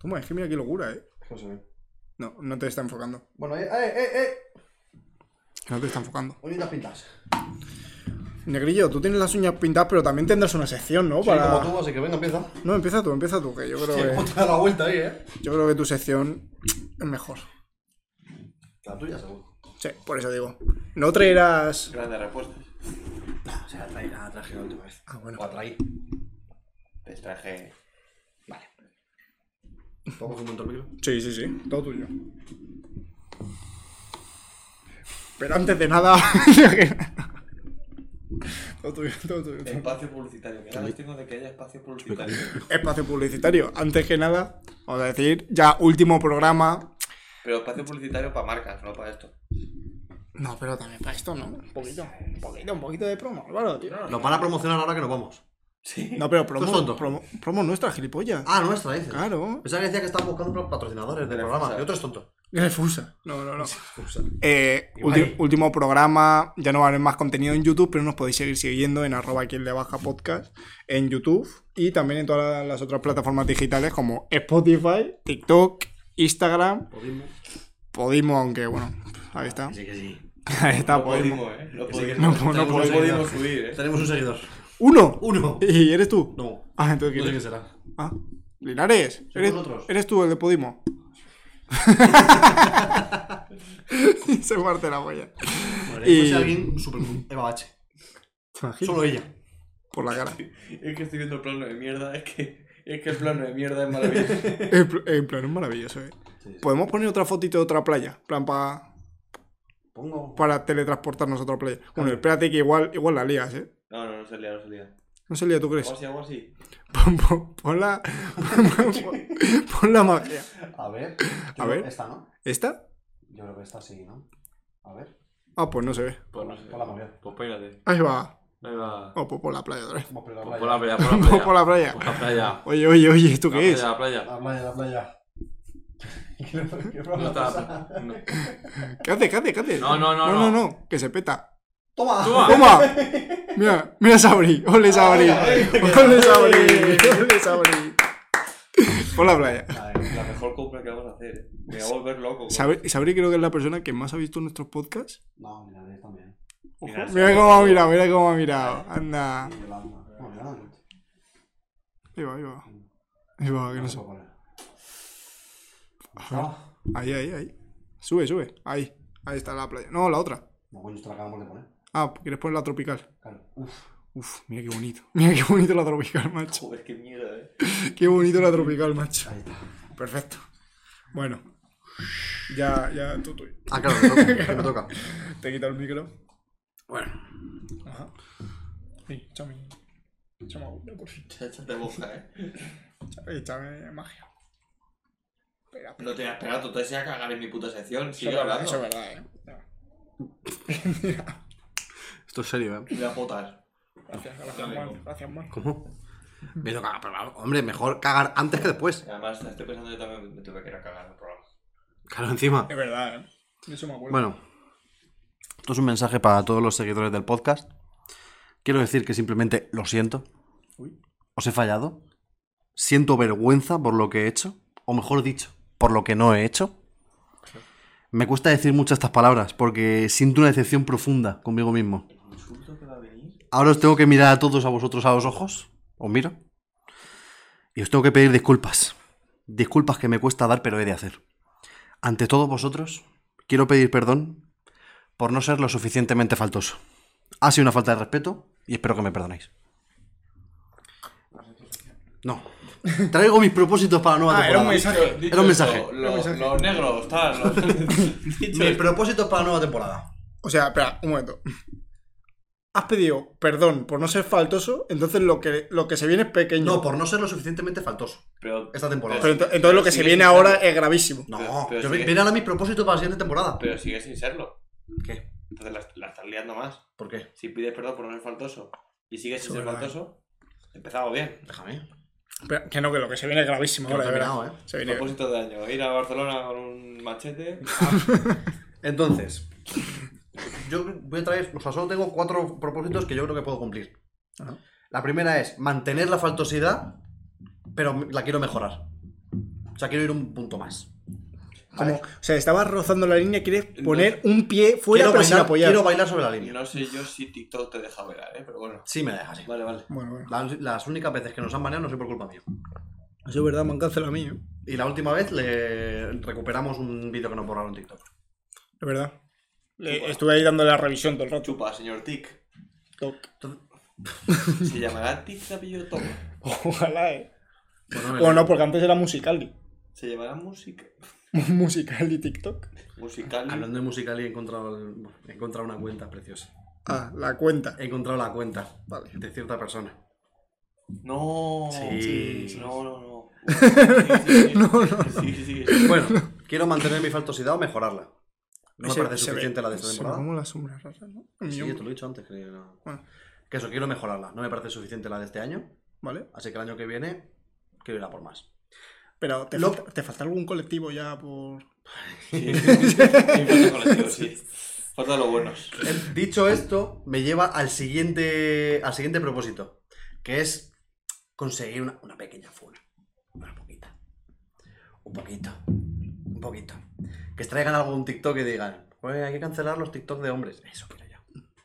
[SPEAKER 2] Toma, es que mira qué locura, ¿eh?
[SPEAKER 3] No se ve.
[SPEAKER 2] No, no te está enfocando.
[SPEAKER 3] Bueno, eh, eh, eh, eh.
[SPEAKER 2] No te está enfocando.
[SPEAKER 3] Bonitas pintas.
[SPEAKER 2] Negrillo, tú tienes las uñas pintadas, pero también tendrás una sección, ¿no?
[SPEAKER 3] Soy como tú, así que venga, empieza.
[SPEAKER 2] No, empieza tú, empieza tú, que yo creo
[SPEAKER 3] ¿Cómo
[SPEAKER 2] que,
[SPEAKER 3] te da la vuelta ahí, eh?
[SPEAKER 2] yo creo que tu sección es mejor.
[SPEAKER 3] La tuya, seguro.
[SPEAKER 2] Sí, por eso digo. No traerás.
[SPEAKER 1] Grandes respuestas.
[SPEAKER 3] Ah, O sea, la traí, la traje la última vez.
[SPEAKER 2] Ah, bueno.
[SPEAKER 3] O atraí.
[SPEAKER 1] Te traje.
[SPEAKER 3] Vale. ¿Puedo coger un montón de micro?
[SPEAKER 2] Sí, sí, sí, todo tuyo. Pero antes de nada. *laughs* todo tuyo, todo tuyo.
[SPEAKER 1] Espacio publicitario. Que ganas tengo de que haya espacio publicitario.
[SPEAKER 2] Espacio publicitario. Antes que nada, vamos a decir, ya último programa.
[SPEAKER 1] Pero espacio publicitario para marcas, no para esto.
[SPEAKER 2] No, pero también para esto, ¿no? Un poquito, un poquito, un poquito de promo, Álvaro, tío.
[SPEAKER 3] Nos van a promocionar ahora que nos vamos.
[SPEAKER 1] Sí.
[SPEAKER 2] No, pero
[SPEAKER 3] Tú
[SPEAKER 2] promo,
[SPEAKER 3] tonto.
[SPEAKER 2] promo, promo nuestra, gilipollas.
[SPEAKER 3] Ah, nuestra, dices.
[SPEAKER 2] Claro.
[SPEAKER 3] Pensaba que decía que estaban buscando patrocinadores del
[SPEAKER 1] Pero,
[SPEAKER 3] programa.
[SPEAKER 1] ¿sabes?
[SPEAKER 3] Y otro es tonto.
[SPEAKER 2] Refusa. No,
[SPEAKER 3] *laughs*
[SPEAKER 2] no, no.
[SPEAKER 3] O sea,
[SPEAKER 2] Eh,
[SPEAKER 3] Y
[SPEAKER 2] ulti-
[SPEAKER 3] bye.
[SPEAKER 2] último programa, ya no va a haber más contenido en YouTube, pero nos podéis seguir siguiendo en arroba quien le baja podcast en YouTube y también en todas las otras plataformas digitales como Spotify, TikTok, Instagram,
[SPEAKER 3] Podismo.
[SPEAKER 2] Podimo, aunque bueno, ahí está.
[SPEAKER 3] Sí que sí.
[SPEAKER 2] *laughs* Ahí está
[SPEAKER 1] no
[SPEAKER 2] Podimo.
[SPEAKER 1] podemos, ¿eh? No
[SPEAKER 3] Que sí, que
[SPEAKER 1] podemos, no,
[SPEAKER 2] No, no podemos.
[SPEAKER 1] podemos subir, ¿eh?
[SPEAKER 3] Tenemos un seguidor.
[SPEAKER 2] ¡Uno!
[SPEAKER 3] Uno.
[SPEAKER 2] ¿Y eres tú?
[SPEAKER 3] No.
[SPEAKER 2] Ah, entonces
[SPEAKER 3] No
[SPEAKER 2] ¿quién
[SPEAKER 3] sé
[SPEAKER 2] es?
[SPEAKER 3] qué será.
[SPEAKER 2] Ah, Linares. ¿Eres,
[SPEAKER 3] nosotros.
[SPEAKER 2] eres tú el de
[SPEAKER 3] *laughs*
[SPEAKER 2] Podimo? *laughs* Se parte la polla. Y-
[SPEAKER 3] Bueno, puede ser pues alguien super cool. Eva Bache. Solo ella.
[SPEAKER 2] Por la cara.
[SPEAKER 1] *laughs* Es que estoy viendo el plano de mierda, es que, es que el plano de mierda es maravilloso.
[SPEAKER 2] El, pl- el plan es maravilloso, eh. Podemos poner otra fotito de otra playa. plan pa-
[SPEAKER 3] Pongo.
[SPEAKER 2] para teletransportarnos a otra playa. Bueno, espérate que igual, igual la lías, eh.
[SPEAKER 1] *laughs* No, no, no se lía, no se lía.
[SPEAKER 2] No se lía, ¿tú
[SPEAKER 1] Algo
[SPEAKER 2] crees?
[SPEAKER 1] así, algo así.
[SPEAKER 2] Pon, pon- pon la. *laughs* pon- pon la magia.
[SPEAKER 3] A ver.
[SPEAKER 2] A ver.
[SPEAKER 3] Esta, ¿no?
[SPEAKER 2] ¿Esta?
[SPEAKER 3] Yo creo que esta sí, ¿no? A ver.
[SPEAKER 2] Ah, pues no se ve.
[SPEAKER 3] Pues no sé. Pues la movida.
[SPEAKER 5] Pues peínate.
[SPEAKER 2] Ahí va.
[SPEAKER 5] Ahí va.
[SPEAKER 2] Oh, pues por la playa otra vez.
[SPEAKER 3] Vamos por la
[SPEAKER 5] Pues por la
[SPEAKER 3] playa.
[SPEAKER 2] *laughs* Pon
[SPEAKER 5] playa, por la playa.
[SPEAKER 2] por la playa.
[SPEAKER 5] Por
[SPEAKER 1] *laughs*
[SPEAKER 5] la playa. Pues
[SPEAKER 2] Oye, oye, oye,
[SPEAKER 1] Pues
[SPEAKER 5] *laughs*
[SPEAKER 2] ¿esto
[SPEAKER 5] La
[SPEAKER 2] qué es?
[SPEAKER 5] playa, La playa.
[SPEAKER 3] La playa, la playa. Quiero- quiero
[SPEAKER 5] No
[SPEAKER 3] la
[SPEAKER 1] *laughs*
[SPEAKER 5] está
[SPEAKER 3] cosa.
[SPEAKER 5] la pla-
[SPEAKER 2] ¿Qué hace? ¿Qué hace? ¿Qué hace?
[SPEAKER 5] No, no, no,
[SPEAKER 2] No, no,
[SPEAKER 5] no.
[SPEAKER 2] que se peta.
[SPEAKER 3] ¡Toma!
[SPEAKER 5] Toma.
[SPEAKER 2] ¡Toma! Mira, mira Sabri. ¡Ole Sabri! ¡Ole Sabri! ¡Ole Sabri! Por la playa.
[SPEAKER 1] La mejor compra que vamos a hacer, ¿eh? Me voy a volver loco. güey.
[SPEAKER 2] Sabri, Sabri creo que es la persona que más ha visto nuestros podcasts.
[SPEAKER 3] No, mira, de esta también.
[SPEAKER 2] Ojo,
[SPEAKER 1] Mira,
[SPEAKER 2] mira
[SPEAKER 1] Sabri.
[SPEAKER 2] cómo ha mirado, mira cómo ha mirado. Anda.
[SPEAKER 3] Y Yolanda. No, Yolanda.
[SPEAKER 2] Ahí va, ahí va. Ahí va, que no
[SPEAKER 3] No
[SPEAKER 2] se...
[SPEAKER 3] puedo poner. Ah,
[SPEAKER 2] Ahí, ahí, ahí. Sube, sube. Ahí. Ahí está la playa. No, la otra.
[SPEAKER 3] No, coño, esto la acabamos de poner.
[SPEAKER 2] Ah, ¿quieres poner la tropical?
[SPEAKER 3] Claro. Uf.
[SPEAKER 2] Uf, mira qué bonito. *laughs* Mira qué bonito la tropical, macho.
[SPEAKER 1] Joder, qué mierda, ¿eh?
[SPEAKER 2] Qué bonito la tropical, macho.
[SPEAKER 3] Ahí está.
[SPEAKER 2] Perfecto. Bueno. Ya, ya, tú, tú.
[SPEAKER 3] Ah, claro, me toca. que me toca.
[SPEAKER 2] Te quito el micro.
[SPEAKER 3] Bueno.
[SPEAKER 2] Ajá. Sí, échame. Échame agua, por fin.
[SPEAKER 1] Échate boca, ¿eh?
[SPEAKER 2] Échame magia. Espera,
[SPEAKER 1] No te voy a esperar, tú te vas a cagar en mi puta sección.
[SPEAKER 2] Eso es
[SPEAKER 1] Sigue
[SPEAKER 2] verdad, eso es
[SPEAKER 1] hablando.
[SPEAKER 2] verdad, eh.
[SPEAKER 3] Esto es serio, ¿eh?
[SPEAKER 1] Me voy a potar.
[SPEAKER 2] Gracias, gracias, Juan. Gracias, Juan.
[SPEAKER 3] ¿Cómo? Me toca, pero vamos, hombre, mejor cagar antes que después.
[SPEAKER 1] Además, estoy pensando yo también me tuve que ir a cagar en el programa.
[SPEAKER 3] Claro, encima.
[SPEAKER 2] Es verdad, eh. De Eso me acuerdo.
[SPEAKER 3] Bueno, esto es un mensaje para todos los seguidores del podcast. Quiero decir que simplemente lo siento.
[SPEAKER 2] Uy.
[SPEAKER 3] Os he fallado. Siento vergüenza por lo que he hecho. O mejor dicho, por lo que no he hecho. Me cuesta decir muchas estas palabras porque siento una decepción profunda conmigo mismo.
[SPEAKER 1] ¿Insulto que va a venir?
[SPEAKER 3] Ahora os tengo que mirar a todos a vosotros a los ojos. Os miro. Y os tengo que pedir disculpas. Disculpas que me cuesta dar, pero he de hacer. Ante todos vosotros, quiero pedir perdón por no ser lo suficientemente faltoso. Ha sido una falta de respeto y espero que me perdonéis. No. Traigo mis propósitos para la nueva
[SPEAKER 2] Ah, era un
[SPEAKER 3] temporada.
[SPEAKER 2] mensaje.
[SPEAKER 1] Dicho
[SPEAKER 3] Era un
[SPEAKER 1] esto,
[SPEAKER 3] mensaje.
[SPEAKER 1] lo- Los negros, tal.
[SPEAKER 3] *laughs*
[SPEAKER 1] *laughs* los- Dicho
[SPEAKER 3] Mis
[SPEAKER 1] esto,
[SPEAKER 3] propósitos para la nueva temporada.
[SPEAKER 2] O sea, espera, un momento. Has pedido perdón por no ser faltoso, entonces lo que, lo que se viene es pequeño.
[SPEAKER 3] No, por no ser lo suficientemente faltoso.
[SPEAKER 1] pero-
[SPEAKER 3] Esta temporada.
[SPEAKER 2] Pero ento- entonces, lo que se
[SPEAKER 1] sigue
[SPEAKER 2] viene
[SPEAKER 1] sin
[SPEAKER 2] ahora
[SPEAKER 1] serlo.
[SPEAKER 2] es gravísimo.
[SPEAKER 3] No,
[SPEAKER 1] Pero- pero
[SPEAKER 3] yo
[SPEAKER 1] sigue-
[SPEAKER 3] ven ahora mis propósitos para la siguiente temporada.
[SPEAKER 1] Pero sigue sin serlo.
[SPEAKER 3] ¿Qué?
[SPEAKER 1] Entonces la, la estás liando más.
[SPEAKER 3] ¿Por qué?
[SPEAKER 1] Si pides perdón por no ser faltoso y sigues sin
[SPEAKER 2] Eso
[SPEAKER 1] ser
[SPEAKER 2] es verdad.
[SPEAKER 1] faltoso, empezamos bien.
[SPEAKER 3] Déjame.
[SPEAKER 2] Espera, que no, que lo que se viene es gravísimo
[SPEAKER 3] Que no
[SPEAKER 2] ahora,
[SPEAKER 3] he
[SPEAKER 2] de verdad.
[SPEAKER 3] terminado, ¿eh?
[SPEAKER 2] Se viene.
[SPEAKER 1] Propósito de año, ir a Barcelona con un machete.
[SPEAKER 3] Entonces, yo voy a traer, o sea, solo tengo cuatro propósitos que yo creo que puedo cumplir.
[SPEAKER 2] Ajá.
[SPEAKER 3] La primera es mantener la faltosidad, pero la quiero mejorar. O sea, quiero ir un punto más.
[SPEAKER 2] Como, o sea, estabas rozando la línea, quieres poner un pie fuera
[SPEAKER 3] quiero,
[SPEAKER 2] pero sin
[SPEAKER 3] bailar,
[SPEAKER 2] apoyar.
[SPEAKER 3] quiero bailar sobre la línea.
[SPEAKER 1] No sé yo si TikTok te deja bailar, ¿eh? pero bueno.
[SPEAKER 3] Sí, me deja así.
[SPEAKER 1] Vale, vale.
[SPEAKER 2] Bueno, bueno.
[SPEAKER 3] Las, las únicas veces que nos han baneado no soy por culpa mía.
[SPEAKER 2] Eso es verdad, me han cancelado a mí, ¿eh?
[SPEAKER 3] Y la última vez le recuperamos un vídeo que nos borraron en TikTok.
[SPEAKER 2] Es verdad. Le- estuve ahí dándole la revisión todo el rato.
[SPEAKER 1] Chupa, señor Tic.
[SPEAKER 2] Toc.
[SPEAKER 1] Se llamará Tic Tapillo Top.
[SPEAKER 2] *laughs* Ojalá, ¿eh?
[SPEAKER 3] Bueno,
[SPEAKER 2] O no, porque antes era Musical.ly. *laughs*
[SPEAKER 1] Se llamará Música.
[SPEAKER 2] Musical.ly TikTok.
[SPEAKER 1] Musical.
[SPEAKER 3] Hablando de musical, he encontrado, el- he encontrado una cuenta preciosa.
[SPEAKER 2] Ah, la cuenta.
[SPEAKER 3] He encontrado la cuenta
[SPEAKER 2] Vale.
[SPEAKER 3] de cierta persona.
[SPEAKER 1] No.
[SPEAKER 3] Sí.
[SPEAKER 1] No, no,
[SPEAKER 3] *laughs*
[SPEAKER 1] no. Sí, sí, sí.
[SPEAKER 2] No, no, no.
[SPEAKER 1] Sí, sí, sí.
[SPEAKER 2] *laughs*
[SPEAKER 3] Bueno, quiero mantener mi faltosidad o mejorarla. No me
[SPEAKER 2] Ese-
[SPEAKER 3] parece
[SPEAKER 2] se ve-
[SPEAKER 3] suficiente la de esta
[SPEAKER 2] se ve
[SPEAKER 3] temporada.
[SPEAKER 2] como la sombra rara, ¿no? En mi
[SPEAKER 3] Sí, te
[SPEAKER 2] hombro.
[SPEAKER 3] lo he dicho antes. Que, no-
[SPEAKER 2] Bueno.
[SPEAKER 3] que eso, quiero mejorarla. No me parece suficiente la de este año.
[SPEAKER 2] Vale.
[SPEAKER 3] Así que el año que viene quiero ir a por más.
[SPEAKER 2] Pero ¿te,
[SPEAKER 3] Lo-
[SPEAKER 2] falta, te falta algún colectivo ya por.
[SPEAKER 1] Sí, sí, falta colectivo, sí. *laughs* Falta los buenos.
[SPEAKER 3] El- Eh, dicho esto, me lleva al siguiente, al siguiente propósito, que es conseguir una, una pequeña funa. Una poquita. Un poquito. Un poquito. Que traigan algún TikTok y digan, pues hay que cancelar los TikTok de hombres. Eso quiero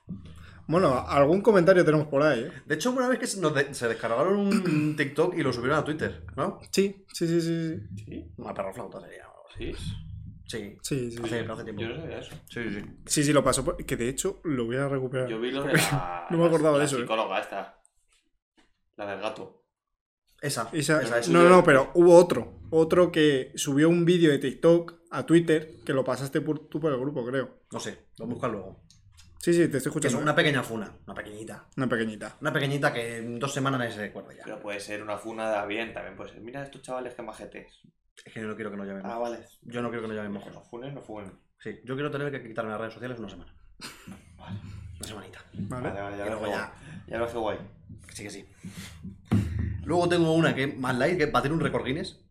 [SPEAKER 3] yo.
[SPEAKER 2] Bueno, algún comentario tenemos por ahí, ¿eh?
[SPEAKER 3] De hecho, una vez que se, nos de- se descargaron un *clears throat* TikTok y lo subieron a Twitter, ¿no?
[SPEAKER 2] Sí, sí, sí, sí. sí.
[SPEAKER 1] Sí,
[SPEAKER 3] Una perra flauta sería. o algo así.
[SPEAKER 1] sí.
[SPEAKER 3] Sí.
[SPEAKER 2] Sí, sí, sí.
[SPEAKER 3] Hace, hace tiempo.
[SPEAKER 1] Yo no sabía eso.
[SPEAKER 3] Sí, sí.
[SPEAKER 2] Sí, sí, lo pasó. por- Que de hecho lo voy a recuperar.
[SPEAKER 1] Yo vi lo de la.
[SPEAKER 2] No me acordaba
[SPEAKER 1] la
[SPEAKER 2] de eso, eh.
[SPEAKER 1] psicóloga esta. La del gato.
[SPEAKER 3] Esa.
[SPEAKER 2] Esa-
[SPEAKER 3] esa, esa.
[SPEAKER 2] no, no, no, pero hubo otro. Otro que subió un vídeo de TikTok a Twitter que lo pasaste por, tú por el grupo, creo.
[SPEAKER 3] No sé, lo buscas luego.
[SPEAKER 2] Sí, sí, te estoy
[SPEAKER 3] Que es
[SPEAKER 2] escuchando.
[SPEAKER 3] una pequeña funa, una pequeñita.
[SPEAKER 2] Una pequeñita.
[SPEAKER 3] Una pequeñita que en dos semanas nadie se recuerda ya.
[SPEAKER 1] Pero puede ser una funada bien, también puede ser. Mira estos chavales que majetes.
[SPEAKER 3] Es que yo no quiero que nos llamen.
[SPEAKER 1] Ah,
[SPEAKER 3] mojos.
[SPEAKER 1] vale.
[SPEAKER 3] Yo no quiero que nos llamen
[SPEAKER 1] Que no
[SPEAKER 3] mojos.
[SPEAKER 1] funen, no funen.
[SPEAKER 3] Sí, yo quiero tener que quitarme las redes sociales una semana. Una semanita.
[SPEAKER 2] ¿Vale?
[SPEAKER 1] Vale, vale, ya
[SPEAKER 3] Y
[SPEAKER 1] lo
[SPEAKER 3] luego
[SPEAKER 1] hago.
[SPEAKER 3] ya.
[SPEAKER 1] Ya lo hago guay.
[SPEAKER 3] Sí que sí. Luego tengo una que es más light, que es batir un récord Guinness.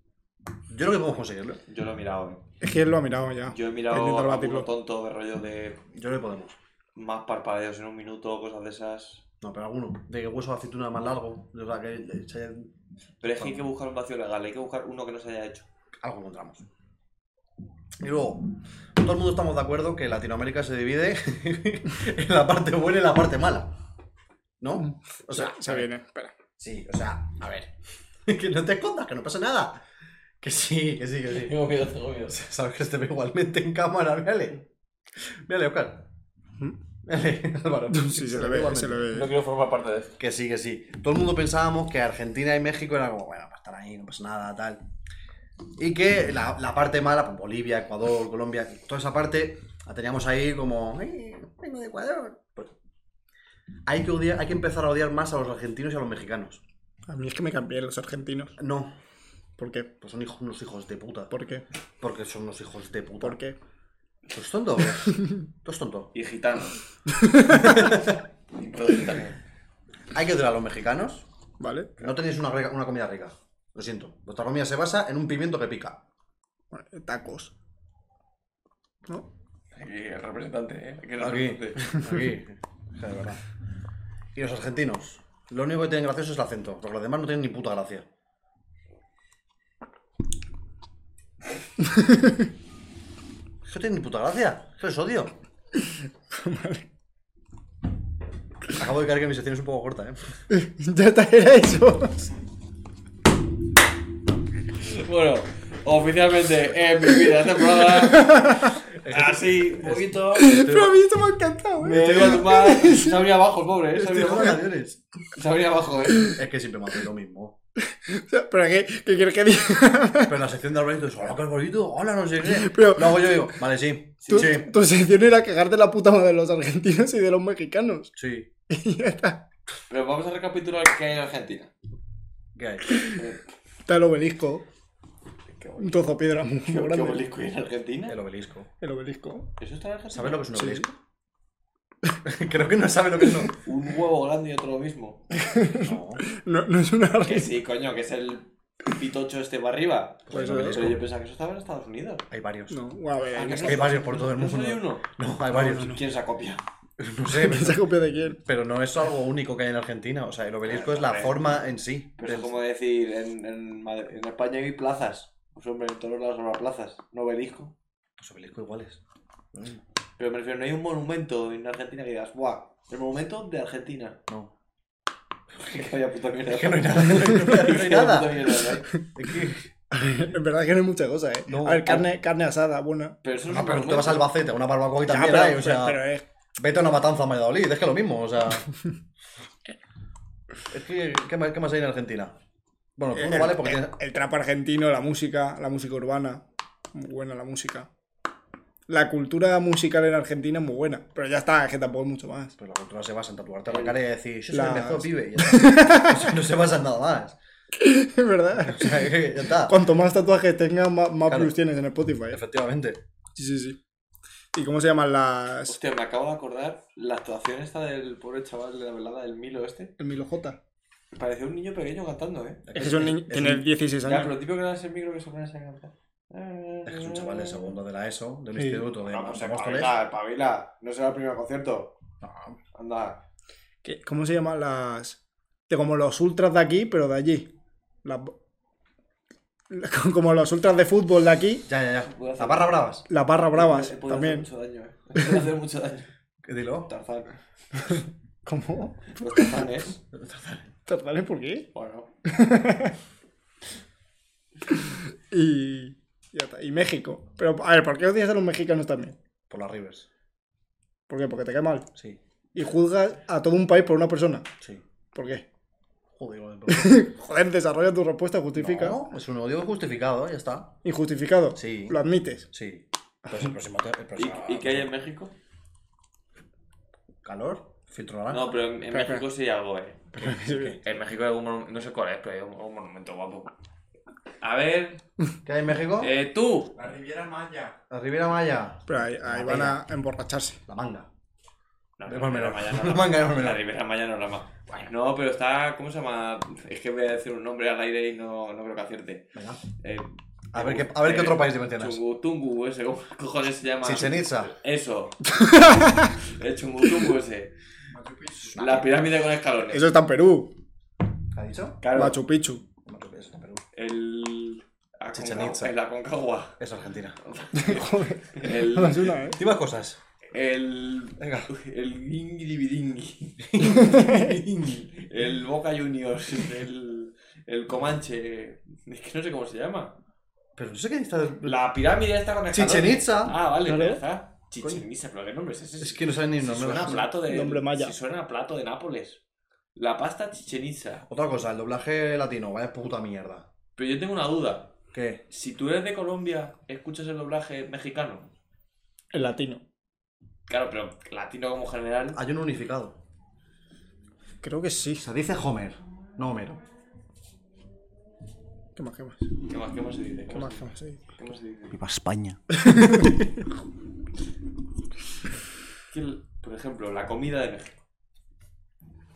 [SPEAKER 3] Yo creo que podemos conseguirlo.
[SPEAKER 1] Yo lo he mirado, eh.
[SPEAKER 2] Es que él lo ha mirado ya.
[SPEAKER 1] Yo he mirado
[SPEAKER 2] Intento
[SPEAKER 1] a
[SPEAKER 2] batirlo.
[SPEAKER 1] alguno tonto de rollo de
[SPEAKER 3] Yo creo que podemos.
[SPEAKER 1] más parpadeos en un minuto, cosas de esas.
[SPEAKER 3] No, pero alguno. De que hueso de aceituna más largo. O sea, que se-
[SPEAKER 1] Pero es que hay que buscar un vacío legal, hay que buscar uno que no se haya hecho.
[SPEAKER 3] algo encontramos. Y luego, todo el mundo estamos de acuerdo que Latinoamérica se divide *laughs* en la parte buena y la parte mala.
[SPEAKER 1] Mm.
[SPEAKER 3] ¿No? O sea,
[SPEAKER 2] se viene. Espera.
[SPEAKER 3] Sí, o sea, a ver. *laughs* Que no te escondas, que no pasa nada. Que sí, que sí, que sí.
[SPEAKER 1] Tengo miedo, tengo miedo.
[SPEAKER 3] *laughs* Sabes que te veo igualmente en cámara, véale. Véale, Oscar.
[SPEAKER 2] ¿Mm?
[SPEAKER 3] Véale, *laughs* Álvaro.
[SPEAKER 2] Sí, se, le ve, se le
[SPEAKER 3] igualmente.
[SPEAKER 2] ve.
[SPEAKER 1] quiero formar parte de esto.
[SPEAKER 3] Que sí, que sí. Todo el mundo pensábamos que Argentina y México era como, bueno, para estar ahí, no pasa nada, tal. Y que la, la parte mala, pues Bolivia, Ecuador, Colombia, toda esa parte, la teníamos ahí como, "Eh, vengo de Ecuador. Pues, hay, que odiar, hay que empezar a odiar más a los argentinos y a los mexicanos.
[SPEAKER 2] A mí es que me cambié los argentinos.
[SPEAKER 3] No,
[SPEAKER 2] ¿Por qué?
[SPEAKER 3] pues son hijos, unos hijos de puta.
[SPEAKER 2] ¿Por qué?
[SPEAKER 3] Porque son unos hijos de puta.
[SPEAKER 2] ¿Por qué?
[SPEAKER 3] ¿Tú eres tonto? o qué?
[SPEAKER 2] *laughs*
[SPEAKER 3] ¿Tú eres tonto?
[SPEAKER 1] Y
[SPEAKER 3] *laughs*
[SPEAKER 1] gitanos. y todo gitano.
[SPEAKER 3] Hay que odiar a los mexicanos.
[SPEAKER 2] ¿Vale?
[SPEAKER 3] No tenéis una, rica- una comida rica. Lo siento. Vuestra comida se basa en un pimiento que pica.
[SPEAKER 2] Bueno, tacos. ¿No?
[SPEAKER 1] Aquí el representante, ¿eh? Aquí el
[SPEAKER 3] Aquí.
[SPEAKER 1] *laughs* representante.
[SPEAKER 3] Aquí. O sea, de verdad. Y los argentinos. Lo único que tienen gracioso es el acento. Porque los demás no tienen ni puta gracia. Es que no tienen ni puta gracia. Es que les odio. Acabo de caer que mi sección es un poco corta, ¿eh?
[SPEAKER 2] ya está, era eso.
[SPEAKER 1] Bueno, oficialmente en mi vida temporada.
[SPEAKER 3] *laughs*
[SPEAKER 1] Así, un poquito.
[SPEAKER 2] Pero a mí esto me ha encantado,
[SPEAKER 1] Me
[SPEAKER 2] ¿eh?
[SPEAKER 1] iba a tumbar. Se abría abajo, pobre, ¿eh? Se
[SPEAKER 3] Estoy
[SPEAKER 1] abría
[SPEAKER 3] jugando a
[SPEAKER 1] abajo.
[SPEAKER 3] aviones.
[SPEAKER 1] Se abría abajo, ¿eh?
[SPEAKER 3] Es que siempre me hace lo mismo.
[SPEAKER 2] O sea, ¿Pero qué, qué quieres que diga? *laughs*
[SPEAKER 3] Pero en la sección de Alvarito es, hola, qué bonito, hola, no sé qué.
[SPEAKER 2] Pero-
[SPEAKER 3] Luego yo digo, vale, sí, sí,
[SPEAKER 2] Tu,
[SPEAKER 3] sí,
[SPEAKER 2] tu sección era cagarte la puta madre de los argentinos y de los mexicanos.
[SPEAKER 3] sí.
[SPEAKER 2] Y ya está.
[SPEAKER 1] Pero vamos a recapitular qué hay en Argentina.
[SPEAKER 3] ¿Qué hay?
[SPEAKER 2] Está el obelisco.
[SPEAKER 1] Qué
[SPEAKER 2] Un trozo de piedra muy
[SPEAKER 1] ¿Qué
[SPEAKER 2] grande.
[SPEAKER 1] obelisco hay en Argentina?
[SPEAKER 3] El obelisco.
[SPEAKER 2] El obelisco.
[SPEAKER 1] ¿Eso está en Argentina?
[SPEAKER 3] ¿Sabes lo que es un
[SPEAKER 2] Sí.
[SPEAKER 3] obelisco? *laughs* Creo que no sabe lo que es no.
[SPEAKER 1] Un huevo grande y otro
[SPEAKER 3] *laughs*
[SPEAKER 1] mismo.
[SPEAKER 3] No, pues
[SPEAKER 2] No, no es una
[SPEAKER 1] Que
[SPEAKER 2] risa.
[SPEAKER 1] sí, coño, que es el pitocho este para arriba.
[SPEAKER 2] Pues
[SPEAKER 3] el
[SPEAKER 2] eso.
[SPEAKER 1] Pero yo pensaba que eso estaba en Estados Unidos.
[SPEAKER 3] hay varios.
[SPEAKER 2] No, guau, a ver,
[SPEAKER 1] Ah,
[SPEAKER 2] hay
[SPEAKER 1] que
[SPEAKER 2] que
[SPEAKER 1] sí.
[SPEAKER 2] *laughs*
[SPEAKER 3] Hay varios por todo el
[SPEAKER 1] ¿No
[SPEAKER 3] mundo.
[SPEAKER 1] solo hay uno?
[SPEAKER 3] No, hay varios. No,
[SPEAKER 1] ¿Quién se acopia?
[SPEAKER 3] sé,
[SPEAKER 2] ¿Quién *laughs* se
[SPEAKER 3] pero,
[SPEAKER 2] copia de quién?
[SPEAKER 3] pero no es algo único que hay en Argentina. O sea, el obelisco es la
[SPEAKER 1] Claro,
[SPEAKER 3] forma en sí.
[SPEAKER 1] Pero es
[SPEAKER 3] del-
[SPEAKER 1] como decir, en, en, Madrid- en España hay plazas. Pues hombre, en todos lados habrá plazas. No obelisco.
[SPEAKER 3] Los obeliscos iguales. Mm,
[SPEAKER 1] Pero me refiero, no hay un monumento en Argentina que digas, ¡buah! El monumento de
[SPEAKER 3] *laughs*
[SPEAKER 1] Argentina.
[SPEAKER 3] No.
[SPEAKER 1] Que vaya puta mierda.
[SPEAKER 3] Es que no hay nada.
[SPEAKER 1] *laughs*
[SPEAKER 3] No hay, no hay
[SPEAKER 1] Puta mierda,
[SPEAKER 3] nada.
[SPEAKER 1] ¿verdad?
[SPEAKER 3] Es que-
[SPEAKER 2] En verdad que no hay mucha cosa, ¿eh?
[SPEAKER 3] No.
[SPEAKER 2] a ver, carne, carne asada, buena.
[SPEAKER 1] Pero eso no es
[SPEAKER 3] No,
[SPEAKER 1] un
[SPEAKER 3] Ah, pero tú te
[SPEAKER 1] monumento.
[SPEAKER 3] vas a Albacete, a una barbacoa y
[SPEAKER 2] Ya,
[SPEAKER 3] también
[SPEAKER 2] pero,
[SPEAKER 3] hay, o sea...
[SPEAKER 2] pero es
[SPEAKER 3] Vete a una matanza a Valladolid, es que lo mismo,
[SPEAKER 2] *laughs*
[SPEAKER 3] o sea. es que, ¿qué más, qué más hay en Argentina? Bueno, tú
[SPEAKER 2] el,
[SPEAKER 3] no vale porque
[SPEAKER 2] el-
[SPEAKER 3] tienes.
[SPEAKER 2] el trap argentino, la música, la música urbana. Muy buena la música. La cultura musical en Argentina es muy buena. Pero ya está, es que tampoco es mucho más.
[SPEAKER 3] Pero la cultura se basa en tatuarte la cara y decir, yo soy
[SPEAKER 2] Las-
[SPEAKER 3] el mejor pibe. y ya está. O sea, no se basa en nada más.
[SPEAKER 2] *laughs* Es verdad.
[SPEAKER 3] *laughs* O sea, que ya está.
[SPEAKER 2] Cuanto más tatuajes tengas, más, más
[SPEAKER 3] Claro.
[SPEAKER 2] views tienes en Spotify. ¿eh?
[SPEAKER 3] Efectivamente.
[SPEAKER 2] Sí, sí, sí. ¿Y cómo se llaman las.
[SPEAKER 1] Hostia, me acabo de acordar la actuación esta del pobre chaval de la velada, del Milo este.
[SPEAKER 2] El Milo J.
[SPEAKER 1] Parecía un niño pequeño cantando, ¿eh?
[SPEAKER 2] Es que es un niño.
[SPEAKER 3] es
[SPEAKER 2] Tiene
[SPEAKER 3] un-
[SPEAKER 2] 16
[SPEAKER 1] Ya, pero
[SPEAKER 2] años.
[SPEAKER 1] el típico que le das el micro que se pone a cantar.
[SPEAKER 3] es que
[SPEAKER 1] Mm.
[SPEAKER 3] es un chaval de segundo ¿eh? de la ESO, del
[SPEAKER 2] Sí.
[SPEAKER 3] instituto de
[SPEAKER 1] No, pues
[SPEAKER 3] Móstoles.
[SPEAKER 1] espabila, espabila. No será el primer concierto.
[SPEAKER 3] No,
[SPEAKER 1] Anda.
[SPEAKER 2] ¿Qué- ¿Cómo se llaman las. De como los ultras de aquí, pero de allí? Las... *laughs* Como los ultras de fútbol de aquí,
[SPEAKER 3] Ya, ya,
[SPEAKER 1] Puedo
[SPEAKER 3] ya.
[SPEAKER 1] hacer-
[SPEAKER 3] La barra bravas.
[SPEAKER 2] las barras bravas
[SPEAKER 1] Puede- puede
[SPEAKER 2] también.
[SPEAKER 1] hacer mucho daño, ¿eh? *laughs* Puede hacer mucho
[SPEAKER 3] *laughs*
[SPEAKER 1] daño.
[SPEAKER 3] Dilo.
[SPEAKER 1] Tarzán.
[SPEAKER 2] *laughs* ¿Cómo?
[SPEAKER 1] Los tarzanes.
[SPEAKER 2] ¿Tardales por qué?
[SPEAKER 1] Bueno.
[SPEAKER 2] Y. ya está. Y México. Pero, a ver, ¿por qué odias a los mexicanos también?
[SPEAKER 3] Por las Rivers.
[SPEAKER 2] ¿Por qué? Porque te cae mal.
[SPEAKER 3] Sí,
[SPEAKER 2] Y juzgas a todo un país por una persona.
[SPEAKER 3] sí.
[SPEAKER 2] ¿Por qué?
[SPEAKER 3] Joder, lo del
[SPEAKER 2] Joder, desarrolla tu respuesta, justifica.
[SPEAKER 3] No, es un odio justificado, ¿eh? ya está.
[SPEAKER 2] Injustificado.
[SPEAKER 3] Sí.
[SPEAKER 2] Lo
[SPEAKER 3] *laughs*
[SPEAKER 2] admites.
[SPEAKER 3] Sí. Entonces el próximo... El próximo
[SPEAKER 1] ¿Y, y qué hay en México?
[SPEAKER 3] ¿Calor? ¿Filtro naranja?
[SPEAKER 1] No, pero en, en
[SPEAKER 2] Espera,
[SPEAKER 1] México sí hay algo, ¿eh?
[SPEAKER 2] ¿Qué?
[SPEAKER 1] En México hay algún monumento. No sé cuál es, pero hay un, un monumento guapo. A ver.
[SPEAKER 3] ¿Qué hay en México?
[SPEAKER 1] Eh, tú.
[SPEAKER 4] La Riviera Maya.
[SPEAKER 3] La Riviera Maya.
[SPEAKER 2] Pero ahí, ahí van a emborracharse.
[SPEAKER 3] La manga.
[SPEAKER 1] No,
[SPEAKER 3] De
[SPEAKER 1] la Ribera
[SPEAKER 3] Palmera.
[SPEAKER 1] Maya no
[SPEAKER 3] La
[SPEAKER 1] *laughs* la-
[SPEAKER 3] manga de
[SPEAKER 1] La
[SPEAKER 3] Palmera.
[SPEAKER 1] Ribera Maya no la ma- No, pero está. ¿Cómo se llama? Es que voy a decir un nombre al aire y no, no creo que acierte.
[SPEAKER 3] Venga.
[SPEAKER 1] Eh,
[SPEAKER 3] A ver, qué, a ver qué
[SPEAKER 1] eh,
[SPEAKER 3] otro país te mencionas.
[SPEAKER 1] Chungu Tungu, ese, ¿cómo *laughs* cojones se llama?
[SPEAKER 3] Chichen Itza.
[SPEAKER 1] Eso. El Chungu Tungu ese.
[SPEAKER 4] Machu Picchu.
[SPEAKER 1] La pirámide eh, con escalones.
[SPEAKER 2] Eso está en Perú.
[SPEAKER 3] ¿Qué ha dicho?
[SPEAKER 1] Claro,
[SPEAKER 2] Machu Picchu.
[SPEAKER 3] Machu Picchu, está en Perú.
[SPEAKER 1] el. Aconcagua-
[SPEAKER 3] Chichen Itza.
[SPEAKER 1] El
[SPEAKER 3] *laughs*
[SPEAKER 1] Aconcagua.
[SPEAKER 3] Es Argentina.
[SPEAKER 2] Joder. No es
[SPEAKER 1] El.
[SPEAKER 2] una, ¿eh?
[SPEAKER 3] Últimas cosas.
[SPEAKER 1] El.
[SPEAKER 3] Venga.
[SPEAKER 1] El Ingridibidingui. el Boca Juniors. El. El Comanche. Es que no sé cómo se llama.
[SPEAKER 3] Pero no sé qué está...
[SPEAKER 1] La pirámide está con escalones.
[SPEAKER 3] Chichen Itza.
[SPEAKER 1] Ah, vale,
[SPEAKER 2] Claro.
[SPEAKER 1] ya está. Chichen Itza, pero ¿qué nombre es ese?
[SPEAKER 3] Es que no saben ni el
[SPEAKER 1] Si
[SPEAKER 3] nombre.
[SPEAKER 1] suena a plato de.
[SPEAKER 2] Nombre maya.
[SPEAKER 1] si suena a plato de Nápoles. La pasta Chichen Itza.
[SPEAKER 3] Otra cosa, el doblaje latino. Vaya puta mierda.
[SPEAKER 1] Pero yo tengo una duda.
[SPEAKER 3] ¿Qué?
[SPEAKER 1] Si tú eres de Colombia, escuchas el doblaje mexicano.
[SPEAKER 2] El latino.
[SPEAKER 1] Claro, pero latino como general.
[SPEAKER 3] Hay un unificado.
[SPEAKER 2] Creo que sí.
[SPEAKER 3] Se dice Homer, no Homero.
[SPEAKER 2] ¿Qué más, qué más?
[SPEAKER 1] ¿Qué más, qué más se dice?
[SPEAKER 2] ¿Qué más, qué más? Sí.
[SPEAKER 1] ¿Qué más se dice?
[SPEAKER 3] Viva España.
[SPEAKER 1] *laughs* Que el- por ejemplo, la comida de México.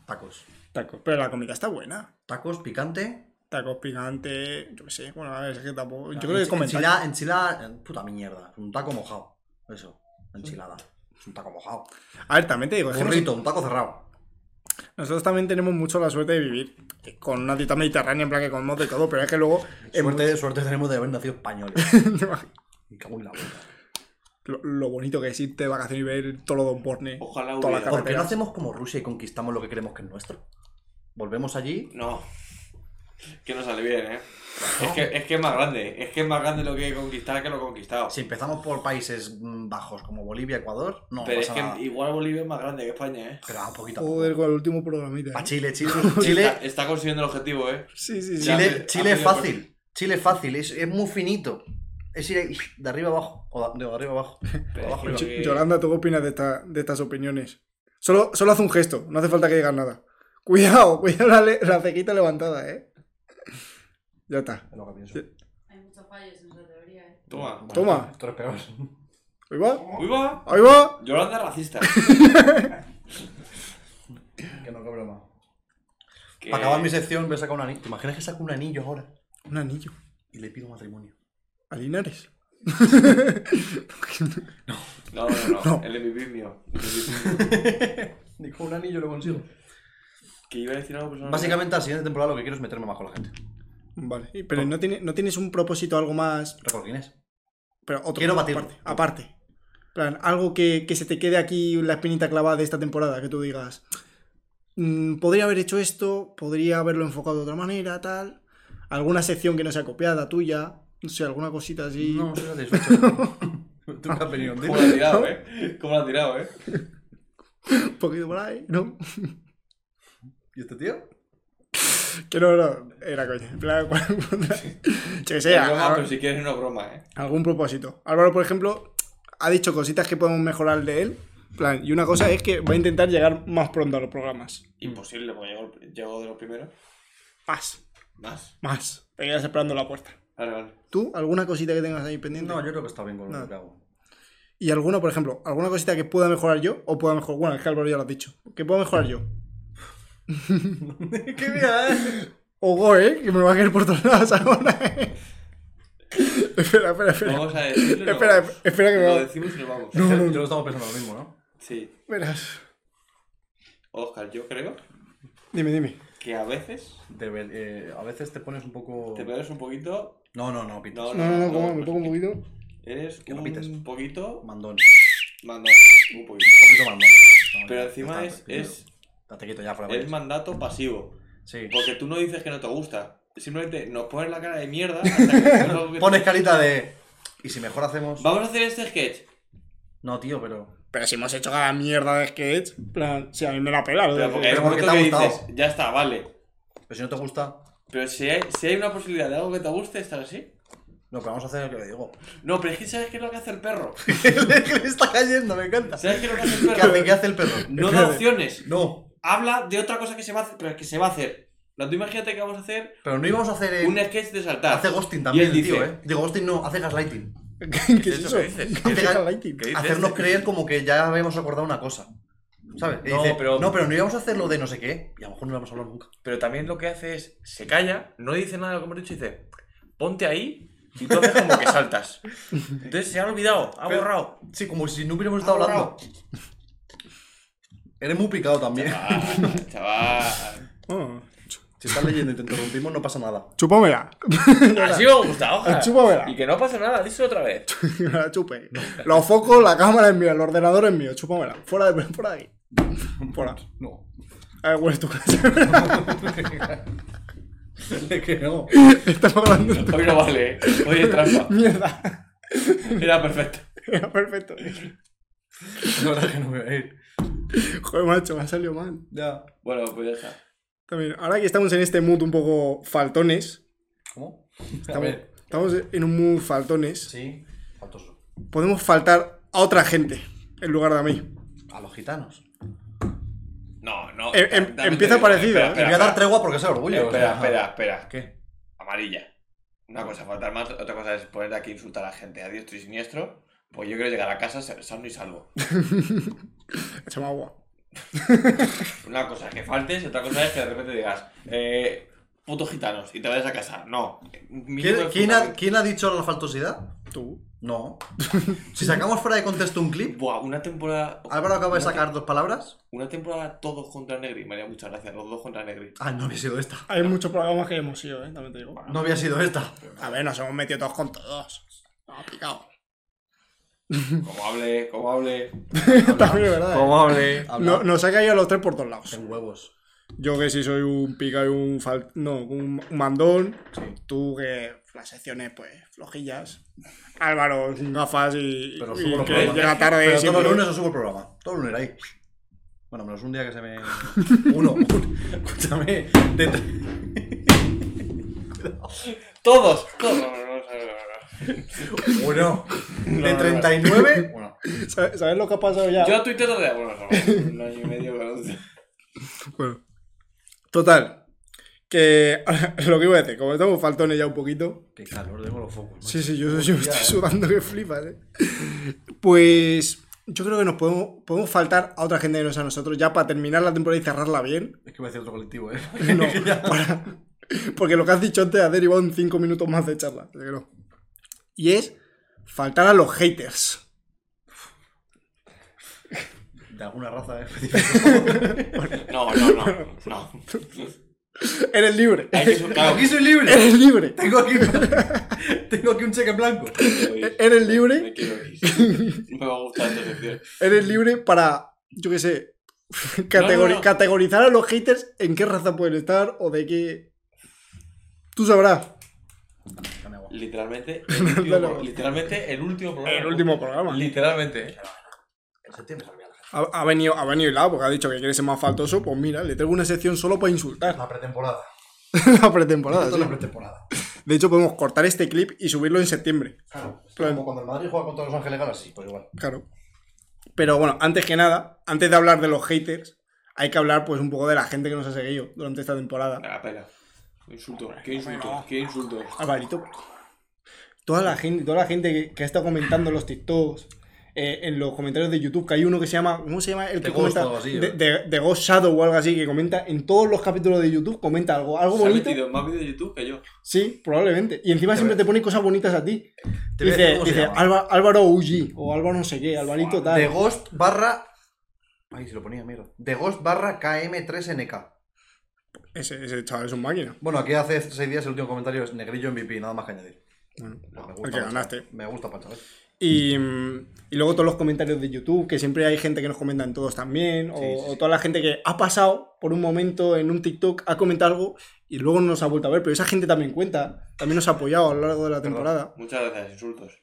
[SPEAKER 3] Tacos.
[SPEAKER 2] Tacos. Pero la comida está buena.
[SPEAKER 3] Tacos, picante.
[SPEAKER 2] Tacos picante. Yo qué sé. Bueno, a ver, es que tampoco. Yo
[SPEAKER 3] Ah,
[SPEAKER 2] creo que
[SPEAKER 3] enchi-
[SPEAKER 2] comentar.
[SPEAKER 3] Enchilada, enchilada, eh, puta mierda. Un taco mojado. Eso, enchilada. Es un taco mojado.
[SPEAKER 2] A ver, también te digo. es que
[SPEAKER 3] Burrito, un taco cerrado.
[SPEAKER 2] Nosotros también tenemos mucho la suerte de vivir con una dieta mediterránea, en plan que comemos de todo, pero es que luego. en
[SPEAKER 3] Suerte, suerte tenemos de haber nacido
[SPEAKER 2] *laughs*
[SPEAKER 3] españoles. Me cago en la puta.
[SPEAKER 2] Lo, lo bonito que es irte de vacaciones y ver todo lo Don Borne.
[SPEAKER 1] Ojalá
[SPEAKER 2] Toda la
[SPEAKER 1] hubiera.
[SPEAKER 2] carne.
[SPEAKER 3] ¿Por qué no hacemos como Rusia y conquistamos lo que creemos que es nuestro? Volvemos allí.
[SPEAKER 1] No. Que no sale bien, ¿eh? Es que, es que es más grande. Es que es más grande lo que conquistar que lo conquistado.
[SPEAKER 3] Si empezamos por países mm, bajos como Bolivia, Ecuador, no
[SPEAKER 1] pero es
[SPEAKER 3] pasa
[SPEAKER 1] que
[SPEAKER 3] nada.
[SPEAKER 1] igual Bolivia es más grande que España, ¿eh?
[SPEAKER 3] Pero un poquito.
[SPEAKER 2] Joder, con el último programita. ¿eh?
[SPEAKER 3] A
[SPEAKER 2] *laughs*
[SPEAKER 3] Chile, Chile,
[SPEAKER 1] Está,
[SPEAKER 3] Chile,
[SPEAKER 1] está consiguiendo el objetivo, ¿eh?
[SPEAKER 2] Sí, sí, sí.
[SPEAKER 1] Ya.
[SPEAKER 3] Chile,
[SPEAKER 1] hace-
[SPEAKER 3] Chile es
[SPEAKER 1] hace-
[SPEAKER 3] fácil. Chile es fácil, es, es muy finito. Es ir ahí, de arriba abajo. O de, de arriba abajo. De
[SPEAKER 1] Pero
[SPEAKER 3] abajo
[SPEAKER 1] es
[SPEAKER 3] arriba.
[SPEAKER 1] que-
[SPEAKER 2] Yo- Yolanda, ¿tú qué opinas de, esta- de estas opiniones? Solo, solo haz un gesto, no hace falta que digas nada. Cuidado, *laughs* cuidado la, le- la cequita levantada, ¿eh. Ya está.
[SPEAKER 3] Es lo que pienso.
[SPEAKER 5] Hay muchos fallos en esa teoría, ¿eh?
[SPEAKER 1] Toma.
[SPEAKER 2] Toma.
[SPEAKER 3] Esto es peor.
[SPEAKER 2] Ahí va,
[SPEAKER 1] Uy, va.
[SPEAKER 2] ahí va.
[SPEAKER 1] Yolanda racista.
[SPEAKER 3] Que no, que broma.
[SPEAKER 1] Que-
[SPEAKER 3] Para acabar mi sección, voy a sacar un anillo. ¿Te imaginas que saco un anillo ahora?
[SPEAKER 2] Un anillo.
[SPEAKER 3] Y le pido matrimonio.
[SPEAKER 2] A Linares.
[SPEAKER 1] No, no, no.
[SPEAKER 2] No.
[SPEAKER 1] El MVP es mío. El MVP es mío.
[SPEAKER 3] Dijo un anillo lo consigo.
[SPEAKER 1] Que iba a decir algo personal.
[SPEAKER 3] Básicamente, la siguiente temporada lo que quiero es meterme más con la gente.
[SPEAKER 2] Vale. Oh. y- Pero no, tiene, no tienes un propósito algo más.
[SPEAKER 3] Record Guinness.
[SPEAKER 2] Pero otro.
[SPEAKER 3] Quiero batirlo.
[SPEAKER 2] Aparte. aparte. En plan, algo que, que se te quede aquí la espinita clavada de esta temporada, que tú digas. "Mm, podría haber hecho esto, podría haberlo enfocado de otra manera, tal. Alguna sección que no sea copiada tuya. No sé, alguna cosita así.
[SPEAKER 3] No, estoy satisfecho. *laughs* Tú me has venido un día.
[SPEAKER 1] ¿Cómo la ha tirado, eh? ¿Cómo la ha tirado, eh?
[SPEAKER 2] Un poquito por ahí, ¿no? *laughs*
[SPEAKER 3] ¿Y este tío?
[SPEAKER 2] Que no, no. Era coña. En plan, cuando- *laughs* Yo que sé,
[SPEAKER 1] Es broma,
[SPEAKER 2] a-
[SPEAKER 1] pero si quieres una broma, eh.
[SPEAKER 2] algún propósito. Álvaro, por ejemplo, ha dicho cositas que podemos mejorar de él. En plan, y una cosa es que va a intentar llegar más pronto a los programas.
[SPEAKER 1] Imposible, porque llego, llego de los primeros.
[SPEAKER 2] Más.
[SPEAKER 1] Más.
[SPEAKER 2] Más. Te quedas esperando la puerta.
[SPEAKER 1] Vale, vale.
[SPEAKER 2] ¿Tú? ¿Alguna cosita que tengas ahí pendiente?
[SPEAKER 3] No, yo creo que está bien con
[SPEAKER 2] No.
[SPEAKER 3] lo que hago.
[SPEAKER 2] Y alguno, por ejemplo, alguna cosita que pueda mejorar yo o pueda mejorar. Bueno, es que Álvaro ya lo has dicho. Que pueda
[SPEAKER 1] *laughs*
[SPEAKER 2] mejorar yo.
[SPEAKER 3] ¡Qué mira,
[SPEAKER 2] *laughs*
[SPEAKER 3] eh!
[SPEAKER 2] O Go, ¿eh? Que me lo va a caer por todos lados ahora, ¿eh? *laughs* espera, espera, espera.
[SPEAKER 1] Vamos a decirlo. y nos
[SPEAKER 2] espera,
[SPEAKER 1] vamos.
[SPEAKER 2] espera que me
[SPEAKER 1] Lo
[SPEAKER 2] va.
[SPEAKER 1] decimos y nos vamos.
[SPEAKER 2] No, no,
[SPEAKER 3] Yo
[SPEAKER 2] no.
[SPEAKER 3] lo estamos pensando lo mismo, ¿no?
[SPEAKER 1] Sí.
[SPEAKER 2] Verás.
[SPEAKER 1] Oscar, yo creo
[SPEAKER 2] Dime, dime.
[SPEAKER 1] que a veces
[SPEAKER 3] Te ve- eh, a veces te pones un poco.
[SPEAKER 1] te pegas un poquito.
[SPEAKER 3] No, no, no,
[SPEAKER 1] No,
[SPEAKER 3] pito.
[SPEAKER 2] No, no, no, como
[SPEAKER 1] no,
[SPEAKER 2] me toco un poquito.
[SPEAKER 1] Eres
[SPEAKER 3] Que no
[SPEAKER 1] un
[SPEAKER 3] pites.
[SPEAKER 1] poquito
[SPEAKER 3] Mandón.
[SPEAKER 1] mandón. Un poquito.
[SPEAKER 3] Un poquito mandón. No,
[SPEAKER 1] Pero
[SPEAKER 3] ya,
[SPEAKER 1] encima
[SPEAKER 3] ya
[SPEAKER 1] es,
[SPEAKER 3] está,
[SPEAKER 1] es,
[SPEAKER 3] Date quieto ya, fuera.
[SPEAKER 1] es
[SPEAKER 3] coño.
[SPEAKER 1] mandato pasivo.
[SPEAKER 3] Sí.
[SPEAKER 1] Porque tú no dices que no te gusta. Simplemente nos pones la cara de mierda. hasta que
[SPEAKER 3] *laughs*
[SPEAKER 1] hacemos algo que te-
[SPEAKER 3] Pones carita de. ¿Y si mejor hacemos.?
[SPEAKER 1] Vamos a hacer este sketch.
[SPEAKER 3] No, tío, pero.
[SPEAKER 2] Pero si hemos hecho cada mierda de sketch. en plan, si a mí me la pela. lo
[SPEAKER 1] Pero
[SPEAKER 2] de-
[SPEAKER 1] porque hay
[SPEAKER 3] Pero
[SPEAKER 1] un
[SPEAKER 3] porque
[SPEAKER 1] momento
[SPEAKER 3] te
[SPEAKER 1] que
[SPEAKER 3] ha gustado.
[SPEAKER 1] dices, ya está, vale.
[SPEAKER 3] Pero si no te gusta.
[SPEAKER 1] Pero si hay, si hay una posibilidad de algo que te guste, estar así.
[SPEAKER 3] No, pero vamos a hacer lo que le digo. *laughs*
[SPEAKER 1] No, pero es que ¿sabes qué es lo que hace el perro?
[SPEAKER 3] Le está cayendo, me encanta.
[SPEAKER 1] ¿Sabes qué es lo que hace el
[SPEAKER 3] *laughs* ¿Qué hace,
[SPEAKER 1] perro?
[SPEAKER 3] ¿Qué hace el perro?
[SPEAKER 1] No da opciones.
[SPEAKER 3] No,
[SPEAKER 1] Habla de otra cosa que se va a hacer, pero que se va a hacer. Pero tú imagínate que vamos a hacer
[SPEAKER 3] pero no íbamos a hacer. eh,
[SPEAKER 1] un sketch de saltar.
[SPEAKER 3] Hace ghosting
[SPEAKER 1] Y él
[SPEAKER 3] también, el
[SPEAKER 1] dice-
[SPEAKER 3] tío, eh. Digo, ghosting no, hace gaslighting.
[SPEAKER 2] *laughs* ¿Qué,
[SPEAKER 1] ¿Qué
[SPEAKER 2] es
[SPEAKER 1] es
[SPEAKER 2] eso?
[SPEAKER 1] eso que dices?
[SPEAKER 2] ¿Qué
[SPEAKER 3] ¿Qué
[SPEAKER 2] es
[SPEAKER 3] dices?
[SPEAKER 2] lighting?
[SPEAKER 1] ¿Qué dices?
[SPEAKER 3] Hacernos creer como que ya habíamos acordado una cosa. ¿Sabes? Y
[SPEAKER 1] No,
[SPEAKER 3] dice,
[SPEAKER 1] pero-
[SPEAKER 3] no, pero no íbamos a hacer lo de no sé qué. Y a lo mejor no íbamos a hablar nunca.
[SPEAKER 1] Pero también lo que hace es, se calla, no dice nada de lo que hemos dicho y dice, ponte ahí y tú haces como que saltas. Entonces se ha olvidado, ha
[SPEAKER 3] Pero-
[SPEAKER 1] borrado.
[SPEAKER 3] Sí, como si no hubiéramos estado hablando. Eres muy picado también.
[SPEAKER 1] Ah. Chaval, chaval.
[SPEAKER 2] Oh,
[SPEAKER 3] Si estás leyendo y te interrumpimos, no
[SPEAKER 1] *laughs*
[SPEAKER 3] pasa nada.
[SPEAKER 2] chúpamela.
[SPEAKER 1] Así me gusta, ojalá.
[SPEAKER 2] Chúpamela.
[SPEAKER 1] Y que no pasa nada, díselo otra vez.
[SPEAKER 2] *laughs* Que me la chupe. Los focos, la cámara es mía, el ordenador es mío. Chúpamela. Fuera de, *laughs* fuera de aquí. Fuera.
[SPEAKER 3] No.
[SPEAKER 2] A ver, huele tu casa. *laughs*
[SPEAKER 3] Es que no.
[SPEAKER 2] Estamos hablando de
[SPEAKER 1] Hoy no vale, ¿eh? hoy es trampa.
[SPEAKER 2] mierda. *laughs*
[SPEAKER 1] Era perfecto.
[SPEAKER 2] Era perfecto.
[SPEAKER 3] La verdad es que no me voy a ir.
[SPEAKER 2] Joder, macho, me ha salido mal.
[SPEAKER 3] Ya.
[SPEAKER 1] Bueno, pues ya está.
[SPEAKER 2] También, ahora que estamos en este mood un poco faltones,
[SPEAKER 3] ¿Cómo? A
[SPEAKER 2] estamos,
[SPEAKER 3] ver.
[SPEAKER 2] estamos en un mood faltones,
[SPEAKER 3] Sí. Faltoso.
[SPEAKER 2] podemos faltar a otra gente en lugar de a mí.
[SPEAKER 3] A los gitanos.
[SPEAKER 1] No, no.
[SPEAKER 2] Em- em-
[SPEAKER 1] dame-
[SPEAKER 2] empieza
[SPEAKER 1] dame-
[SPEAKER 2] parecido, ¿eh?
[SPEAKER 1] Espera,
[SPEAKER 3] Te
[SPEAKER 1] espera,
[SPEAKER 3] voy a dar
[SPEAKER 1] espera,
[SPEAKER 3] tregua porque es el orgullo. o
[SPEAKER 1] espera,
[SPEAKER 3] sea.
[SPEAKER 1] espera, espera.
[SPEAKER 3] ¿Qué?
[SPEAKER 1] Amarilla. Una cosa es faltar más, otra cosa es ponerte aquí a insultar a la gente a diestro y siniestro. Pues yo quiero llegar a casa sa- sano y salvo.
[SPEAKER 2] Echamos agua.
[SPEAKER 1] Una cosa es que faltes y otra cosa es que de repente digas, eh, putos gitanos, y te vayas a casa. No. Mínimo
[SPEAKER 3] ¿Quién,
[SPEAKER 1] de
[SPEAKER 3] quién ha,
[SPEAKER 1] fundamento.
[SPEAKER 3] quién ha dicho la faltosidad?
[SPEAKER 2] Tú.
[SPEAKER 3] No. Si sacamos fuera de contexto un clip,
[SPEAKER 1] Buah, una temporada.
[SPEAKER 3] Álvaro acaba de
[SPEAKER 1] una
[SPEAKER 3] sacar dos palabras.
[SPEAKER 1] te- Una temporada todos contra Negri. Me haría muchas gracias, los dos contra Negri.
[SPEAKER 3] Ah, no había sido esta.
[SPEAKER 2] Hay muchos programas que hemos ido, ¿eh? También te digo.
[SPEAKER 3] No había sido esta.
[SPEAKER 2] A ver, nos hemos metido todos con todos. No, picado.
[SPEAKER 1] Como hable, como hable.
[SPEAKER 2] También es verdad. ¿eh?
[SPEAKER 1] hable.
[SPEAKER 2] No,
[SPEAKER 3] Habla.
[SPEAKER 2] nos ha caído a los tres por todos lados.
[SPEAKER 3] En huevos.
[SPEAKER 2] Yo que sí soy un pica y un fal... No, un, un mandón.
[SPEAKER 3] Sí.
[SPEAKER 2] Tú que las secciones, pues, flojillas. Álvaro, sin gafas y,
[SPEAKER 3] Pero
[SPEAKER 2] y
[SPEAKER 3] subo los
[SPEAKER 2] que
[SPEAKER 1] programas.
[SPEAKER 2] llega tarde
[SPEAKER 3] Pero todos
[SPEAKER 2] siempre.
[SPEAKER 3] los lunes os subo el programa. Todos los lunes ahí. Bueno, menos un día que se me. Uno. *laughs* Escúchame. De tre-
[SPEAKER 1] Todos, todos.
[SPEAKER 3] Uno. De
[SPEAKER 1] no.
[SPEAKER 3] 39. Bueno.
[SPEAKER 2] ¿Sabes sabes lo que ha pasado ya?
[SPEAKER 1] Yo a Twitter no le hago un año y medio, pero no sé.
[SPEAKER 2] Bueno. Total. Que *laughs* lo que iba a decir, como estamos faltones ya un poquito.
[SPEAKER 3] Qué calor tengo los focos. macho.
[SPEAKER 2] Sí, sí, yo, yo me
[SPEAKER 3] Hostia,
[SPEAKER 2] estoy
[SPEAKER 3] eh.
[SPEAKER 2] sudando que flipas, ¿eh? Pues yo creo que nos podemos, podemos faltar a otra gente que no sea nosotros ya para terminar la temporada y cerrarla bien.
[SPEAKER 3] Es que voy a decir otro colectivo, eh.
[SPEAKER 1] *laughs*
[SPEAKER 2] *laughs* No, para- porque lo que has dicho antes ha derivado en 5 minutos más de charla. así que no. Y es faltar a los haters.
[SPEAKER 3] *laughs*
[SPEAKER 2] *laughs*
[SPEAKER 3] De alguna raza, eh.
[SPEAKER 1] No, no, no. no.
[SPEAKER 2] Eres libre. *laughs*
[SPEAKER 1] Hay que su- claro,
[SPEAKER 3] Aquí soy libre.
[SPEAKER 2] Eres libre.
[SPEAKER 3] Tengo aquí, tengo aquí un *laughs* cheque en blanco.
[SPEAKER 2] Eres libre.
[SPEAKER 1] Me quiero ir. Me va a gustar esta sección.
[SPEAKER 2] Eres libre para, yo qué sé, *laughs* categori-
[SPEAKER 1] No, no, no.
[SPEAKER 2] categorizar a los haters en qué raza pueden estar o de qué. Tú sabrás.
[SPEAKER 3] Dame agua.
[SPEAKER 1] Literalmente,
[SPEAKER 3] *laughs*
[SPEAKER 1] el último,
[SPEAKER 2] Dale.
[SPEAKER 1] pro- literalmente, el último programa.
[SPEAKER 2] programa.
[SPEAKER 1] Literalmente. ¿eh?
[SPEAKER 3] En septiembre se olvida la gente.
[SPEAKER 2] Ha, ha venido, ha venido hilado porque ha dicho que quiere ser más faltoso. Pues mira, le tengo una sección solo para insultar *laughs*
[SPEAKER 3] La pretemporada.
[SPEAKER 2] la pretemporada.
[SPEAKER 3] Esto
[SPEAKER 2] Ah, sí.
[SPEAKER 3] es la pretemporada.
[SPEAKER 2] De hecho, podemos cortar este clip y subirlo en septiembre.
[SPEAKER 3] Claro. es
[SPEAKER 2] Plan.
[SPEAKER 3] Como cuando el Madrid juega contra los Ángeles Galaxy, sí, pues igual.
[SPEAKER 2] Claro. Pero bueno, antes que nada, antes de hablar de los haters, hay que hablar pues un poco de la gente que nos ha seguido durante esta temporada.
[SPEAKER 3] Ah,
[SPEAKER 1] Me la pela. Qué Insulto, qué insulto, qué insulto.
[SPEAKER 2] Alvarito. Toda la gente, toda la gente que, que ha estado comentando los TikToks, eh, en los comentarios de YouTube, que hay uno que se llama, ¿cómo se llama? El
[SPEAKER 3] The
[SPEAKER 2] que
[SPEAKER 3] Ghost
[SPEAKER 2] comenta,
[SPEAKER 3] o algo así,
[SPEAKER 2] de,
[SPEAKER 3] ¿no?
[SPEAKER 2] de- de Ghost Shadow o algo así, que comenta en todos los capítulos de YouTube, comenta algo, algo
[SPEAKER 1] Se ha
[SPEAKER 2] bonito.
[SPEAKER 1] metido en más vídeos de YouTube que yo.
[SPEAKER 2] Sí, probablemente. Y encima
[SPEAKER 3] Te
[SPEAKER 2] siempre
[SPEAKER 3] ve-
[SPEAKER 2] te pone cosas bonitas a ti.
[SPEAKER 3] Te voy a decir
[SPEAKER 2] Dice,
[SPEAKER 3] cómo se
[SPEAKER 2] dice
[SPEAKER 3] llama.
[SPEAKER 2] Alba- Álvaro UG o Álvaro no sé qué, Alvarito tal.
[SPEAKER 3] The Ghost barra. Ay, se lo ponía, mierda. The Ghost barra KM3NK.
[SPEAKER 2] Ese, ese chaval es un máquina.
[SPEAKER 3] Bueno, aquí hace seis días el último comentario es Negrillo MVP, nada más que añadir. Pues
[SPEAKER 2] Bueno,
[SPEAKER 3] Me gusta
[SPEAKER 2] el que
[SPEAKER 3] mucho.
[SPEAKER 2] ganaste.
[SPEAKER 3] Me gusta ¿eh? para saber.
[SPEAKER 2] Y, mm, y luego todos los comentarios de YouTube, que siempre hay gente que nos comenta en todos también, o,
[SPEAKER 3] Sí, sí,
[SPEAKER 2] o
[SPEAKER 3] sí.
[SPEAKER 2] toda la gente que ha pasado por un momento en un TikTok, ha comentado algo y luego no nos ha vuelto a ver, pero esa gente también cuenta, también nos ha apoyado a lo largo de la
[SPEAKER 3] Perdón.
[SPEAKER 2] temporada.
[SPEAKER 1] Muchas gracias, insultos.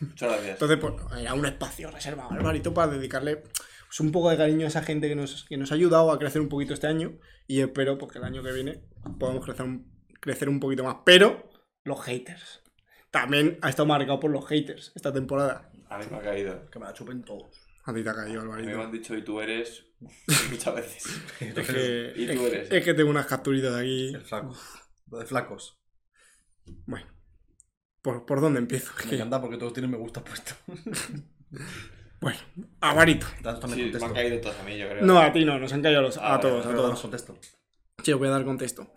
[SPEAKER 1] Muchas gracias.
[SPEAKER 2] Entonces, pues, era un espacio reservado al barito para dedicarle pues, un poco de cariño a esa gente que nos, que nos ha ayudado a crecer un poquito este año. Y espero porque el año que viene podamos crecer un, crecer un poquito más. Pero los haters. También ha estado marcado por los haters esta temporada.
[SPEAKER 1] A mí me ha caído.
[SPEAKER 3] Que me la chupen *laughs* todos.
[SPEAKER 2] A ti te ha caído,
[SPEAKER 1] A mí me
[SPEAKER 2] Alvarito.
[SPEAKER 1] han dicho y tú
[SPEAKER 2] *laughs*
[SPEAKER 1] eres muchas veces.
[SPEAKER 2] Es que,
[SPEAKER 1] Y tú
[SPEAKER 2] es-
[SPEAKER 1] eres.
[SPEAKER 2] es que tengo unas capturitas aquí.
[SPEAKER 3] El flaco. Lo de flacos.
[SPEAKER 2] Bueno, ¿por, por dónde empiezo? Es
[SPEAKER 3] Me
[SPEAKER 2] que-
[SPEAKER 3] encanta porque todos tienen me gusta puesto. *laughs*
[SPEAKER 2] bueno, a Ah, Barito.
[SPEAKER 3] Tanto me
[SPEAKER 1] Sí, me han
[SPEAKER 3] contesto.
[SPEAKER 1] caído todos a mí, yo creo.
[SPEAKER 2] No, a ti no, nos han caído los,
[SPEAKER 1] Ah,
[SPEAKER 2] a
[SPEAKER 1] vale,
[SPEAKER 2] todos, a
[SPEAKER 3] Pero no
[SPEAKER 2] todos.
[SPEAKER 3] contesto.
[SPEAKER 2] Sí, os voy a dar contexto.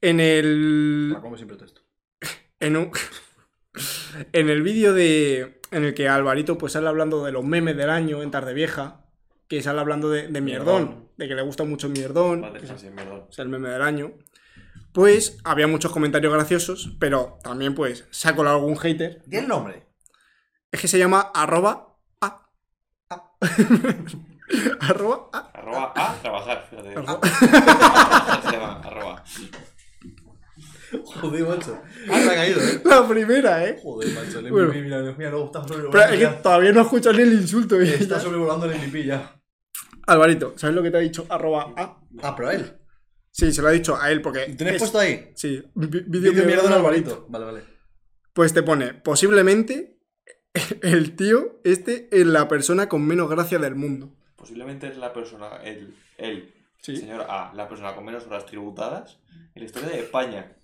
[SPEAKER 2] En el.
[SPEAKER 3] La come siempre texto.
[SPEAKER 2] En un- *laughs* en el vídeo de. En el que Alvarito pues sale hablando de los memes del año en Tarde Vieja. Que sale hablando de, de mierdón,
[SPEAKER 3] Mierdón.
[SPEAKER 2] De que le gusta mucho mierdón.
[SPEAKER 1] Vale,
[SPEAKER 2] que es-
[SPEAKER 1] sí, perdón.
[SPEAKER 2] es el meme del año. Pues había muchos comentarios graciosos, pero también pues se ha colado algún hater.
[SPEAKER 3] Di el nombre.
[SPEAKER 2] Es que se llama arroba a. *laughs* arroba a.
[SPEAKER 1] Arroba a trabajar, fíjate.
[SPEAKER 2] Ah.
[SPEAKER 1] *laughs*
[SPEAKER 2] Arroba.
[SPEAKER 1] Se llama arroba.
[SPEAKER 3] Joder, macho. Ah, me ha caído, eh.
[SPEAKER 2] La primera, ¿eh?
[SPEAKER 3] Joder, macho. El MVP,
[SPEAKER 2] Bueno.
[SPEAKER 3] mira, Dios mío, no
[SPEAKER 2] Pero
[SPEAKER 3] está
[SPEAKER 2] es
[SPEAKER 3] sobrevolando.
[SPEAKER 2] que
[SPEAKER 3] ya.
[SPEAKER 2] todavía no escuchas ni el insulto. y *laughs*
[SPEAKER 3] Está
[SPEAKER 2] ya.
[SPEAKER 3] sobrevolando el MVP ya.
[SPEAKER 2] Alvarito, ¿sabes lo que te ha dicho arroba a?
[SPEAKER 3] Ah, pero a él.
[SPEAKER 2] Sí, se lo ha dicho a él porque.
[SPEAKER 3] ¿Tenés
[SPEAKER 2] es-
[SPEAKER 3] puesto ahí?
[SPEAKER 2] Sí, vi- vídeo
[SPEAKER 3] Vídeo
[SPEAKER 2] de
[SPEAKER 3] mierda
[SPEAKER 2] mierda
[SPEAKER 3] de
[SPEAKER 2] de Alvarito.
[SPEAKER 3] Alvarito. Vale, vale.
[SPEAKER 2] Pues te pone, posiblemente el tío este es la persona con menos gracia del mundo.
[SPEAKER 1] Posiblemente es la persona, el, el
[SPEAKER 2] Sí.
[SPEAKER 1] señor A, la persona con menos horas tributadas en la historia de España.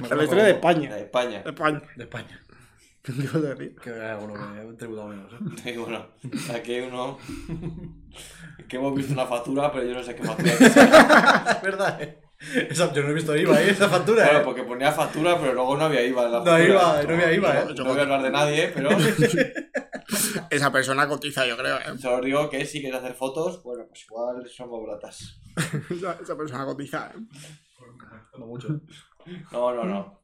[SPEAKER 3] Me
[SPEAKER 2] la historia de
[SPEAKER 3] acuerdo.
[SPEAKER 1] La
[SPEAKER 2] España.
[SPEAKER 1] de España.
[SPEAKER 2] De España. *laughs*
[SPEAKER 3] De España.
[SPEAKER 2] Te iba a decir.
[SPEAKER 3] Que era bueno, que me he tributado menos. ¿eh?
[SPEAKER 1] *laughs* Y bueno, aquí hay uno que hemos visto una factura, pero yo no sé qué factura es.
[SPEAKER 3] *laughs* *laughs* Es verdad, eh. Esa- yo no he visto IVA, ¿eh? Esa factura,
[SPEAKER 1] Claro,
[SPEAKER 3] eh.
[SPEAKER 1] porque ponía factura, pero luego no había IVA en la
[SPEAKER 3] No
[SPEAKER 1] factura.
[SPEAKER 3] iba, no había IVA,
[SPEAKER 1] No,
[SPEAKER 3] ¿eh?
[SPEAKER 1] no voy a hablar de nadie,
[SPEAKER 3] *laughs*
[SPEAKER 1] pero
[SPEAKER 2] Esa persona cotiza, yo creo. ¿eh? *laughs*
[SPEAKER 1] solo digo que si quieres hacer fotos, bueno, pues igual son más baratas.
[SPEAKER 2] Esa, esa persona cotiza. ¿eh?
[SPEAKER 3] No mucho.
[SPEAKER 1] No, no, no.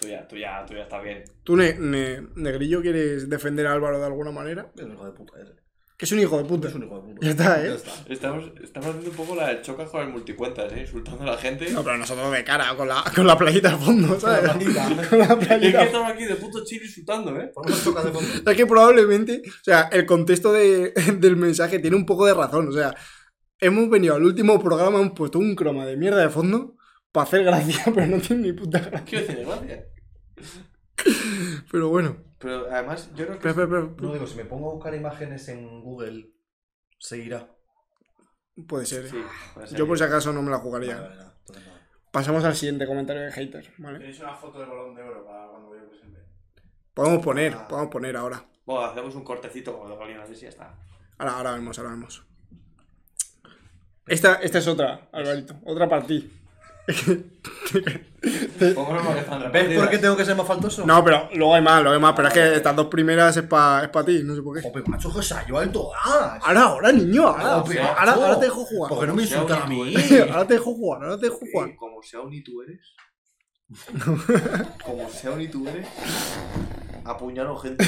[SPEAKER 1] Tú ya, tú ya, tú ya está bien.
[SPEAKER 2] ¿Tú, ne- ne- Negrillo, quieres defender a Álvaro de alguna manera?
[SPEAKER 3] Es un hijo de puta, eh.
[SPEAKER 2] Que es un hijo de puta.
[SPEAKER 3] Es un hijo de puta.
[SPEAKER 2] Ya está, ¿eh?
[SPEAKER 3] Ya está.
[SPEAKER 1] Estamos, estamos haciendo un poco la de choca con el multicuentas, ¿eh? Insultando a la gente.
[SPEAKER 2] No, pero nosotros de cara, con la, con la playita al fondo,
[SPEAKER 3] Con la
[SPEAKER 2] ¿sabes?
[SPEAKER 3] platita.
[SPEAKER 2] *laughs* Con la
[SPEAKER 1] Y es que
[SPEAKER 2] playita.
[SPEAKER 1] estamos aquí de puto chile insultando, ¿eh?
[SPEAKER 3] Ponemos tocas de fondo.
[SPEAKER 2] Es que probablemente, o sea, el contexto de- *laughs* del mensaje tiene un poco de razón. O sea, hemos venido al último programa, hemos puesto un croma de mierda de fondo para hacer gracia, *laughs* pero no tiene ni puta gracia.
[SPEAKER 1] Quiero decir, gracias.
[SPEAKER 2] Pero bueno,
[SPEAKER 1] Pero además, yo creo que.
[SPEAKER 2] espera, espera, espera.
[SPEAKER 3] No digo, si me pongo a buscar imágenes en Google, seguirá.
[SPEAKER 2] puede ser. ¿eh?
[SPEAKER 1] Sí, puede ser.
[SPEAKER 2] Yo por
[SPEAKER 3] pues,
[SPEAKER 2] si acaso no me la
[SPEAKER 3] Vale,
[SPEAKER 2] jugaría.
[SPEAKER 3] vale, nada, entonces nada.
[SPEAKER 2] Pasamos al siguiente comentario de hater, ¿vale?
[SPEAKER 4] Tenéis una foto de balón de oro para cuando yo presente.
[SPEAKER 2] Podemos poner, podemos poner ahora.
[SPEAKER 1] Bueno, hacemos un cortecito como de Paulina, así y ya está.
[SPEAKER 2] Ahora, ahora vemos, ahora vemos. Esta, esta es otra, Alvarito. Otra para ti.
[SPEAKER 1] Pongo los que están
[SPEAKER 3] ¿Ves por qué
[SPEAKER 1] repartidas.
[SPEAKER 3] tengo que ser más faltoso?
[SPEAKER 2] No, pero luego hay más, luego hay más. Pero es que estas dos primeras es para es pa ti, no sé por qué.
[SPEAKER 3] Jope, Pues macho, que yo alto. ¡Ah!
[SPEAKER 2] Ahora, ahora, niño, ahora,
[SPEAKER 3] Jope,
[SPEAKER 2] ahora,
[SPEAKER 3] macho.
[SPEAKER 2] ahora, ahora te dejo jugar.
[SPEAKER 3] ¿Por qué no me insultas a mí?
[SPEAKER 2] Ahora te dejo jugar, ahora te dejo jugar.
[SPEAKER 1] Como sea un y tú eres. *laughs* Como sea un y tú eres. Apuñalo gente.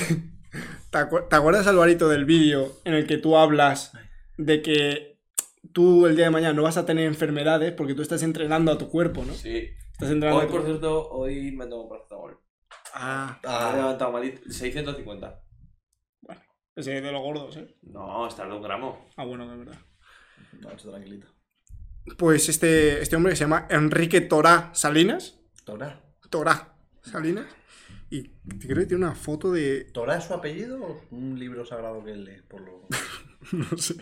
[SPEAKER 2] ¿Te, acuer- te acuerdas, Alvarito, del vídeo en el que tú hablas de que tú el día de mañana no vas a tener enfermedades porque tú estás entrenando a tu cuerpo, ¿no?
[SPEAKER 1] Sí.
[SPEAKER 2] Estás entrenando
[SPEAKER 1] Hoy,
[SPEAKER 2] a tu
[SPEAKER 1] por cierto, hoy me tomo paracetamol.
[SPEAKER 2] Ah,
[SPEAKER 1] Me he
[SPEAKER 3] Ah,
[SPEAKER 1] levantado mal. 650.
[SPEAKER 2] ese de los gordos, ¿eh?
[SPEAKER 1] No, está de un gramo.
[SPEAKER 2] Ah, bueno, de verdad.
[SPEAKER 3] macho, tranquilito.
[SPEAKER 2] Pues este, este hombre que se llama Enrique Torá Salinas.
[SPEAKER 3] ¿Torá?
[SPEAKER 2] Torá Salinas. Y creo que tiene una foto de,
[SPEAKER 3] ¿Torá es su apellido o un libro sagrado que él lee? Por *laughs* lo...
[SPEAKER 2] *laughs* No sé.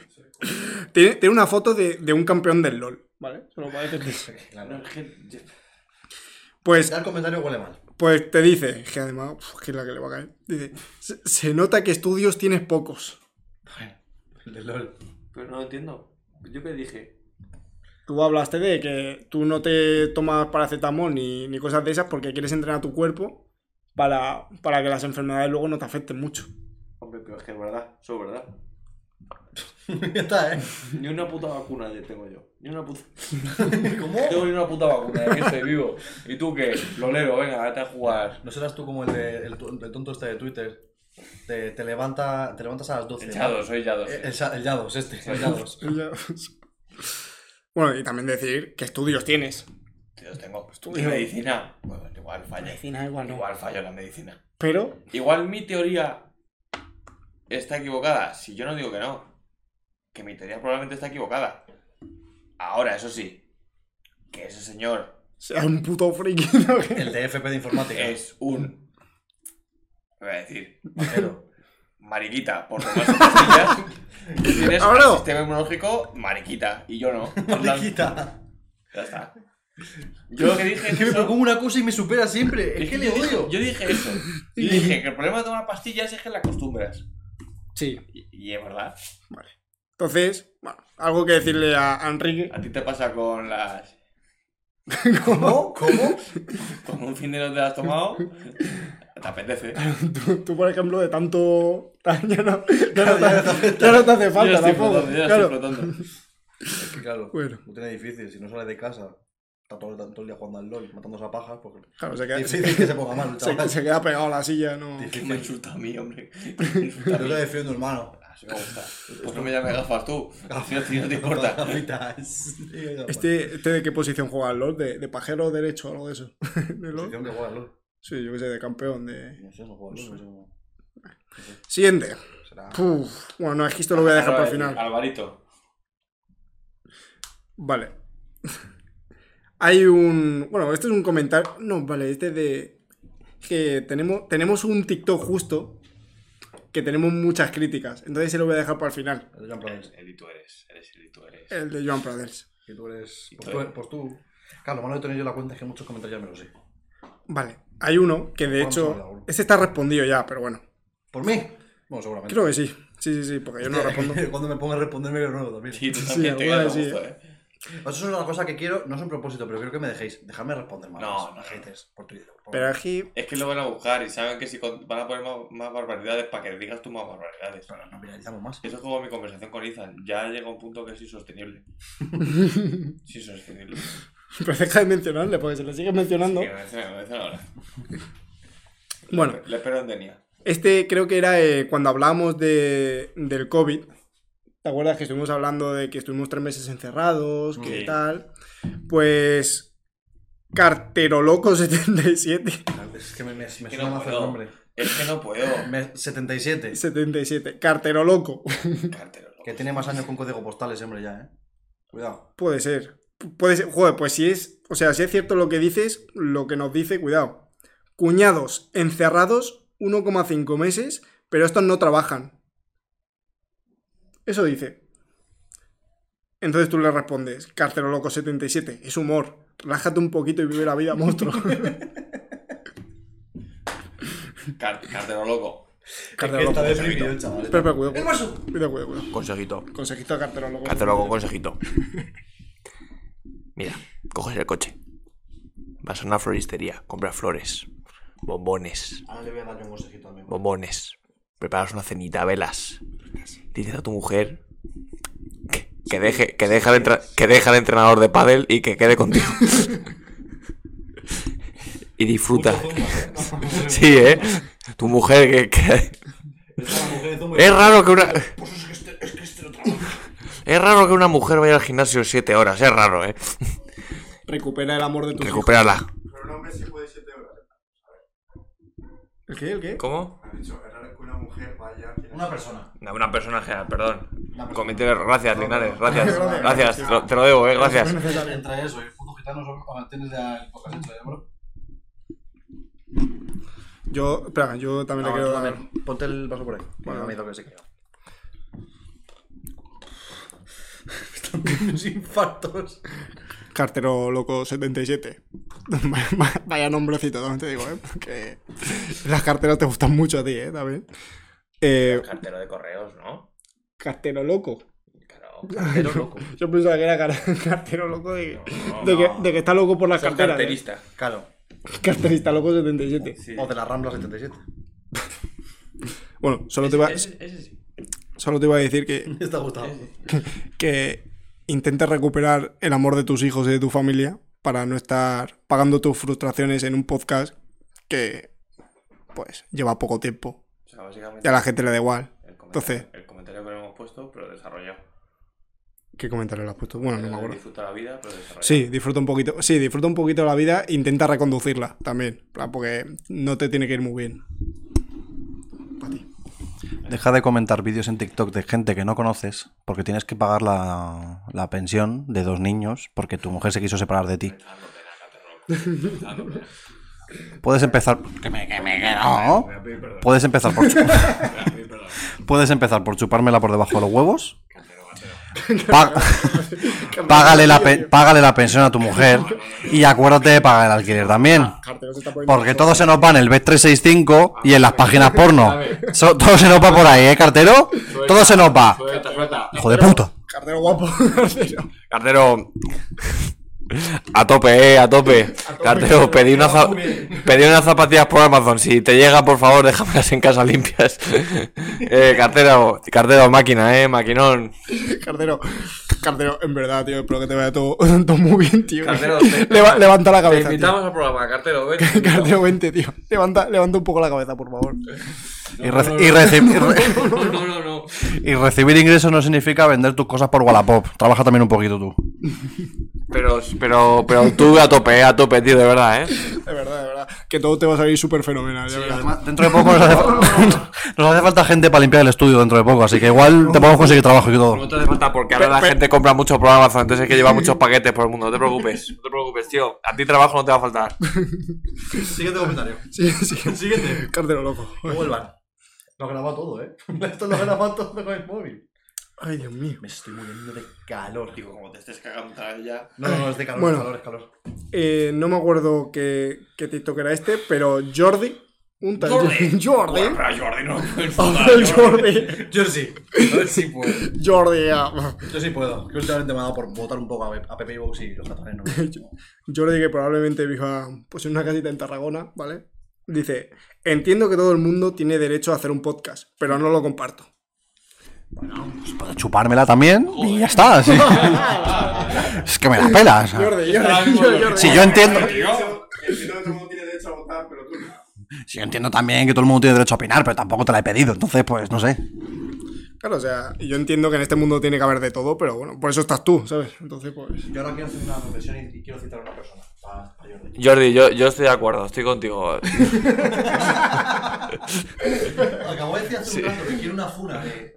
[SPEAKER 2] Tiene, tiene una foto de, de un campeón del LOL, ¿vale? Solo para decirte.
[SPEAKER 3] claro.
[SPEAKER 1] Es que-
[SPEAKER 2] Pues
[SPEAKER 3] Ya el comentario huele mal.
[SPEAKER 2] Pues te dice, que además, uf, que es la que le va a caer. Dice, se, se nota que estudios tienes pocos.
[SPEAKER 3] El de *laughs* LOL.
[SPEAKER 1] Pero no lo entiendo. Yo que dije.
[SPEAKER 2] Tú hablaste de que tú no te tomas paracetamol ni, ni cosas de esas porque quieres entrenar tu cuerpo para, para que las enfermedades luego no te afecten mucho.
[SPEAKER 1] Hombre, pero es que es verdad, eso es verdad.
[SPEAKER 3] ya está, ¿eh? *laughs*
[SPEAKER 1] Ni una puta vacuna de- tengo yo. Ni una puta. *laughs*
[SPEAKER 3] ¿Cómo?
[SPEAKER 1] Tengo ni una puta vacuna de que estoy vivo. ¿Y tú qué? Lo leo, venga, vete a jugar.
[SPEAKER 3] ¿No serás tú como el, de, el, tu- el tonto este de Twitter? Te, te levanta, te levantas a las 12.
[SPEAKER 1] El Yados, soy Yados.
[SPEAKER 3] El, el Sa- el Yados, este. El *laughs* Yados.
[SPEAKER 2] bueno, y también decir, ¿qué estudios tienes?
[SPEAKER 1] Tío, tengo.
[SPEAKER 3] Pues
[SPEAKER 2] Estudio.
[SPEAKER 1] ¿Y medicina? Bueno, igual falla.
[SPEAKER 2] igual
[SPEAKER 1] Igual falló la medicina.
[SPEAKER 2] Pero,
[SPEAKER 1] Igual mi teoría está equivocada. Si yo no digo que no, que mi teoría probablemente está equivocada. Ahora, eso sí, que ese señor
[SPEAKER 2] sea un puto friki. *laughs* ¿no?
[SPEAKER 3] El de FP de informática.
[SPEAKER 1] es un. ¿qué Voy a decir, Pero, mariquita, por tomarse pastillas. que
[SPEAKER 3] *laughs*
[SPEAKER 1] Tienes
[SPEAKER 2] Ahora no.
[SPEAKER 1] un sistema inmunológico, mariquita, y yo no. En plan,
[SPEAKER 3] Mariquita.
[SPEAKER 1] Ya está. Yo lo que dije
[SPEAKER 3] Es
[SPEAKER 1] es
[SPEAKER 3] que me
[SPEAKER 1] eso.
[SPEAKER 3] propongo una cosa y me supera siempre.
[SPEAKER 1] es
[SPEAKER 3] Es que le
[SPEAKER 1] yo dije-
[SPEAKER 3] odio.
[SPEAKER 1] Yo dije eso.
[SPEAKER 3] *laughs*
[SPEAKER 1] Yo dije que el problema de tomar pastillas es que la acostumbras.
[SPEAKER 2] Sí.
[SPEAKER 1] Y, y es verdad.
[SPEAKER 2] Entonces, bueno, algo que decirle a a Enrique. *laughs*
[SPEAKER 1] A ti te pasa con las.
[SPEAKER 3] ¿Cómo? ¿Cómo?
[SPEAKER 1] Con un fin de no te las has
[SPEAKER 2] *laughs*
[SPEAKER 1] tomado. Te apetece.
[SPEAKER 2] Tú, tú, por ejemplo, de tanto. tan- Ya no, ya no
[SPEAKER 3] Claro,
[SPEAKER 2] te,
[SPEAKER 3] ya no te afecta.
[SPEAKER 2] ya no te hace
[SPEAKER 1] Yo ya
[SPEAKER 2] falta
[SPEAKER 1] estoy
[SPEAKER 2] tampoco.
[SPEAKER 1] flotando, yo ya
[SPEAKER 2] Claro.
[SPEAKER 1] estoy
[SPEAKER 2] *laughs*
[SPEAKER 1] flotando.
[SPEAKER 3] Es que claro,
[SPEAKER 2] Bueno.
[SPEAKER 3] no tiene difícil. Si no sale de casa, está todo, todo el día jugando al LOL, matándose a pajas. Porque...
[SPEAKER 2] Claro, se queda, se,
[SPEAKER 3] Difícil que se ponga mal,
[SPEAKER 2] se- *laughs*
[SPEAKER 3] chaval.
[SPEAKER 2] se queda pegado a la silla, no.
[SPEAKER 1] Que
[SPEAKER 3] Difícil.
[SPEAKER 1] me insulta a mí,
[SPEAKER 2] *laughs*
[SPEAKER 1] hombre. Me insulta a
[SPEAKER 3] Yo te
[SPEAKER 1] mí.
[SPEAKER 3] defiendo, hermano.
[SPEAKER 1] Así me gusta. Pues no me llames gafas tú. Si no, si no te
[SPEAKER 2] *laughs*
[SPEAKER 3] *laughs*
[SPEAKER 1] importa.
[SPEAKER 3] Gafitas.
[SPEAKER 2] Este, ¿Este de qué posición juega el Lord? ¿De, de pajero derecho o algo de eso? *laughs* ¿De LOL?
[SPEAKER 3] Posición que juega al LOL.
[SPEAKER 2] Sí, yo qué sé, de campeón. De...
[SPEAKER 3] No sé, no juega al LOL. no
[SPEAKER 2] Siguiente.
[SPEAKER 3] sé. Será.
[SPEAKER 2] Puf. Bueno, no, es que esto lo voy a dejar
[SPEAKER 1] Ahora
[SPEAKER 2] para el
[SPEAKER 1] voy a decir,
[SPEAKER 2] final.
[SPEAKER 1] Alvarito.
[SPEAKER 2] Vale. Hay un. Bueno, este es un comentario. No, vale, este de. Que tenemos, tenemos un TikTok justo que tenemos muchas críticas. Entonces se lo voy a dejar para el final.
[SPEAKER 3] El de Jean Provence.
[SPEAKER 1] Eli tú eres. Eres Eli tú eres.
[SPEAKER 2] El de Joan Pradels.
[SPEAKER 3] Que tú eres. Pues
[SPEAKER 1] Todo.
[SPEAKER 3] tú, pues tú. Claro, lo malo de tener yo la cuenta es que muchos comentarios ya me lo sé.
[SPEAKER 2] Vale. Hay uno que de
[SPEAKER 3] Vamos a ver
[SPEAKER 2] hecho.
[SPEAKER 3] alguno.
[SPEAKER 2] Este está respondido ya, pero bueno.
[SPEAKER 3] ¿Por mí? Bueno, seguramente.
[SPEAKER 2] Creo que sí. Sí, sí, sí,
[SPEAKER 3] *laughs*
[SPEAKER 2] porque yo
[SPEAKER 3] Este-
[SPEAKER 2] no respondo.
[SPEAKER 3] Cuando me ponga a responderme lo nuevo también.
[SPEAKER 1] Sí, tú
[SPEAKER 2] Sí,
[SPEAKER 1] también te
[SPEAKER 2] alguna
[SPEAKER 1] quedas a
[SPEAKER 2] vez sí,
[SPEAKER 1] gusto, eh.
[SPEAKER 3] Eso es una cosa que quiero, no es un propósito, pero creo que me dejéis. Dejadme responder más.
[SPEAKER 1] No, no.
[SPEAKER 3] haters. Por Twitter. por favor.
[SPEAKER 2] Pero aquí. *laughs*
[SPEAKER 1] Es que lo van a buscar y saben que si con- van a poner más, más barbaridades para que digas tú más barbaridades.
[SPEAKER 3] Pero no viralizamos más.
[SPEAKER 1] Eso es como mi conversación con Izan. Ya llega un punto que es
[SPEAKER 2] *laughs*
[SPEAKER 1] insostenible. Es insostenible.
[SPEAKER 2] Pero deja de mencionarle, porque se le sigue mencionando.
[SPEAKER 1] Sí, que me dicen- me dicen ahora.
[SPEAKER 2] Bueno,
[SPEAKER 1] Le espero en Denia.
[SPEAKER 2] este creo que era eh, cuando hablábamos de, del COVID. ¿Te acuerdas que estuvimos hablando de que estuvimos tres meses encerrados, que
[SPEAKER 1] Sí.
[SPEAKER 2] tal? Pues. Carteroloco77.
[SPEAKER 3] Es que me, me,
[SPEAKER 1] que
[SPEAKER 3] me suena
[SPEAKER 1] no
[SPEAKER 3] más el
[SPEAKER 1] puedo.
[SPEAKER 3] nombre.
[SPEAKER 1] Es que no puedo.
[SPEAKER 3] Me- 77.
[SPEAKER 2] 77. Carteroloco.
[SPEAKER 1] Cartero, loco.
[SPEAKER 3] Que tiene más años con código postal ese hombre ya, eh. Cuidado.
[SPEAKER 2] Puede ser. Pu- Puede ser. Joder, pues si es. O sea, si es cierto lo que dices, lo que nos dice, cuidado. Cuñados encerrados 1,5 meses, pero estos no trabajan. Eso dice. Entonces tú le respondes, carceroloco 77, es humor. Relájate un poquito y vive la vida, monstruo. *laughs*
[SPEAKER 1] Car- cartero loco.
[SPEAKER 2] carteroloco. Espera,
[SPEAKER 3] deprimido chaval.
[SPEAKER 2] espera, cuidado,
[SPEAKER 3] ¡El
[SPEAKER 2] cuidado,
[SPEAKER 3] vaso!
[SPEAKER 2] cuidado, cuidado, cuidado.
[SPEAKER 6] Consejito.
[SPEAKER 2] Consejito a carteroloco.
[SPEAKER 6] Cartoloco, consejito. Mira, coges el coche. Vas a una floristería, compras flores, bombones,
[SPEAKER 3] Ahora le voy a dar yo un consejito a mi
[SPEAKER 6] bombones. Preparas una cenita, velas. Dices a tu mujer que, que deje, que, deje al entra- que deje al entrenador de pádel y que quede contigo. y disfruta. Sí, ¿eh? Tu mujer que- que,
[SPEAKER 2] Pues
[SPEAKER 6] es raro que una.
[SPEAKER 3] "Pues este,
[SPEAKER 6] Es raro que una mujer vaya al gimnasio 7 horas, es raro, ¿eh?
[SPEAKER 2] Recupera el amor de tus hijos.
[SPEAKER 6] Recupérala.
[SPEAKER 4] Pero un hombre sí puede 7 horas.
[SPEAKER 2] ¿El qué? ¿El qué?
[SPEAKER 6] ¿Cómo?
[SPEAKER 4] Han dicho, es raro que una mujer vaya.
[SPEAKER 3] Una persona.
[SPEAKER 6] Una persona en general, perdón.
[SPEAKER 3] Una persona.
[SPEAKER 6] Comité, gracias, Linares, gracias.
[SPEAKER 2] Gracias.
[SPEAKER 6] Gracias, te lo- te lo debo, ¿eh? Gracias.
[SPEAKER 3] Entra eso, el puto gitano solo cuando tienes la el podcast hecho, ¿eh, bro?
[SPEAKER 2] Yo, espera, yo también le quiero dar.
[SPEAKER 3] Ponte el vaso por ahí.
[SPEAKER 2] Bueno.
[SPEAKER 3] Bueno, me ha ido que se *laughs* queda. Están teniendo unos infartos.
[SPEAKER 2] Cartero Loco 77. *laughs* Vaya nombrecito, también te digo, ¿eh? Porque las carteras te gustan mucho a ti, ¿eh? También. Eh,
[SPEAKER 6] Cartero de correos, ¿no?
[SPEAKER 2] cartero loco. *laughs*
[SPEAKER 6] Claro.
[SPEAKER 2] cartero
[SPEAKER 6] loco.
[SPEAKER 2] Yo pensaba que era car- cartero loco de, de que, de que está loco por las carteras. ¿eh?
[SPEAKER 6] carterista.
[SPEAKER 7] Claro.
[SPEAKER 2] Carterista loco 77.
[SPEAKER 1] Sí.
[SPEAKER 7] O de la Rambla 77.
[SPEAKER 2] Bueno, solo te, iba,
[SPEAKER 6] sí.
[SPEAKER 2] solo te iba a decir que,
[SPEAKER 7] Está gustado.
[SPEAKER 2] que intentes recuperar el amor de tus hijos y de tu familia para no estar pagando tus frustraciones en un podcast que, pues, lleva poco tiempo.
[SPEAKER 1] O sea, básicamente.
[SPEAKER 2] Y a la gente le da igual.
[SPEAKER 1] el comentario,
[SPEAKER 2] Entonces-
[SPEAKER 1] El comentario que le hemos puesto, pero desarrollado.
[SPEAKER 2] ¿Qué comentario le has puesto? Bueno, no
[SPEAKER 1] Eh,
[SPEAKER 2] me acuerdo.
[SPEAKER 1] Disfruta la vida, pero desarrollado.
[SPEAKER 2] Sí, disfruta un poquito. Sí, disfruta un poquito la vida. Intenta reconducirla también. en plan, Porque no te tiene que ir muy bien. Pa' ti.
[SPEAKER 3] Deja de comentar vídeos en TikTok de gente que no conoces porque tienes que pagar la, la pensión de dos niños porque tu mujer se quiso separar de ti. Puedes empezar. Que me, que me- que no. Puedes empezar por. chu- *laughs* Puedes empezar por chupármela por debajo de los huevos. Pa- págale, la pe- págale la pensión a tu mujer y acuérdate de pagar el alquiler también.
[SPEAKER 2] Cartero se está poniendo-
[SPEAKER 3] Porque todo se nos va en el B365 y en las páginas porno. So- todo se nos va por ahí, ¿eh, cartero? Todo se nos va. Hijo de puta.
[SPEAKER 2] Cartero guapo. *laughs* Cartero.
[SPEAKER 6] Cartero. A tope, eh, a tope. Cartero, pedí, una za- pedí unas zapatillas por Amazon. Si te llega, por favor, déjamelas en casa limpias. Eh, cartero, cartero, máquina, eh, maquinón.
[SPEAKER 2] Cartero. Cartero, en verdad, tío. Espero que te vaya todo, *laughs* todo muy bien, tío. *laughs*
[SPEAKER 1] Cartero, te-
[SPEAKER 2] Leva- levanta la
[SPEAKER 1] Te
[SPEAKER 2] cabeza. tío.
[SPEAKER 1] invitamos al programa, cartero.
[SPEAKER 2] *laughs*
[SPEAKER 1] Ven,
[SPEAKER 2] Cartero, vente, tío. Levanta, levanta un poco la cabeza, por favor.
[SPEAKER 3] Y, reci- y reci- y re-
[SPEAKER 1] No, no, no, no.
[SPEAKER 3] y recibir ingresos no significa vender tus cosas por Wallapop. Trabaja también un poquito tú.
[SPEAKER 6] Pero, pero, pero tú a tope, eh, a tope, tío, de verdad, eh.
[SPEAKER 2] De verdad, de verdad. Que todo te va a salir súper fenomenal. de verdad.
[SPEAKER 3] Además, *laughs* dentro de
[SPEAKER 7] *laughs*
[SPEAKER 3] poco nos hace, fa- *laughs* nos hace falta gente para limpiar el estudio dentro de poco, así que igual te podemos conseguir trabajo y todo.
[SPEAKER 6] No te hace falta porque ahora la gente compra muchos por Amazon, entonces hay que llevar muchos paquetes por el mundo. No te preocupes, no te preocupes, tío. A ti trabajo no te va a faltar.
[SPEAKER 7] Siguiente comentario.
[SPEAKER 1] *laughs*
[SPEAKER 2] Sí, sí.
[SPEAKER 7] Siguiente.
[SPEAKER 2] Cartero loco.
[SPEAKER 7] Que vuelvan. Lo he grabado todo, ¿eh? *laughs* Esto lo he grabado todo con el móvil.
[SPEAKER 2] Ay, Dios mío.
[SPEAKER 7] Me estoy muriendo de calor,
[SPEAKER 1] Digo, como te estés cagando tal ya.
[SPEAKER 7] No, no, es de calor,
[SPEAKER 2] Bueno.
[SPEAKER 7] es calor, es calor.
[SPEAKER 2] Eh, no me acuerdo qué, qué TikTok era este, pero Jordi. Un tal Jordi. *laughs* Jordi.
[SPEAKER 1] Bueno, pero a Jordi no lo puedes
[SPEAKER 2] Ah, *laughs*
[SPEAKER 1] insultar, Jordi.
[SPEAKER 2] Jordi.
[SPEAKER 7] Yo sí. A ver si puedo.
[SPEAKER 2] Jordi. ah.
[SPEAKER 7] Yo sí puedo. Que últimamente me ha dado por votar un poco a, a Pepe Box y los catalanes. no.
[SPEAKER 2] Jordi que probablemente viva pues en una casita en Tarragona, ¿vale? Dice, entiendo que todo el mundo tiene derecho a hacer un podcast, pero no lo comparto.
[SPEAKER 3] Puedes *laughs* chupármela también y ya
[SPEAKER 7] *laughs*
[SPEAKER 3] está. sí. Es que me la pelas.
[SPEAKER 2] Jordi, Jordi, Jordi, Jordi.
[SPEAKER 3] Si yo entiendo.
[SPEAKER 8] Entiendo que todo el mundo tiene derecho a votar, pero tú no.
[SPEAKER 3] Sí, yo entiendo también que todo el mundo tiene derecho a opinar, pero tampoco te la he pedido, entonces, pues, no sé.
[SPEAKER 2] Claro, o sea, yo entiendo que en este mundo tiene que haber de todo, pero bueno, por eso estás tú, ¿sabes? Entonces, pues...
[SPEAKER 7] Yo ahora quiero hacer una profesión y, y quiero citar a una persona. Para para Jordi.
[SPEAKER 6] Jordi, yo, yo estoy de acuerdo, estoy contigo.
[SPEAKER 7] Acabo de decir hace un rato que quiero una funa de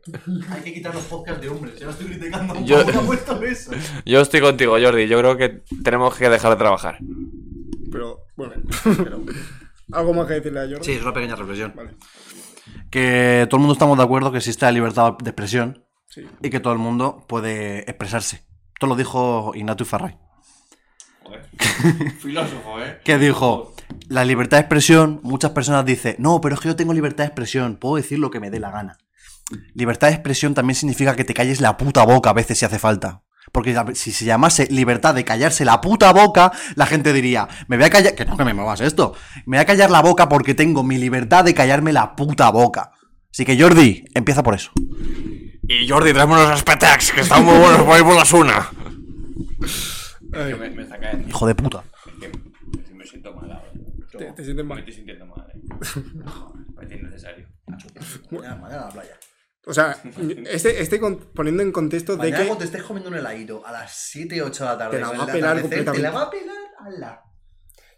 [SPEAKER 7] hay que quitar los podcasts de hombres. Yo no estoy criticando
[SPEAKER 6] Yo-
[SPEAKER 7] ¿Cómo te ha puesto eso.
[SPEAKER 6] Yo estoy contigo, Jordi. Yo creo que tenemos que dejar de trabajar.
[SPEAKER 2] Pero, bueno. *laughs* ¿Algo más que decirle a Jordi?
[SPEAKER 3] Sí, es una pequeña reflexión.
[SPEAKER 2] Vale.
[SPEAKER 3] Que todo el mundo estamos de acuerdo que existe la libertad de expresión
[SPEAKER 2] Sí.
[SPEAKER 3] y que todo el mundo puede expresarse. Esto lo dijo Ignatius Farray.
[SPEAKER 1] Joder. Filósofo, eh.
[SPEAKER 3] que dijo, la libertad de expresión, muchas personas dicen, no, pero es que yo tengo libertad de expresión, puedo decir lo que me dé la gana. Libertad de expresión también significa que te calles la puta boca a veces si hace falta. Porque la- si se llamase libertad de callarse la puta boca, la gente diría, me voy a callar, que no, que me muevas esto, me voy a callar la boca porque tengo mi libertad de callarme la puta boca. Así que Jordi, empieza por eso.
[SPEAKER 6] Y Jordi, tráeme unos Aspetex, que están muy buenos por ahí por la Suna.
[SPEAKER 1] Que me, me está cayendo.
[SPEAKER 3] Hijo de puta.
[SPEAKER 1] Es que me- me siento mal ahora.
[SPEAKER 2] Te, te sientes
[SPEAKER 1] Me
[SPEAKER 2] mal.
[SPEAKER 1] estoy sintiendo mal, eh. Joder, parece innecesario.
[SPEAKER 7] Mañana, mañana a la playa.
[SPEAKER 2] O sea, este, este con- poniendo en contexto de
[SPEAKER 7] Mañana
[SPEAKER 2] que...
[SPEAKER 7] cuando te estés comiendo un heladito a las 7, 8 de la tarde.
[SPEAKER 2] Te la
[SPEAKER 7] con
[SPEAKER 2] va a
[SPEAKER 7] el
[SPEAKER 2] pelar
[SPEAKER 7] atardecer,
[SPEAKER 2] completamente.
[SPEAKER 7] Te la va a pelar a la.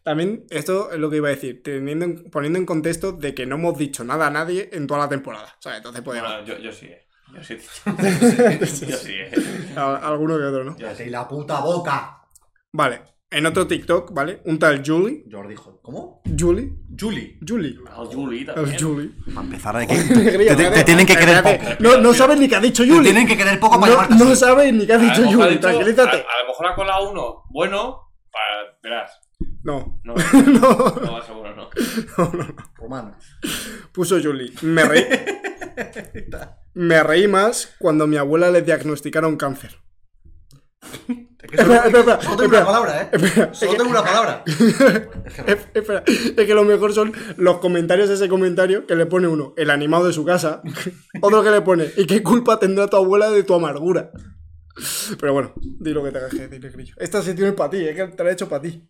[SPEAKER 2] También esto es lo que iba a decir, teniendo en- poniendo en contexto de que no hemos dicho nada a nadie en toda la temporada. O sea, entonces podemos...
[SPEAKER 1] Bueno, yo, yo sí, eh. Yo sí. *laughs* Yo sí, eh.
[SPEAKER 2] A- Alguno que otro, ¿no?
[SPEAKER 1] Yo sí.
[SPEAKER 7] ¡Cállate la puta boca!
[SPEAKER 2] Vale. En otro TikTok, ¿vale? Un tal Julie.
[SPEAKER 7] Jordi dijo, ¿cómo?
[SPEAKER 2] Julie.
[SPEAKER 7] Julie.
[SPEAKER 2] Julie.
[SPEAKER 1] Al Juli
[SPEAKER 2] El
[SPEAKER 1] también.
[SPEAKER 2] Julie.
[SPEAKER 3] Para empezar, de que- *laughs* te, te- te tienen que querer
[SPEAKER 2] Espérate,
[SPEAKER 3] poco.
[SPEAKER 2] No, no sabes ni qué ha dicho
[SPEAKER 3] Te
[SPEAKER 2] Julie.
[SPEAKER 3] tienen que querer poco para
[SPEAKER 2] no,
[SPEAKER 3] llamarte así.
[SPEAKER 2] Ah, no
[SPEAKER 1] Ah,
[SPEAKER 2] sabes ni qué ha dicho ah,
[SPEAKER 1] A lo mejor ha
[SPEAKER 2] Julie.
[SPEAKER 1] dicho-
[SPEAKER 2] Tranquilízate.
[SPEAKER 1] A, a lo mejor ha colado uno bueno para esperar.
[SPEAKER 2] No,
[SPEAKER 1] No,
[SPEAKER 2] no,
[SPEAKER 1] no, seguro no.
[SPEAKER 3] Romana.
[SPEAKER 2] puso Julie. Me *laughs* reí. Me reí más cuando a mi abuela le diagnosticaron cáncer.
[SPEAKER 3] Es que solo,
[SPEAKER 2] Espera, espera, espera,
[SPEAKER 3] solo tengo
[SPEAKER 2] espera.
[SPEAKER 3] una palabra, ¿eh?
[SPEAKER 2] Espera,
[SPEAKER 3] Solo tengo
[SPEAKER 2] *laughs*
[SPEAKER 3] una palabra.
[SPEAKER 2] Es- espera, es que lo mejor son los comentarios de ese comentario que le pone uno, el animado de su casa,
[SPEAKER 1] *laughs*
[SPEAKER 2] otro que le pone, ¿y qué culpa tendrá tu abuela de tu amargura? Pero bueno, di lo que te que dile grillo. Esta se tiene para ti, es que te la he hecho para ti.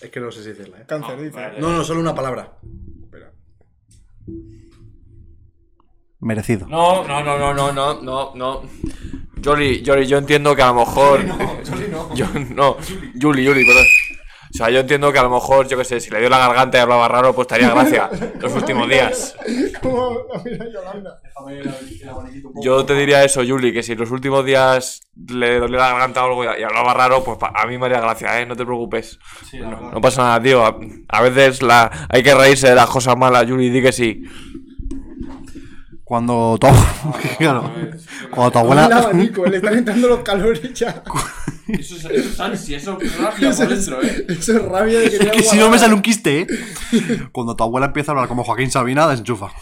[SPEAKER 3] Es que no sé si decirla, ¿eh?
[SPEAKER 2] Cáncer,
[SPEAKER 1] Ah,
[SPEAKER 2] dice. *laughs*
[SPEAKER 1] vale.
[SPEAKER 3] No, no, solo una palabra.
[SPEAKER 2] Espera.
[SPEAKER 9] Merecido.
[SPEAKER 6] No, no, no, no, no, no, no, no. Yoli, Yoli, yo entiendo que a lo mejor.
[SPEAKER 3] Jolly no.
[SPEAKER 6] Yo, no, Yuli, Yuli, perdón. O sea, yo entiendo que a lo mejor, yo qué sé, si le dio la garganta y hablaba raro, pues estaría gracia los últimos días.
[SPEAKER 2] Como- Oh, mira, Yolanda.
[SPEAKER 6] Yo te diría eso, Yuli, que si los últimos días le dolía la garganta o algo y y hablaba raro, pues pa- a mí me haría gracia, ¿eh? No te preocupes. No, no pasa nada, tío. A, a veces la, hay que reírse de las cosas malas, Yuli, di que sí.
[SPEAKER 9] Cuando tu,
[SPEAKER 3] Ah,
[SPEAKER 9] *laughs* claro, cuando tu
[SPEAKER 2] Hola. El
[SPEAKER 9] abuela.
[SPEAKER 2] abanico, le están entrando los calores ya.
[SPEAKER 1] Eso es, eso es ansia, eso es rabia por dentro, eh.
[SPEAKER 2] *laughs* Eso es rabia de
[SPEAKER 9] *laughs*
[SPEAKER 2] que,
[SPEAKER 9] Es
[SPEAKER 2] te
[SPEAKER 9] que si
[SPEAKER 2] hago
[SPEAKER 9] no me
[SPEAKER 2] hablar.
[SPEAKER 9] sale un
[SPEAKER 2] *laughs*
[SPEAKER 9] quiste, ¿eh? Cuando tu abuela empieza a hablar como Joaquín Sabina, desenchufa.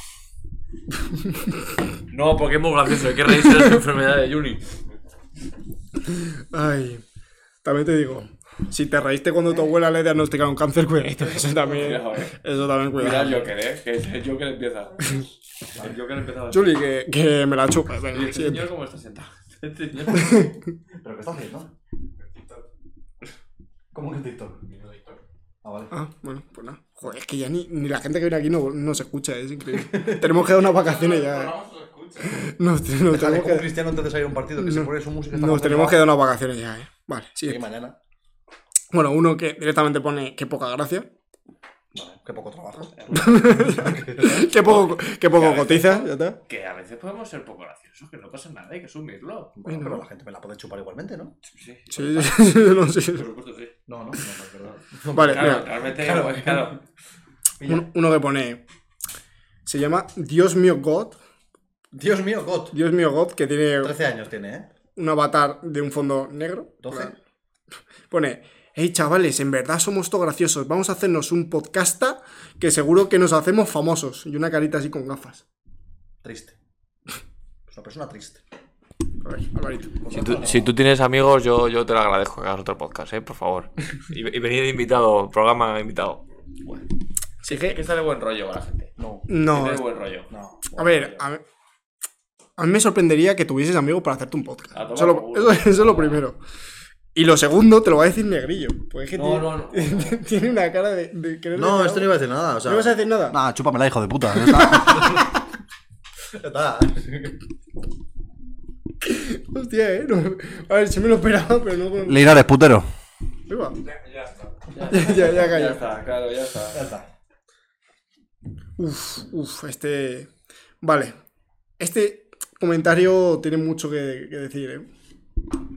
[SPEAKER 6] No, porque es muy gracioso, hay que reírse de las enfermedades de Yuli.
[SPEAKER 2] Ay, también te digo, si te reíste cuando tu abuela le diagnosticaron cáncer, cuidadito, eso también,
[SPEAKER 1] Cuidado, eh.
[SPEAKER 2] eso también
[SPEAKER 1] Mira
[SPEAKER 2] cuidado.
[SPEAKER 1] el Joker, eh. Que es el Joker empieza. El Joker empieza a
[SPEAKER 2] Juli, que, que me la chupas. eh,
[SPEAKER 1] ¿Y
[SPEAKER 2] venga,
[SPEAKER 1] este
[SPEAKER 2] siguiente.
[SPEAKER 1] señor cómo está sentado? *laughs* Este señor.
[SPEAKER 3] ¿Pero qué estás haciendo? ¿Cómo que en TikTok? Ah, vale.
[SPEAKER 2] Ah, bueno, pues nada. Joder, es que ya ni, ni la gente que viene aquí no, no se escucha, es increíble. *laughs* tenemos que dar unas vacaciones ya. eh. Nos, nos
[SPEAKER 3] Dale
[SPEAKER 2] tenemos
[SPEAKER 3] como
[SPEAKER 2] que,
[SPEAKER 3] Cristiano antes de salir a un partido, que se
[SPEAKER 2] No.
[SPEAKER 3] pone su música.
[SPEAKER 2] nos tenemos que dar unas vacaciones ya, eh. Vale,
[SPEAKER 3] Sí,
[SPEAKER 2] siguiente.
[SPEAKER 3] mañana.
[SPEAKER 2] Bueno, uno que directamente pone qué poca gracia, *laughs*
[SPEAKER 3] Vale, qué poco trabajo.
[SPEAKER 2] qué poco, qué poco cotiza, ya está.
[SPEAKER 1] Que a veces podemos ser poco graciosos, que no pasa nada, hay que asumirlo.
[SPEAKER 3] Bueno, pero la gente me la puede chupar igualmente, ¿no?
[SPEAKER 1] Sí,
[SPEAKER 2] Sí, sí, sí, no sé.
[SPEAKER 1] por supuesto, sí.
[SPEAKER 3] No, no, no, no, es verdad.
[SPEAKER 2] Vale,
[SPEAKER 1] Claro,
[SPEAKER 2] mira.
[SPEAKER 1] realmente,
[SPEAKER 3] Claro.
[SPEAKER 1] pues, claro.
[SPEAKER 2] Un- uno que pone. Se llama Dios mío God.
[SPEAKER 3] Dios mío, God.
[SPEAKER 2] Dios mío God, que tiene
[SPEAKER 3] 13 años tiene, ¿eh?
[SPEAKER 2] un avatar de un fondo negro.
[SPEAKER 3] 12.
[SPEAKER 2] Pone. Hey chavales, en verdad somos todos graciosos. Vamos a hacernos un podcasta que seguro que nos hacemos famosos. Y una carita así con gafas.
[SPEAKER 3] Triste. Es una persona triste.
[SPEAKER 2] A ver, Alvarito.
[SPEAKER 6] Si tú, si tú tienes amigos, yo, yo te lo agradezco que hagas otro podcast, ¿eh? Por favor. Y, y venid de invitado, programa de invitado.
[SPEAKER 2] Sí,
[SPEAKER 1] Hay que
[SPEAKER 2] que-
[SPEAKER 1] sale buen rollo a la gente.
[SPEAKER 3] No,
[SPEAKER 2] No.
[SPEAKER 1] Tiene buen rollo.
[SPEAKER 3] no.
[SPEAKER 2] A ver, a ver, a mí me sorprendería que tuvieses amigos para hacerte un podcast.
[SPEAKER 1] A tomar
[SPEAKER 2] Eso, es lo-
[SPEAKER 1] por culo.
[SPEAKER 2] eso- eso es lo primero. Y lo segundo, te lo va a decir Negrillo. Pues es que
[SPEAKER 1] No,
[SPEAKER 2] tiene,
[SPEAKER 1] no, no.
[SPEAKER 2] *laughs* tiene una cara de, de querer
[SPEAKER 3] No,
[SPEAKER 2] decir
[SPEAKER 3] esto no
[SPEAKER 2] algo.
[SPEAKER 3] iba a decir nada. O sea,
[SPEAKER 2] ¿No ibas a decir nada?
[SPEAKER 9] Nah, chúpamela, hijo de puta. Ya
[SPEAKER 3] *laughs*
[SPEAKER 9] está.
[SPEAKER 3] Está.
[SPEAKER 2] Hostia, eh. no- a ver, si me lo esperaba, pero no con.
[SPEAKER 9] Leinar es putero.
[SPEAKER 2] Viva.
[SPEAKER 1] Ya está.
[SPEAKER 2] Ya, *laughs* ya, ya
[SPEAKER 1] Ya
[SPEAKER 2] calla.
[SPEAKER 1] está, claro, ya está.
[SPEAKER 3] Ya está.
[SPEAKER 2] Uf, uf, este. Vale. Este comentario tiene mucho que, que decir, eh.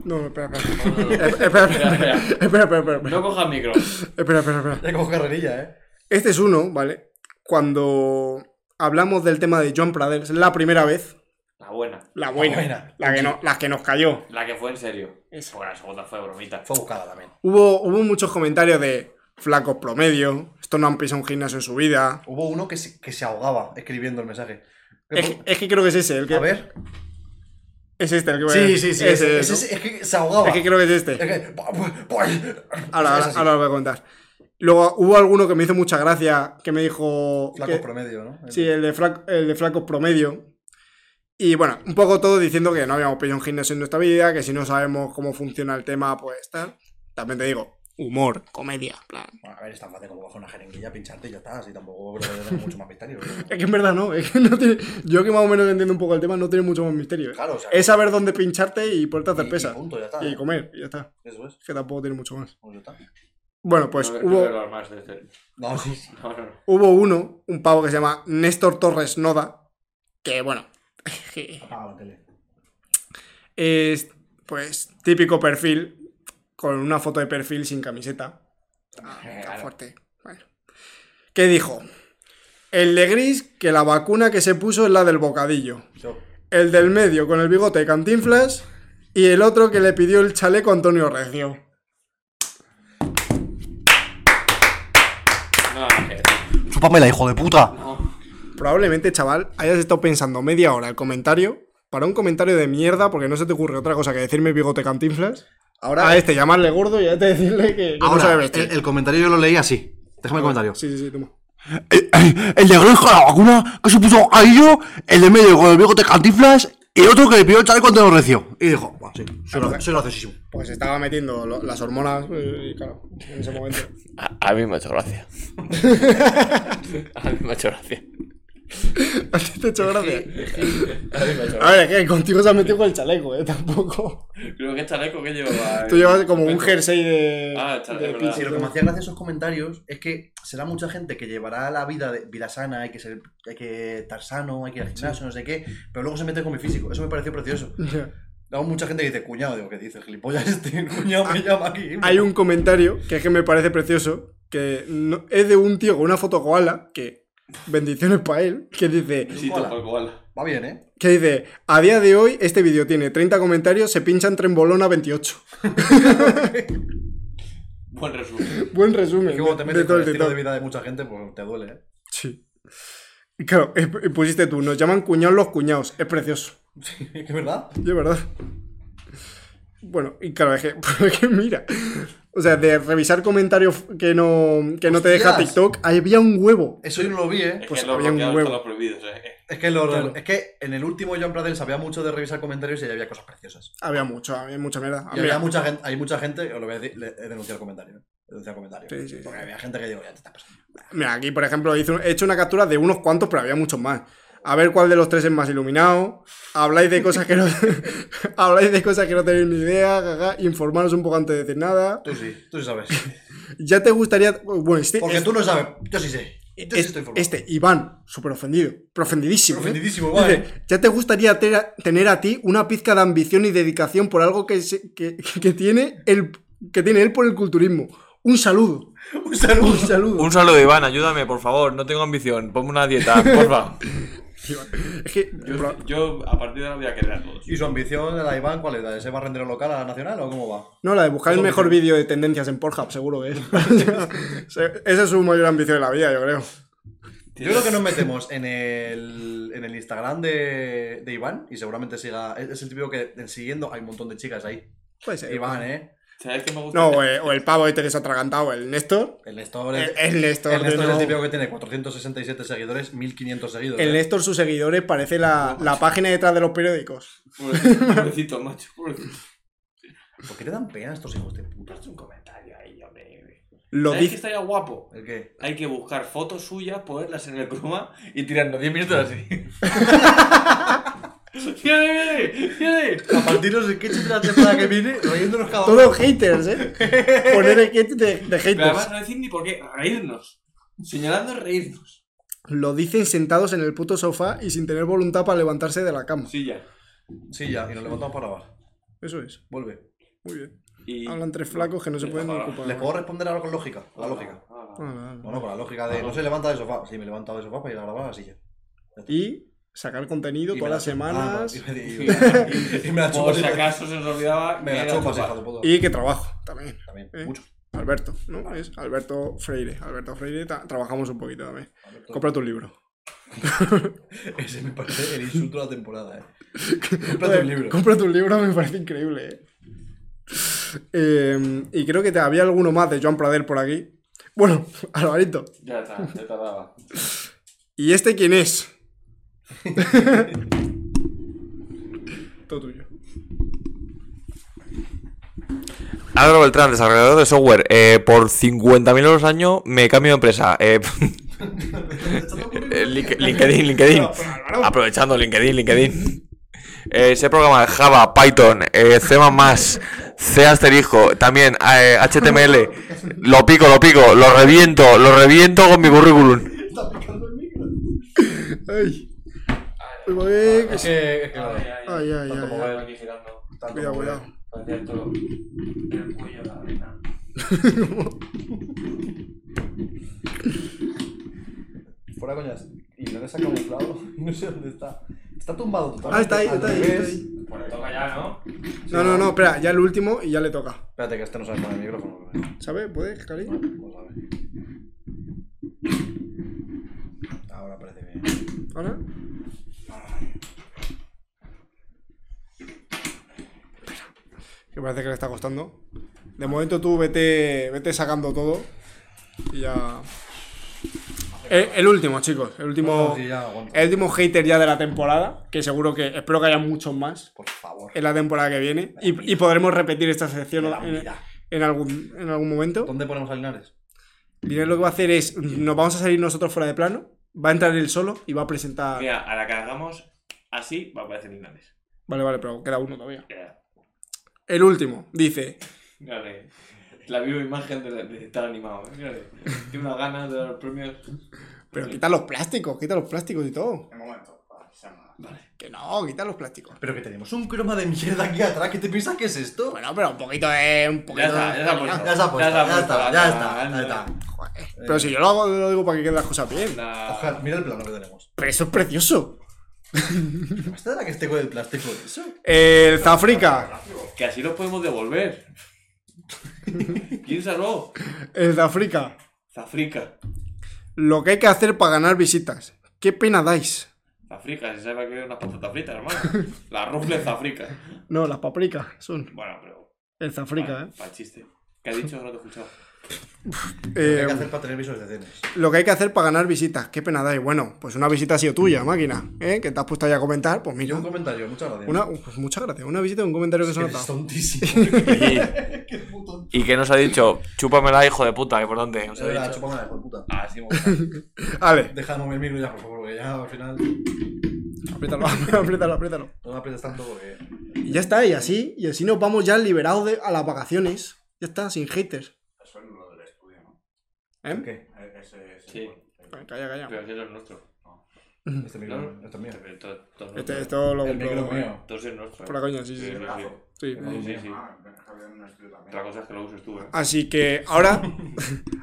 [SPEAKER 2] No, no, espera, *laughs* espera. espera, espera, *laughs* espera, espera, espera, espera,
[SPEAKER 1] No coja micro.
[SPEAKER 2] espera, espera, espera.
[SPEAKER 3] Ya cojo carrerilla, ¿eh?
[SPEAKER 2] Este es uno, ¿vale? Cuando hablamos del tema de John Pradels la primera vez,
[SPEAKER 1] La buena.
[SPEAKER 2] la buena, la,
[SPEAKER 3] buena.
[SPEAKER 2] que, no, la que nos cayó.
[SPEAKER 1] La que fue en serio. Bueno, la segunda fue bromita.
[SPEAKER 3] Fue buscada también.
[SPEAKER 2] Hubo, hubo muchos comentarios de flacos promedio, esto no han pisado un gimnasio en su vida,
[SPEAKER 3] Hubo uno que se, que se ahogaba escribiendo el mensaje.
[SPEAKER 2] Es, que- es que creo que es ese, el que.
[SPEAKER 3] A ver.
[SPEAKER 2] Es este el que voy a
[SPEAKER 3] Sí,
[SPEAKER 2] decir.
[SPEAKER 3] sí, sí.
[SPEAKER 2] Ese,
[SPEAKER 3] es,
[SPEAKER 2] ¿no?
[SPEAKER 3] es- es que se ahogaba.
[SPEAKER 2] Es que creo que es este.
[SPEAKER 3] Es que- bu- bu- bu-
[SPEAKER 2] Ahora,
[SPEAKER 3] es
[SPEAKER 2] ahora,
[SPEAKER 3] así.
[SPEAKER 2] ahora lo voy a contar. Luego hubo alguno que me hizo mucha gracia, que me dijo.
[SPEAKER 3] Flacos
[SPEAKER 2] que-
[SPEAKER 3] promedio, ¿no?
[SPEAKER 2] Sí, el de, flac- el de flacos promedio. Y bueno, un poco todo diciendo que no habíamos pillado un gimnasio en nuestra vida, que si no sabemos cómo funciona el tema, pues tal. También te digo, humor, comedia, en plan.
[SPEAKER 3] Bueno, a ver, es tan fácil como bajar una jeringuilla, pincharte y ya está. Así tampoco creo que tenga mucho más misterio.
[SPEAKER 2] Es que en verdad no, es que no tiene- yo que más o menos entiendo un poco el tema, no tiene mucho más misterio. ¿eh?
[SPEAKER 3] Claro, o sea.
[SPEAKER 2] Es saber dónde pincharte y ponerte a
[SPEAKER 3] y-
[SPEAKER 2] hacer
[SPEAKER 3] y
[SPEAKER 2] pesas.
[SPEAKER 3] punto, ya está.
[SPEAKER 2] Y comer, y ya está.
[SPEAKER 3] Eso es.
[SPEAKER 2] Es que tampoco tiene mucho más.
[SPEAKER 3] Pues ya está.
[SPEAKER 2] Bueno, pues
[SPEAKER 1] no,
[SPEAKER 2] hubo.
[SPEAKER 1] No, quiero hablar más de este.
[SPEAKER 3] No, sí, sí.
[SPEAKER 1] no, no, no.
[SPEAKER 2] hubo uno, un pavo que se llama Néstor Torres Noda, que bueno, *laughs*
[SPEAKER 3] Apaga la tele.
[SPEAKER 2] es pues típico perfil, con una foto de perfil sin camiseta. Está, está
[SPEAKER 1] Claro.
[SPEAKER 2] fuerte. Bueno. ¿Qué dijo? El de gris, que la vacuna que se puso es la del bocadillo.
[SPEAKER 3] Yo.
[SPEAKER 2] El del medio, con el bigote de cantinflas. Y el otro que le pidió el chaleco a Antonio Recio.
[SPEAKER 9] Chúpamela, hijo de puta.
[SPEAKER 2] Probablemente, chaval, hayas estado pensando media hora el comentario para un comentario de mierda porque no se te ocurre otra cosa que decirme bigote cantinflas.
[SPEAKER 9] Ahora-
[SPEAKER 2] a este llamarle gordo y a este decirle que, que no
[SPEAKER 9] Ahora, eh,
[SPEAKER 2] sabe vestir.
[SPEAKER 9] el, el comentario yo lo leí así. Déjame el comentario.
[SPEAKER 2] Sí, sí, sí, toma.
[SPEAKER 9] El, el, el de Granja, la vacuna, que se puso ello, el de medio con el bigote cantiflas y el otro que le pidió el chaleco cuando lo recio. Y dijo, "Buah, sí,
[SPEAKER 3] ah,
[SPEAKER 9] soy, gra- soy graciosísimo.
[SPEAKER 2] Pues estaba metiendo lo- las hormonas, eh, y claro, en ese momento.
[SPEAKER 6] A, a mí me ha hecho gracia. a mí me ha hecho gracia.
[SPEAKER 2] *laughs* ¿A ti te ha hecho gracia? A ver, es que contigo se ha metido con el chaleco, eh, tampoco.
[SPEAKER 1] Creo que chaleco que llevaba.
[SPEAKER 2] *laughs* Tú
[SPEAKER 1] eh,
[SPEAKER 2] llevas como un
[SPEAKER 1] Beto.
[SPEAKER 2] jersey de.
[SPEAKER 1] Ah, el chaleco,
[SPEAKER 2] de
[SPEAKER 1] verdad.
[SPEAKER 2] pinche,
[SPEAKER 1] Sí,
[SPEAKER 3] Y lo que me
[SPEAKER 2] ¿no?
[SPEAKER 3] hacía gracia esos comentarios es que será mucha gente que llevará la vida de, vida sana, hay que ser, hay que estar sano, hay que ir al gimnasio, no sé qué, pero luego se mete con mi físico. Eso me pareció precioso. Luego mucha gente que dice, cuñado, digo, ¿qué dices? Gilipollas *laughs* este, cuñado me llama aquí.
[SPEAKER 2] *laughs* Ah, Hay un comentario que es que me parece precioso, que no- es de un tío con una foto koala, que bendiciones para él, que dice,
[SPEAKER 1] Sí, tampoco, ala.
[SPEAKER 3] Va bien, ¿eh?
[SPEAKER 2] que dice, a día de hoy este vídeo tiene 30 comentarios, se pinchan tren bolona 28.
[SPEAKER 1] Buen resumen.
[SPEAKER 2] *laughs* Buen resumen
[SPEAKER 3] Que como te
[SPEAKER 2] de-
[SPEAKER 3] metes
[SPEAKER 2] de todo
[SPEAKER 3] con el
[SPEAKER 2] el
[SPEAKER 3] estilo de
[SPEAKER 2] TikTok.
[SPEAKER 3] vida de mucha gente, pues te duele, ¿eh? *laughs*
[SPEAKER 2] Sí. Y Claro, y y pusiste tú, nos llaman cuñados los cuñados, es precioso.
[SPEAKER 3] Es que, verdad.
[SPEAKER 2] De verdad. Bueno, y claro, es que, *laughs* es que mira. O sea, de revisar comentarios que no, que no te deja
[SPEAKER 3] Hostias.
[SPEAKER 2] TikTok, había un huevo.
[SPEAKER 3] Eso yo no lo vi, ¿eh?
[SPEAKER 1] Es
[SPEAKER 2] Pues
[SPEAKER 1] que los
[SPEAKER 2] había un
[SPEAKER 1] bloqueados
[SPEAKER 2] huevo.
[SPEAKER 1] están los prohibidos, eh.
[SPEAKER 3] Es que, lo-
[SPEAKER 2] Claro.
[SPEAKER 3] es que en el último John Pradel sabía mucho de revisar comentarios y ahí había cosas preciosas.
[SPEAKER 2] Había mucho, había mucha mierda.
[SPEAKER 3] Y
[SPEAKER 2] Había-
[SPEAKER 3] había mucha gente, hay mucha gente, os lo voy a decir, le- he denunciado el comentario. ¿eh? He denunciado el comentario.
[SPEAKER 2] Sí, sí, sí.
[SPEAKER 3] Porque había gente que digo, ya te estás pasando.
[SPEAKER 2] Mira, aquí, por ejemplo, hice un- he hecho una captura de unos cuantos, pero había muchos más. A ver cuál de los tres es más iluminado. Habláis de cosas que no, *laughs* habláis de cosas que no tenéis ni idea. jaja, Informaros un poco antes de decir nada.
[SPEAKER 3] Tú sí, tú sí sabes.
[SPEAKER 2] Ya te gustaría. Bueno, este.
[SPEAKER 3] *laughs* Porque
[SPEAKER 2] este-
[SPEAKER 3] tú no sabes. Yo sí sé. Yo sí
[SPEAKER 2] este,
[SPEAKER 3] estoy informado.
[SPEAKER 2] este, Iván, súper ofendido. Pero ofendidísimo. ¿eh?
[SPEAKER 3] Ofendidísimo, igual,
[SPEAKER 2] Dice, ya te gustaría ter- tener a ti una pizca de ambición y dedicación por algo que, se- que, *laughs* que tiene, el, que tiene él por el culturismo. Un saludo.
[SPEAKER 3] *laughs*
[SPEAKER 2] *laughs*
[SPEAKER 3] Un saludo.
[SPEAKER 2] Un saludo.
[SPEAKER 6] Un saludo, Iván, ayúdame, por favor. No tengo ambición. Ponme una *laughs* dieta, porfa.
[SPEAKER 2] Es que,
[SPEAKER 1] Yo,
[SPEAKER 2] pro-
[SPEAKER 1] yo a partir de ahora voy a querer dos.
[SPEAKER 3] ¿Y su ambición de la Iván cuál es? ¿La de ser barrendero local a la nacional o cómo va?
[SPEAKER 2] no, la de buscar el
[SPEAKER 3] Eso
[SPEAKER 2] mejor
[SPEAKER 3] mismo.
[SPEAKER 2] vídeo de tendencias en Pornhub, seguro que es. *laughs* Se- Esa es su mayor ambición de la vida, yo creo.
[SPEAKER 3] Yo creo que nos metemos en el, en el Instagram de, de Iván y seguramente siga. Es, es el típico que en siguiendo hay un montón de chicas ahí.
[SPEAKER 2] Puede ser.
[SPEAKER 3] Iván, ¿eh?
[SPEAKER 1] *laughs* ¿Sabes qué me gusta?
[SPEAKER 2] No, o el, o el pavo este que se ha atragantado, el Néstor.
[SPEAKER 3] El Néstor
[SPEAKER 2] El,
[SPEAKER 3] es,
[SPEAKER 2] el Néstor.
[SPEAKER 3] el
[SPEAKER 2] de
[SPEAKER 3] Néstor es el
[SPEAKER 2] nuevo.
[SPEAKER 3] típico que tiene 467 seguidores, 1500 seguidores.
[SPEAKER 2] El
[SPEAKER 3] ¿eh?
[SPEAKER 2] Néstor, sus seguidores, parece la, la página detrás de los periódicos.
[SPEAKER 1] Pobrecito, pobrecito, macho. Pobrecito.
[SPEAKER 3] ¿Por qué te dan pena estos hijos de puta?
[SPEAKER 1] Haz un comentario ahí, hombre.
[SPEAKER 2] Lo
[SPEAKER 1] ¿Sabes que
[SPEAKER 2] dice.
[SPEAKER 1] estaría guapo?
[SPEAKER 3] ¿El qué?
[SPEAKER 1] Hay que buscar fotos suyas, ponerlas en el croma y tirarnos 10 minutos así. *laughs* ¡Fíjate, fíjate! fíjate.
[SPEAKER 3] A partir de los sketches de la temporada que viene, riéndonos cada uno.
[SPEAKER 2] Todos haters,
[SPEAKER 3] *laughs*
[SPEAKER 2] ¿eh? Poner sketch de, de
[SPEAKER 1] Pero además
[SPEAKER 2] haters.
[SPEAKER 1] no decir ni por qué, reírnos. Señalando reírnos.
[SPEAKER 2] Lo dicen sentados en el puto sofá y sin tener voluntad para levantarse de la cama.
[SPEAKER 1] Sí, ya.
[SPEAKER 3] Sí, ya, y nos levantamos para grabar.
[SPEAKER 2] Eso es.
[SPEAKER 3] Vuelve.
[SPEAKER 2] Muy bien.
[SPEAKER 1] Y...
[SPEAKER 2] Hablan tres flacos que no se pueden ni ocupar.
[SPEAKER 3] ¿Les puedo responder ahora con lógica? La lógica.
[SPEAKER 1] Ah, ah.
[SPEAKER 2] Ah, ah, ah.
[SPEAKER 3] Bueno, con la lógica de no se levanta del sofá. Sí, me he levantado del sofá para ir a grabar a la silla.
[SPEAKER 2] Y sacar contenido
[SPEAKER 3] Y
[SPEAKER 2] todas
[SPEAKER 3] me la-
[SPEAKER 2] las semanas.
[SPEAKER 3] Ah, y, y- y- y me la
[SPEAKER 1] Por
[SPEAKER 3] chupas.
[SPEAKER 1] si acaso se nos olvidaba,
[SPEAKER 3] Me la
[SPEAKER 1] era
[SPEAKER 3] chupas,
[SPEAKER 1] chupar.
[SPEAKER 3] hija de puta.
[SPEAKER 2] Y que trabajo también.
[SPEAKER 3] También,
[SPEAKER 2] ¿Eh?
[SPEAKER 3] mucho.
[SPEAKER 2] Alberto, ¿no? Es Alberto Freire. Alberto Freire, ta- trabajamos un poquito también. Compra tu libro.
[SPEAKER 3] *laughs* Ese me parece el insulto de la
[SPEAKER 2] *laughs*
[SPEAKER 3] temporada, eh. Cómprate
[SPEAKER 2] Joder,
[SPEAKER 3] un libro.
[SPEAKER 2] Cómprate un libro, me parece increíble. ¿eh? Eh, y creo que te- había alguno más de Joan Pradel por aquí. Bueno, *laughs* Alvarito.
[SPEAKER 1] Ya está, ya tardaba.
[SPEAKER 2] ¿Y este quién es? *laughs* Todo tuyo.
[SPEAKER 6] Álvaro Beltrán, desarrollador de software. Eh, por 50.000 euros al año me cambio de empresa. Eh, *laughs* eh, Link- LinkedIn, LinkedIn. Aprovechando LinkedIn, LinkedIn. Eh, sé programar Java, Python, eh, C++, C asterisco, también eh, HTML. Lo pico, lo pico, lo reviento, lo reviento con mi currículum.
[SPEAKER 2] ¡Ay! Uy, voy bien, Ah, que
[SPEAKER 3] Es
[SPEAKER 2] sí.
[SPEAKER 3] que, es que,
[SPEAKER 1] Ay, ay, ay.
[SPEAKER 2] Ay, ay, ay,
[SPEAKER 1] Como
[SPEAKER 2] ay.
[SPEAKER 1] ven aquí girando.
[SPEAKER 3] tanto
[SPEAKER 2] Cuidado,
[SPEAKER 3] como-
[SPEAKER 2] cuidado.
[SPEAKER 1] Hacia el toro. El cuello, la arena.
[SPEAKER 3] Fuera coñas. Y no le saca un clavo. *laughs* No sé dónde está. Está tumbado totalmente.
[SPEAKER 2] Ah, está ahí,
[SPEAKER 3] al
[SPEAKER 2] está ahí,
[SPEAKER 3] revés.
[SPEAKER 2] está ahí.
[SPEAKER 1] Bueno, Pues toca ya, ¿no?
[SPEAKER 2] No, no, no, espera, ya el último y ya le toca.
[SPEAKER 3] Espérate que este no sabe con el micrófono.
[SPEAKER 2] ¿Sabes? ¿Puedes, Cali?
[SPEAKER 3] No sabe.
[SPEAKER 2] ¿Ahora? Que parece que le está costando. De momento tú vete, vete sacando todo. Y ya. El, Eh, el último, chicos. El último.
[SPEAKER 3] No, sí, ya aguanto.
[SPEAKER 2] El último hater ya de la temporada. Que seguro que. Espero que haya muchos más
[SPEAKER 3] Por favor.
[SPEAKER 2] en la temporada que viene. Y, y podremos repetir esta sección
[SPEAKER 3] La
[SPEAKER 2] en,
[SPEAKER 3] unidad.
[SPEAKER 2] en algún, en algún momento.
[SPEAKER 3] ¿Dónde ponemos a Linares?
[SPEAKER 2] Linares lo que va a hacer es, nos vamos a salir nosotros fuera de plano, va a entrar él solo y va a presentar...
[SPEAKER 1] Mira, a la que hagamos así va a aparecer Ignanes.
[SPEAKER 2] Vale, vale, pero queda uno todavía.
[SPEAKER 1] Ya,
[SPEAKER 2] El último, dice...
[SPEAKER 1] Mírale. La viva imagen de, de estar animado. ¿eh? Mírale. Tiene unas ganas de dar los premios.
[SPEAKER 2] Pero quita los plásticos, quita los plásticos y todo.
[SPEAKER 4] De momento. Vale, se llama.
[SPEAKER 2] Que no, quita los plásticos.
[SPEAKER 3] Pero que tenemos un croma de mierda aquí atrás. ¿Qué te piensas que es esto?
[SPEAKER 2] Bueno, pero un poquito de...
[SPEAKER 1] Ya
[SPEAKER 2] Un poquito
[SPEAKER 1] está, ya está
[SPEAKER 2] de-
[SPEAKER 1] puesto.
[SPEAKER 3] pues Ya se ha puesto, ya,
[SPEAKER 1] se ha puesto,
[SPEAKER 3] está, ya está, ya está.
[SPEAKER 2] Joder. Pero si yo lo hago, lo digo para que queden las cosas bien.
[SPEAKER 1] La-
[SPEAKER 3] Ojalá, mira el plano que tenemos.
[SPEAKER 2] Pero eso es precioso.
[SPEAKER 3] ¿Esta era que esté con el plástico de eso?
[SPEAKER 2] El Zafrica.
[SPEAKER 1] Que así los podemos *laughs* devolver. Piénsalo.
[SPEAKER 2] El Zafrica.
[SPEAKER 1] Zafrica.
[SPEAKER 2] Lo que hay que hacer para ganar visitas. ¿Qué pena dais?
[SPEAKER 1] Zafrica, se sabe que es unas patatas fritas, hermano. La rufles Zafrica.
[SPEAKER 2] No, las papricas son.
[SPEAKER 1] Bueno, pero.
[SPEAKER 2] El Zafrica, ¿eh?
[SPEAKER 1] Para el chiste. ¿Qué ha dicho? No te he escuchado.
[SPEAKER 3] ¿Qué hay que
[SPEAKER 2] Eh,
[SPEAKER 3] hacer para tener visualizaciones?
[SPEAKER 2] Lo que hay que hacer para ganar visitas. Qué pena dais. Bueno, pues una visita ha sido tuya, máquina. ¿eh? Que te has puesto ahí a comentar. Pues mira.
[SPEAKER 3] Un comentario, muchas gracias.
[SPEAKER 2] Una, pues muchas gracias. Una visita y un comentario que se
[SPEAKER 3] Eres
[SPEAKER 2] nota.
[SPEAKER 3] tontísimo.
[SPEAKER 2] *laughs*
[SPEAKER 6] Y,
[SPEAKER 3] Qué puto.
[SPEAKER 6] y que nos ha dicho, chúpamela, hijo de puta, que por dónde os
[SPEAKER 3] Es
[SPEAKER 6] he
[SPEAKER 3] verdad,
[SPEAKER 6] dicho.
[SPEAKER 3] chúpame la hijo de puta.
[SPEAKER 1] Ah, sí, me gusta.
[SPEAKER 2] Vale,
[SPEAKER 3] Déjame el micro ya, por favor, porque ya al final
[SPEAKER 2] apriétalo, *laughs* apriétalo, apriétalo.
[SPEAKER 3] no me aprietas tanto porque.
[SPEAKER 2] Y ya está, y así, y así nos vamos ya liberados de, a las vacaciones. Ya está, sin haters.
[SPEAKER 4] Eso es lo del estudio, ¿no?
[SPEAKER 2] ¿Eh?
[SPEAKER 3] ¿Qué?
[SPEAKER 4] E- Ese, ese
[SPEAKER 1] Sí.
[SPEAKER 4] bueno,
[SPEAKER 2] Calla, calla.
[SPEAKER 1] Pero que es nuestro.
[SPEAKER 3] Este micro,
[SPEAKER 1] No.
[SPEAKER 3] esto es mío.
[SPEAKER 1] Pero todo- todo es
[SPEAKER 2] Este,
[SPEAKER 1] nuestro.
[SPEAKER 2] esto lo.
[SPEAKER 3] El micro
[SPEAKER 2] lo-
[SPEAKER 3] es mío.
[SPEAKER 1] Todo es nuestro.
[SPEAKER 2] Por la coña, sí, sí,
[SPEAKER 1] Sí,
[SPEAKER 2] sí.
[SPEAKER 1] sí,
[SPEAKER 2] Sí.
[SPEAKER 1] sí. Sí, sí.
[SPEAKER 4] Ah, es que había un estudio también.
[SPEAKER 1] Otra cosa es que lo uses tú, ¿eh?
[SPEAKER 2] Así que
[SPEAKER 3] *laughs*
[SPEAKER 2] ahora,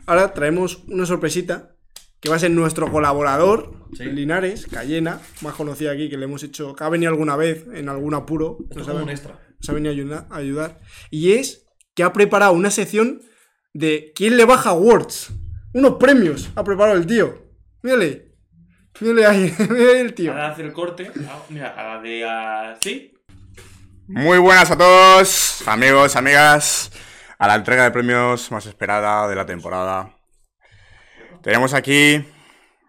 [SPEAKER 2] ahora traemos una sorpresita que va a ser nuestro colaborador,
[SPEAKER 3] Sí.
[SPEAKER 2] Linares, Cayena, más conocida aquí, que le hemos hecho, que ha venido alguna vez en algún apuro,
[SPEAKER 3] Esto es
[SPEAKER 2] nos ha,
[SPEAKER 3] como un extra.
[SPEAKER 2] nos ha venido a ayuda- a ayudar, y es que ha preparado una sección de ¿Quién le baja awards? Unos premios ha preparado el tío. Mírale, mírale ahí, *laughs* mírale el tío.
[SPEAKER 1] Ahora hace el corte. Ah, mira, a la de así.
[SPEAKER 8] Muy buenas a todos, amigos, amigas, a la entrega de premios más esperada de la temporada. Tenemos aquí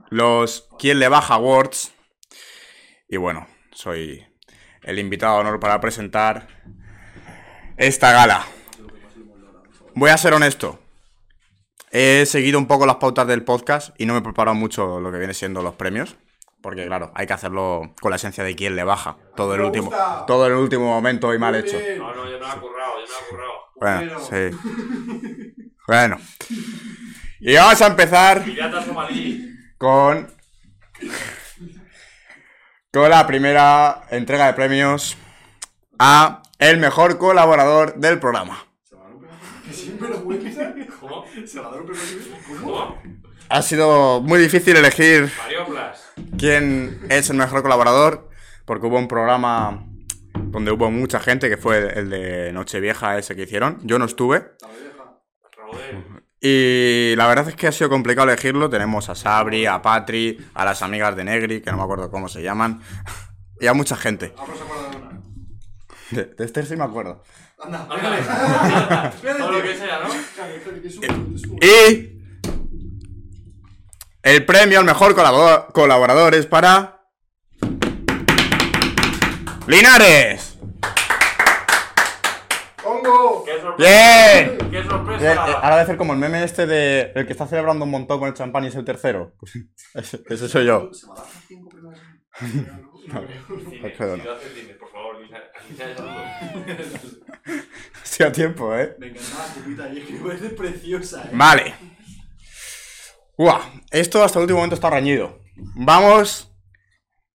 [SPEAKER 8] los ¿Quién le baja Awards? Y bueno, soy el invitado de honor para presentar esta gala. Voy a ser honesto. He seguido un poco las pautas del podcast y no me he preparado mucho lo que viene siendo los premios. Porque claro, hay que hacerlo con la esencia de quién le baja. Todo el
[SPEAKER 2] me
[SPEAKER 8] último,
[SPEAKER 2] gusta.
[SPEAKER 8] todo el último momento y mal hecho.
[SPEAKER 1] No, no, yo me lo he currado, yo me lo he currado.
[SPEAKER 8] Bueno, sí.
[SPEAKER 2] *laughs*
[SPEAKER 8] Bueno. Y vamos a empezar
[SPEAKER 1] Pirata somalí.
[SPEAKER 8] con. Con la primera entrega de premios a el mejor colaborador del programa.
[SPEAKER 1] ¿Cómo? ¿Cómo?
[SPEAKER 8] Ha sido muy difícil elegir
[SPEAKER 1] Marioplas.
[SPEAKER 8] quién es el mejor colaborador, porque hubo un programa donde hubo mucha gente, que fue el- el de Nochevieja ese que hicieron. Yo no estuve,
[SPEAKER 1] Rodel.
[SPEAKER 8] Y la verdad es que ha sido complicado elegirlo. Tenemos a Sabri, a Patri, a las amigas de Negri, que no me acuerdo cómo se llaman, *laughs* y a mucha gente. De, de este sí me acuerdo.
[SPEAKER 3] *laughs*
[SPEAKER 1] Todo lo que sea, ¿no?
[SPEAKER 8] Y el premio al mejor colaborador, colaborador es para Linares.
[SPEAKER 1] ¡Qué sorpresa!
[SPEAKER 8] Bien.
[SPEAKER 1] ¡Qué
[SPEAKER 8] Eh, eh,
[SPEAKER 1] sorpresa!
[SPEAKER 8] Ahora voy a hacer como el meme este de el que está celebrando un montón con el champán y es el tercero. *laughs* Ese, ese soy yo.
[SPEAKER 1] Dime,
[SPEAKER 8] perdona.
[SPEAKER 1] si lo haces, dime, por favor, Lisa. Lisa, es
[SPEAKER 8] Hacía tiempo, ¿eh?
[SPEAKER 3] Me encantaba la cubita ayer, que parece preciosa, eh.
[SPEAKER 8] Vale. Guau, esto hasta el último momento está reñido. Vamos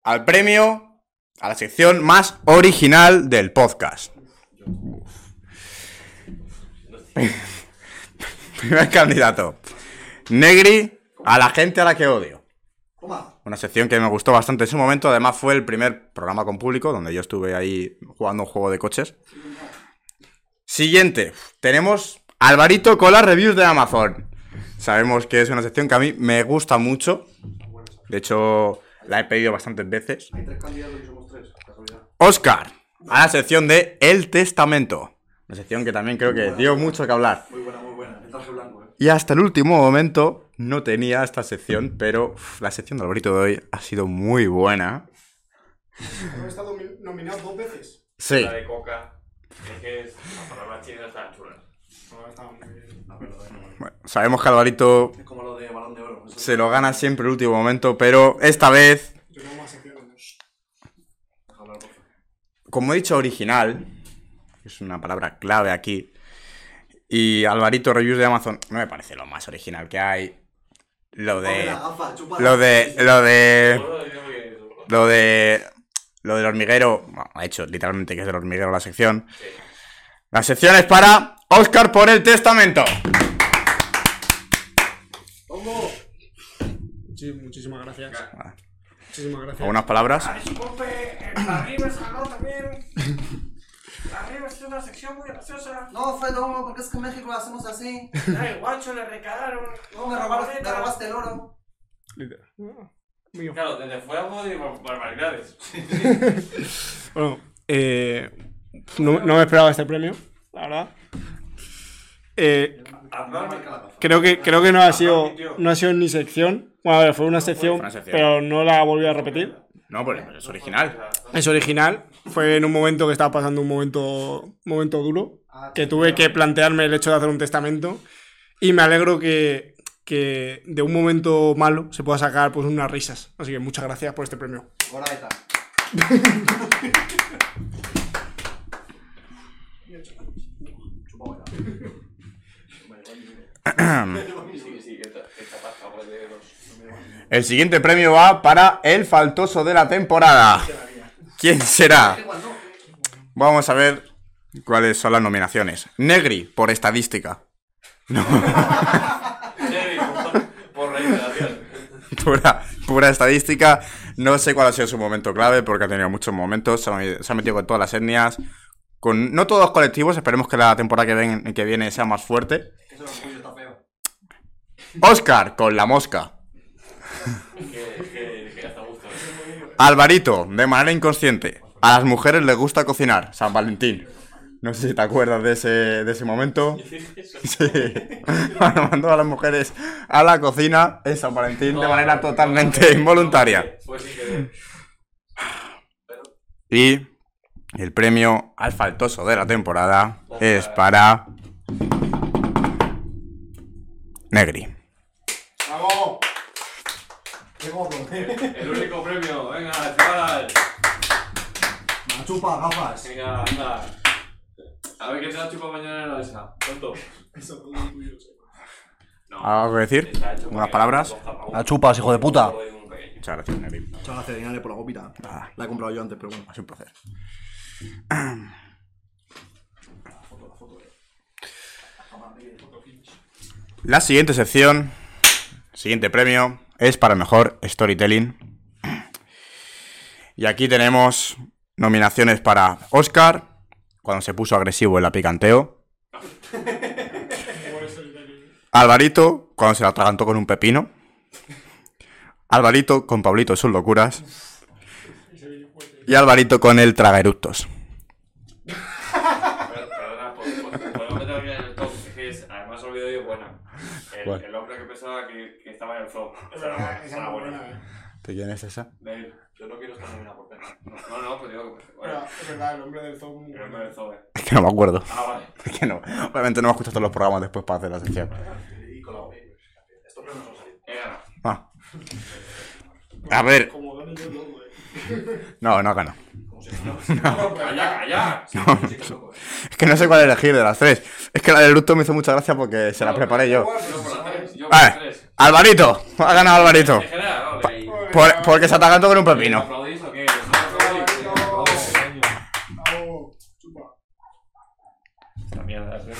[SPEAKER 8] al premio, a la sección más original del podcast. *laughs* Primer candidato. Negri a la gente a la que odio. Una sección que me gustó bastante en su momento. Además fue el primer programa con público donde yo estuve ahí jugando un juego de coches. Siguiente, tenemos Alvarito con las reviews de Amazon. Sabemos que es una sección que a mí me gusta mucho. De hecho, La he pedido bastantes veces.
[SPEAKER 3] Hay tres candidatos y somos tres, casualidad.
[SPEAKER 8] Oscar, a la sección de El Testamento. Una sección que también creo que dio mucho que hablar.
[SPEAKER 3] Muy buena, muy buena. El traje blanco, eh.
[SPEAKER 8] Y hasta el último momento no tenía esta sección, pero uf, la sección de Alvarito de hoy ha sido muy buena.
[SPEAKER 2] He estado nomi- nominado dos veces.
[SPEAKER 8] Sí.
[SPEAKER 1] La de coca. Es que es las palabras chinas están chulas.
[SPEAKER 2] No, estaba muy bien.
[SPEAKER 3] La verdad, eh, no.
[SPEAKER 8] Bueno, sabemos que Alvarito
[SPEAKER 3] Es como lo de balón de oro. eso
[SPEAKER 8] se lo gana siempre el último momento, pero esta vez,
[SPEAKER 2] Yo tengo más secciones.
[SPEAKER 3] deja hablar, por favor.
[SPEAKER 8] como he dicho, original, es una palabra clave aquí, y Alvarito Reviews de Amazon no me parece lo más original que hay. Lo
[SPEAKER 3] Coge
[SPEAKER 8] de...
[SPEAKER 3] la gafa, chúpala.
[SPEAKER 8] Lo de... Lo de...
[SPEAKER 1] Todo el idioma que es, ¿no?
[SPEAKER 8] Lo de. Lo del hormiguero. Bueno, ha hecho literalmente que es del hormiguero la sección. La sección es para Oscar por el testamento.
[SPEAKER 3] ¡Hongo!
[SPEAKER 2] Sí, muchísimas gracias.
[SPEAKER 8] Vale.
[SPEAKER 2] Muchísimas gracias.
[SPEAKER 8] ¿Algunas palabras?
[SPEAKER 10] Ah, eh, Arriba es una sección muy graciosa.
[SPEAKER 3] No, Fred, hongo, porque es que en México lo hacemos así.
[SPEAKER 10] Ay, guacho, le recalaron.
[SPEAKER 3] No, me robaste, me robaste el oro.
[SPEAKER 2] Mío.
[SPEAKER 1] Claro, desde fuera puedo decir bar- barbaridades.
[SPEAKER 2] Bueno, eh, no, no me esperaba este premio, la verdad. Eh, creo, que, creo que no ha sido no ha sido ni sección. Bueno, a ver, fue una sección,
[SPEAKER 8] una sección.
[SPEAKER 2] pero no la volví a repetir.
[SPEAKER 8] No, pues es original.
[SPEAKER 2] Es original. Fue en un momento que estaba pasando un momento, momento duro, que tuve que plantearme el hecho de hacer un testamento. Y me alegro que, que de un momento malo se pueda sacar pues unas risas. Así que muchas gracias por este premio.
[SPEAKER 3] Goraeta. Chupame
[SPEAKER 1] Sí, sí, esta, esta pasta huele pues, de los...
[SPEAKER 8] El siguiente premio va para el faltoso de la temporada. ¿Quién será? Vamos a ver cuáles son las nominaciones. Negri, por estadística.
[SPEAKER 1] Jerry, por, por reiteración.
[SPEAKER 8] pura, pura estadística. No sé cuál ha sido su momento clave, porque ha tenido muchos momentos. Se ha metido, se ha metido con todas las etnias. Con, no todos los colectivos, esperemos que la temporada que, ven- que viene sea más fuerte.
[SPEAKER 3] Que ese orgullo está feo.
[SPEAKER 8] Oscar con la mosca.
[SPEAKER 1] Que, que, que hasta gusto. ¿eh?
[SPEAKER 8] Alvarito, de manera inconsciente. A las mujeres les gusta cocinar. San Valentín. No sé si te acuerdas de ese, de ese momento. Sí. *laughs* Mandó a las mujeres a la cocina en San Valentín de manera totalmente involuntaria.
[SPEAKER 1] Pues sí que...
[SPEAKER 8] Y el premio al faltoso de la temporada es para. Negri.
[SPEAKER 3] ¡Bravo! ¡Qué gordo! *laughs* eh.
[SPEAKER 1] El único premio, venga, chaval.
[SPEAKER 3] Chupa, gafas.
[SPEAKER 1] Venga, anda. A ver qué te la chupa mañana en la esa. Tonto.
[SPEAKER 8] ¿Algo que decir?
[SPEAKER 1] Está hecho
[SPEAKER 8] ¿Unas
[SPEAKER 1] porque-
[SPEAKER 8] palabras?
[SPEAKER 11] La chupas, hijo de puta.
[SPEAKER 8] Muchas gracias, Negri.
[SPEAKER 3] Muchas gracias, Dinale, por la copita. La he comprado yo antes, pero bueno.
[SPEAKER 8] Ha sido un placer. La siguiente sección, siguiente premio, es para mejor storytelling. Y aquí tenemos nominaciones para Oscar, cuando se puso agresivo en la picanteo. Alvarito, cuando se la atragantó con un pepino. Alvarito con Pablito y sus locuras. Y Alvarito con el tragaeructos.
[SPEAKER 1] Per- Perdona, por, por, por no meterme en el top, es que es, además olvidé yo buena. El,
[SPEAKER 8] ¿Cuál?
[SPEAKER 1] el hombre que pensaba que, que estaba en el flop. Esa era buena. Esa era
[SPEAKER 2] eh.
[SPEAKER 1] buena.
[SPEAKER 8] ¿De quién es esa?
[SPEAKER 1] Ven, yo no quiero estar en una porque No, no, pues digo que. Bueno,
[SPEAKER 2] Es verdad, el hombre del zoo.
[SPEAKER 1] el hombre del zoe.
[SPEAKER 8] Es que no me acuerdo.
[SPEAKER 1] Ah, vale.
[SPEAKER 8] Es que no. Obviamente no me escuchado todos los programas después para hacer la sección.
[SPEAKER 3] Y con la Estos premios son salidos.
[SPEAKER 1] He ganado.
[SPEAKER 8] Ah. A ver.
[SPEAKER 2] Como gane yo todo, eh.
[SPEAKER 8] No, no ganó.
[SPEAKER 1] ¡Calla, calla!
[SPEAKER 8] Es que no sé cuál elegir de las tres. Es que la del Luto me hizo mucha gracia porque se la preparé yo.
[SPEAKER 1] Yo por las tres. Yo por las
[SPEAKER 8] Vale.
[SPEAKER 1] tres.
[SPEAKER 8] Alvarito. Ha ganado Alvarito.
[SPEAKER 1] En general, vale.
[SPEAKER 2] Pues,
[SPEAKER 1] y-
[SPEAKER 8] Por- porque se atacando con un
[SPEAKER 1] ¿Me
[SPEAKER 8] pepino.
[SPEAKER 1] aplaudís o qué? ¿No me aplaudís?
[SPEAKER 2] Bravo, chupa.
[SPEAKER 1] Esta mierda, ¿eh?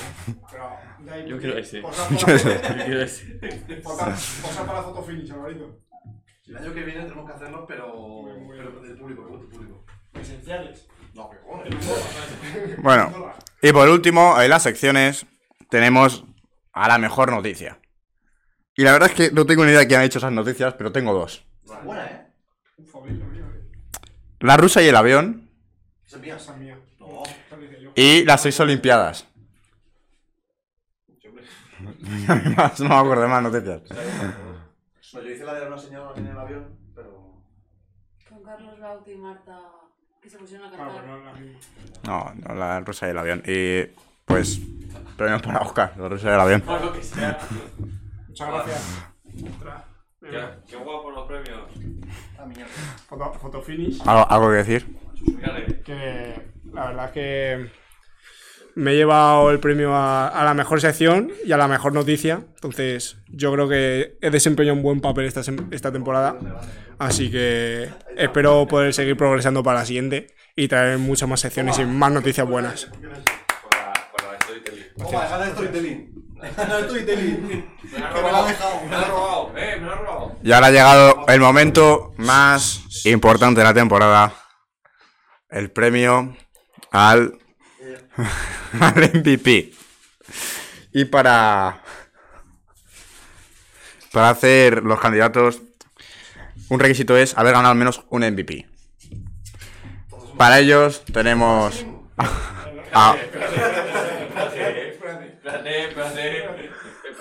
[SPEAKER 2] Bravo. De ahí,
[SPEAKER 1] Yo quiero ese.
[SPEAKER 2] Posar
[SPEAKER 8] Yo
[SPEAKER 2] para,
[SPEAKER 8] sé.
[SPEAKER 1] Yo quiero ese.
[SPEAKER 2] posar- posar para la foto finish, Alvarito.
[SPEAKER 3] El año que viene tenemos que hacerlo, pero.
[SPEAKER 2] Muy bueno.
[SPEAKER 3] Pero del público, del público.
[SPEAKER 2] Esenciales.
[SPEAKER 3] No, que joder.
[SPEAKER 8] Bueno. Y por último, en las secciones tenemos a la mejor noticia. Y la verdad es que no tengo ni idea de quién ha hecho esas noticias, pero tengo dos.
[SPEAKER 3] Está buena, eh.
[SPEAKER 8] La rusa y el avión.
[SPEAKER 3] Esa es mía. Esa es mía. No.
[SPEAKER 8] Y las seis olimpiadas. Más, *laughs* no me acuerdo de más noticias.
[SPEAKER 3] No, yo hice la de una señora en el avión, pero.
[SPEAKER 5] Con Carlos Bauti y Marta, que se
[SPEAKER 2] Ah,
[SPEAKER 5] pusieron a cantar.
[SPEAKER 8] No, no, la rusa y el avión. Y pues, premios para Oscar, la rusa y el avión.
[SPEAKER 4] Ah, lo que sea.
[SPEAKER 2] Muchas gracias. Otra.
[SPEAKER 4] Ya, qué guapo los premios.
[SPEAKER 2] Foto, foto finish.
[SPEAKER 8] ¿Algo, algo que decir?
[SPEAKER 4] Mírale.
[SPEAKER 2] Que la verdad es que me he llevado el premio a, a la mejor sección y a la mejor noticia. Entonces, yo creo que he desempeñado un buen papel esta, sem- esta temporada. Así que espero poder seguir progresando para la siguiente y traer muchas más secciones y más noticias buenas.
[SPEAKER 4] Con la, con la de storytelling.
[SPEAKER 3] Toma, deja de *laughs* storytelling. Deja de storytelling.
[SPEAKER 4] Me la ha
[SPEAKER 3] Que me la ha
[SPEAKER 4] robado.
[SPEAKER 3] dejado.
[SPEAKER 4] Me la ha robado. Eh, me la ha robado.
[SPEAKER 8] Y ahora ha llegado el momento más importante de la temporada. El premio al, *laughs* al MVP. Y para, para hacer los candidatos, un requisito es haber ganado al menos un MVP. Para ellos tenemos a, *laughs*
[SPEAKER 4] Espérate, espérate, espérate.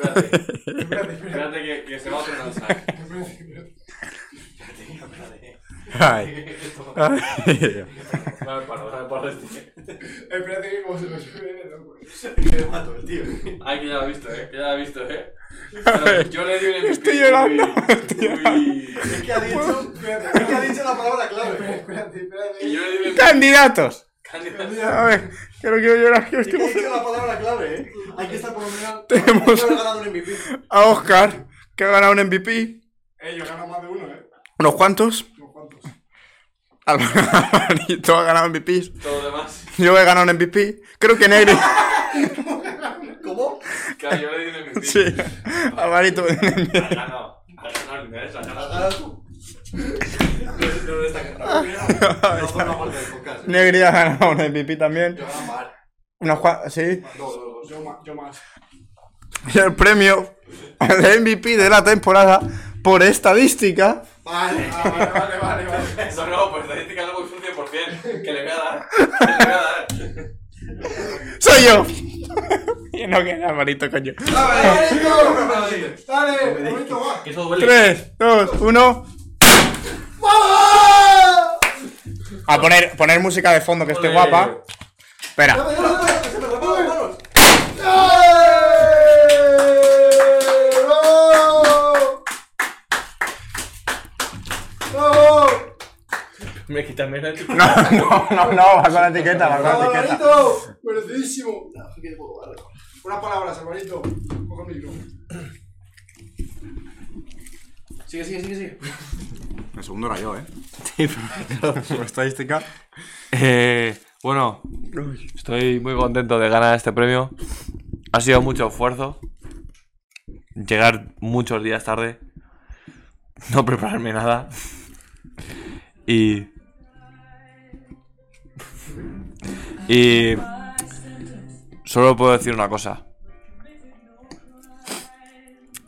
[SPEAKER 4] Espérate, espérate que, que se va a hacer una sal.
[SPEAKER 8] ay, ay, *laughs*
[SPEAKER 4] Dame paro, dame paro este.
[SPEAKER 2] Espérate que como se me sube el loco.
[SPEAKER 4] Ay, que ya lo ha visto, eh. Que ya lo ha visto, eh. Pero yo le di un
[SPEAKER 8] Estoy llorando,
[SPEAKER 4] Uy.
[SPEAKER 3] Es que ha dicho. Es que ha dicho la palabra clave. Espérate, espérate.
[SPEAKER 4] Y yo le di un
[SPEAKER 8] candidatos.
[SPEAKER 4] candidato.
[SPEAKER 8] A ver, que no quiero llorar, que
[SPEAKER 3] Es que
[SPEAKER 8] estoy
[SPEAKER 3] ha dicho la palabra clave, eh. Hay que estar por lo menos.
[SPEAKER 8] Tenemos-
[SPEAKER 3] Hay que haber ganado un MVP.
[SPEAKER 8] a Oscar, que ha ganado un MVP.
[SPEAKER 2] Eh, yo gano más de uno, eh.
[SPEAKER 8] ¿Unos cuantos?
[SPEAKER 2] Unos cuantos.
[SPEAKER 8] Alvarito ha ganado MVPs.
[SPEAKER 4] Todo lo demás.
[SPEAKER 8] Yo he ganado un MVP. Creo
[SPEAKER 2] *laughs*
[SPEAKER 8] que Negri.
[SPEAKER 3] ¿Cómo?
[SPEAKER 4] Claro, yo le di un MVP.
[SPEAKER 8] Sí. Alvarito. *laughs*
[SPEAKER 4] Ha ganado. Ha ganado el inglés, ha ganado.
[SPEAKER 3] Ahora tú. No lo *laughs* destaca. No forma parte del podcast. eh.
[SPEAKER 8] Negri ha ganado un MVP también.
[SPEAKER 3] Yo gano mal.
[SPEAKER 8] Unos cua- Sí.
[SPEAKER 3] No, no, no.
[SPEAKER 2] Yo más. Yo más.
[SPEAKER 8] Y el premio de MVP de la temporada por estadística.
[SPEAKER 3] eh. Vale.
[SPEAKER 2] Vale, vale, vale. vale.
[SPEAKER 4] Eso no, pues estadística no voy un 100%. Que le voy a dar. Que le voy a dar.
[SPEAKER 8] ¡Soy yo! *laughs* Y no que Alvarito, coño.
[SPEAKER 2] Dale, momento va.
[SPEAKER 4] Que eso duele.
[SPEAKER 8] 3, 2, 1. A poner, poner música de fondo que esté
[SPEAKER 4] Ole.
[SPEAKER 8] guapa. Espera.
[SPEAKER 1] Me quitan menos.
[SPEAKER 8] No, no, no, no, va con la etiqueta, va con la etiqueta.
[SPEAKER 2] Alvarito, merecidísimo. Unas palabras, Alvarito. Coge el micro.
[SPEAKER 3] Sigue, sigue, sigue, sigue.
[SPEAKER 8] El segundo era yo, eh.
[SPEAKER 6] Por
[SPEAKER 8] estadística.
[SPEAKER 6] Eh, bueno, estoy muy contento de ganar este premio. Ha sido mucho esfuerzo. Llegar muchos días tarde. No prepararme nada. Y... Y... Solo puedo decir una cosa.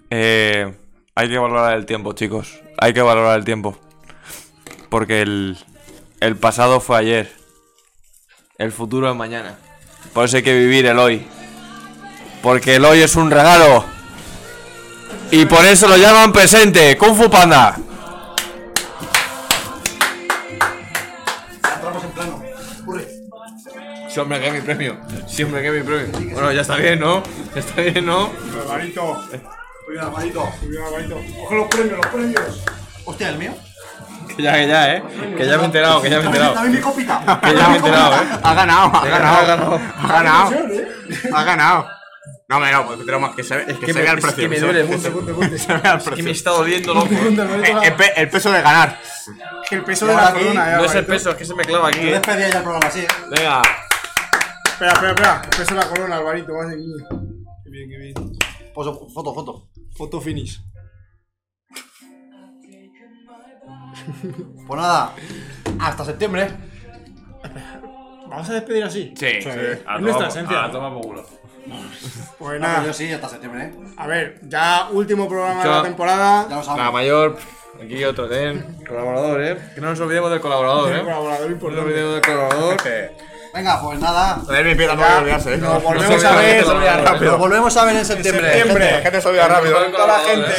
[SPEAKER 6] Eh, hay que valorar el tiempo, chicos. Hay que valorar el tiempo. Porque el, el pasado fue ayer. El futuro es mañana. Por eso hay que vivir el hoy. Porque el hoy es un regalo. Y por eso lo llaman presente. Kung Fu Panda.
[SPEAKER 3] Entramos en plano. Corre.
[SPEAKER 1] Siempre que es mi premio. Siempre que es mi premio. Bueno, ya está bien, ¿no? Ya está bien, ¿no?
[SPEAKER 2] Alvarito,
[SPEAKER 3] Muy bien, hermanito.
[SPEAKER 2] cuidado, Alvarito. Coge los premios, los premios.
[SPEAKER 3] Hostia, ¿el mío?
[SPEAKER 1] Que ya, que ya, ¿eh? Que ya me he enterado, que ya me he
[SPEAKER 8] *laughs*
[SPEAKER 1] enterado.
[SPEAKER 3] Dame mi copita.
[SPEAKER 1] Que ya me he enterado, ¿eh?
[SPEAKER 8] Ha ganado, ha
[SPEAKER 1] ganado,
[SPEAKER 8] ganado. Ha ganado. Ha ganado. No, me no, pues, pero más que se ve, es que
[SPEAKER 1] Que
[SPEAKER 8] se
[SPEAKER 1] me-
[SPEAKER 8] vea el
[SPEAKER 1] es
[SPEAKER 8] precio.
[SPEAKER 1] que me
[SPEAKER 8] se-
[SPEAKER 1] duele
[SPEAKER 8] se-
[SPEAKER 1] mucho.
[SPEAKER 8] se-
[SPEAKER 1] *laughs*
[SPEAKER 8] se vea el
[SPEAKER 1] Que
[SPEAKER 8] precio.
[SPEAKER 1] me está doliendo,
[SPEAKER 8] *laughs*
[SPEAKER 1] loco.
[SPEAKER 8] Eh, el, pe- el peso de ganar.
[SPEAKER 2] Que el peso de la corona, eh.
[SPEAKER 1] No es el
[SPEAKER 2] Alvarito.
[SPEAKER 1] peso, es que se me clava aquí.
[SPEAKER 3] Yo
[SPEAKER 1] ¿eh?
[SPEAKER 3] despedía ya el programa así, eh.
[SPEAKER 1] Venga.
[SPEAKER 2] Espera, espera, espera. El peso de la corona, Alvarito. Madre mía. Qué bien, qué bien.
[SPEAKER 3] Poso- Pues, foto, foto.
[SPEAKER 2] Foto finish.
[SPEAKER 3] Pues nada, hasta septiembre.
[SPEAKER 2] Vamos a despedir así.
[SPEAKER 1] Sí, sí. A
[SPEAKER 2] Es nuestra
[SPEAKER 1] tomar por-
[SPEAKER 2] esencia.
[SPEAKER 1] A tomar Ah, por culo.
[SPEAKER 2] Pues
[SPEAKER 3] Ah,
[SPEAKER 2] nada,
[SPEAKER 3] yo sí, hasta septiembre, ¿eh?
[SPEAKER 2] a ver, ya último programa de la
[SPEAKER 12] Chao.
[SPEAKER 2] temporada.
[SPEAKER 3] Ya lo sabes.
[SPEAKER 12] La mayor. Aquí otro, ¿eh?
[SPEAKER 6] Colaborador, ¿eh? Que no nos olvidemos del colaborador,
[SPEAKER 2] *laughs*
[SPEAKER 6] ¿eh?
[SPEAKER 2] Colaborador
[SPEAKER 6] No nos
[SPEAKER 2] importante.
[SPEAKER 6] olvidemos del colaborador.
[SPEAKER 3] Venga, pues nada.
[SPEAKER 8] Joder, mi piedra no voy a olvidarse, ¿eh?
[SPEAKER 2] Nos
[SPEAKER 8] No
[SPEAKER 2] volvemos
[SPEAKER 8] se
[SPEAKER 2] a
[SPEAKER 8] olvida,
[SPEAKER 2] ver.
[SPEAKER 8] no se olvida
[SPEAKER 3] Nos
[SPEAKER 8] rápido.
[SPEAKER 3] volvemos a ver en septiembre.
[SPEAKER 8] La gente se olvida rápido.
[SPEAKER 2] Toda la gente.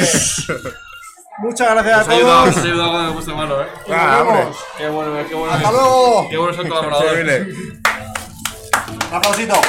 [SPEAKER 2] Muchas gracias a
[SPEAKER 1] Te ayuda,
[SPEAKER 2] todos.
[SPEAKER 1] te ayuda algo de gusto hermano, eh.
[SPEAKER 8] Ah, hombre.
[SPEAKER 1] Qué bueno, qué bueno.
[SPEAKER 3] ¡Hasta luego!
[SPEAKER 1] Qué bueno ser colaborador.
[SPEAKER 8] Increíble.
[SPEAKER 3] Un aplausito.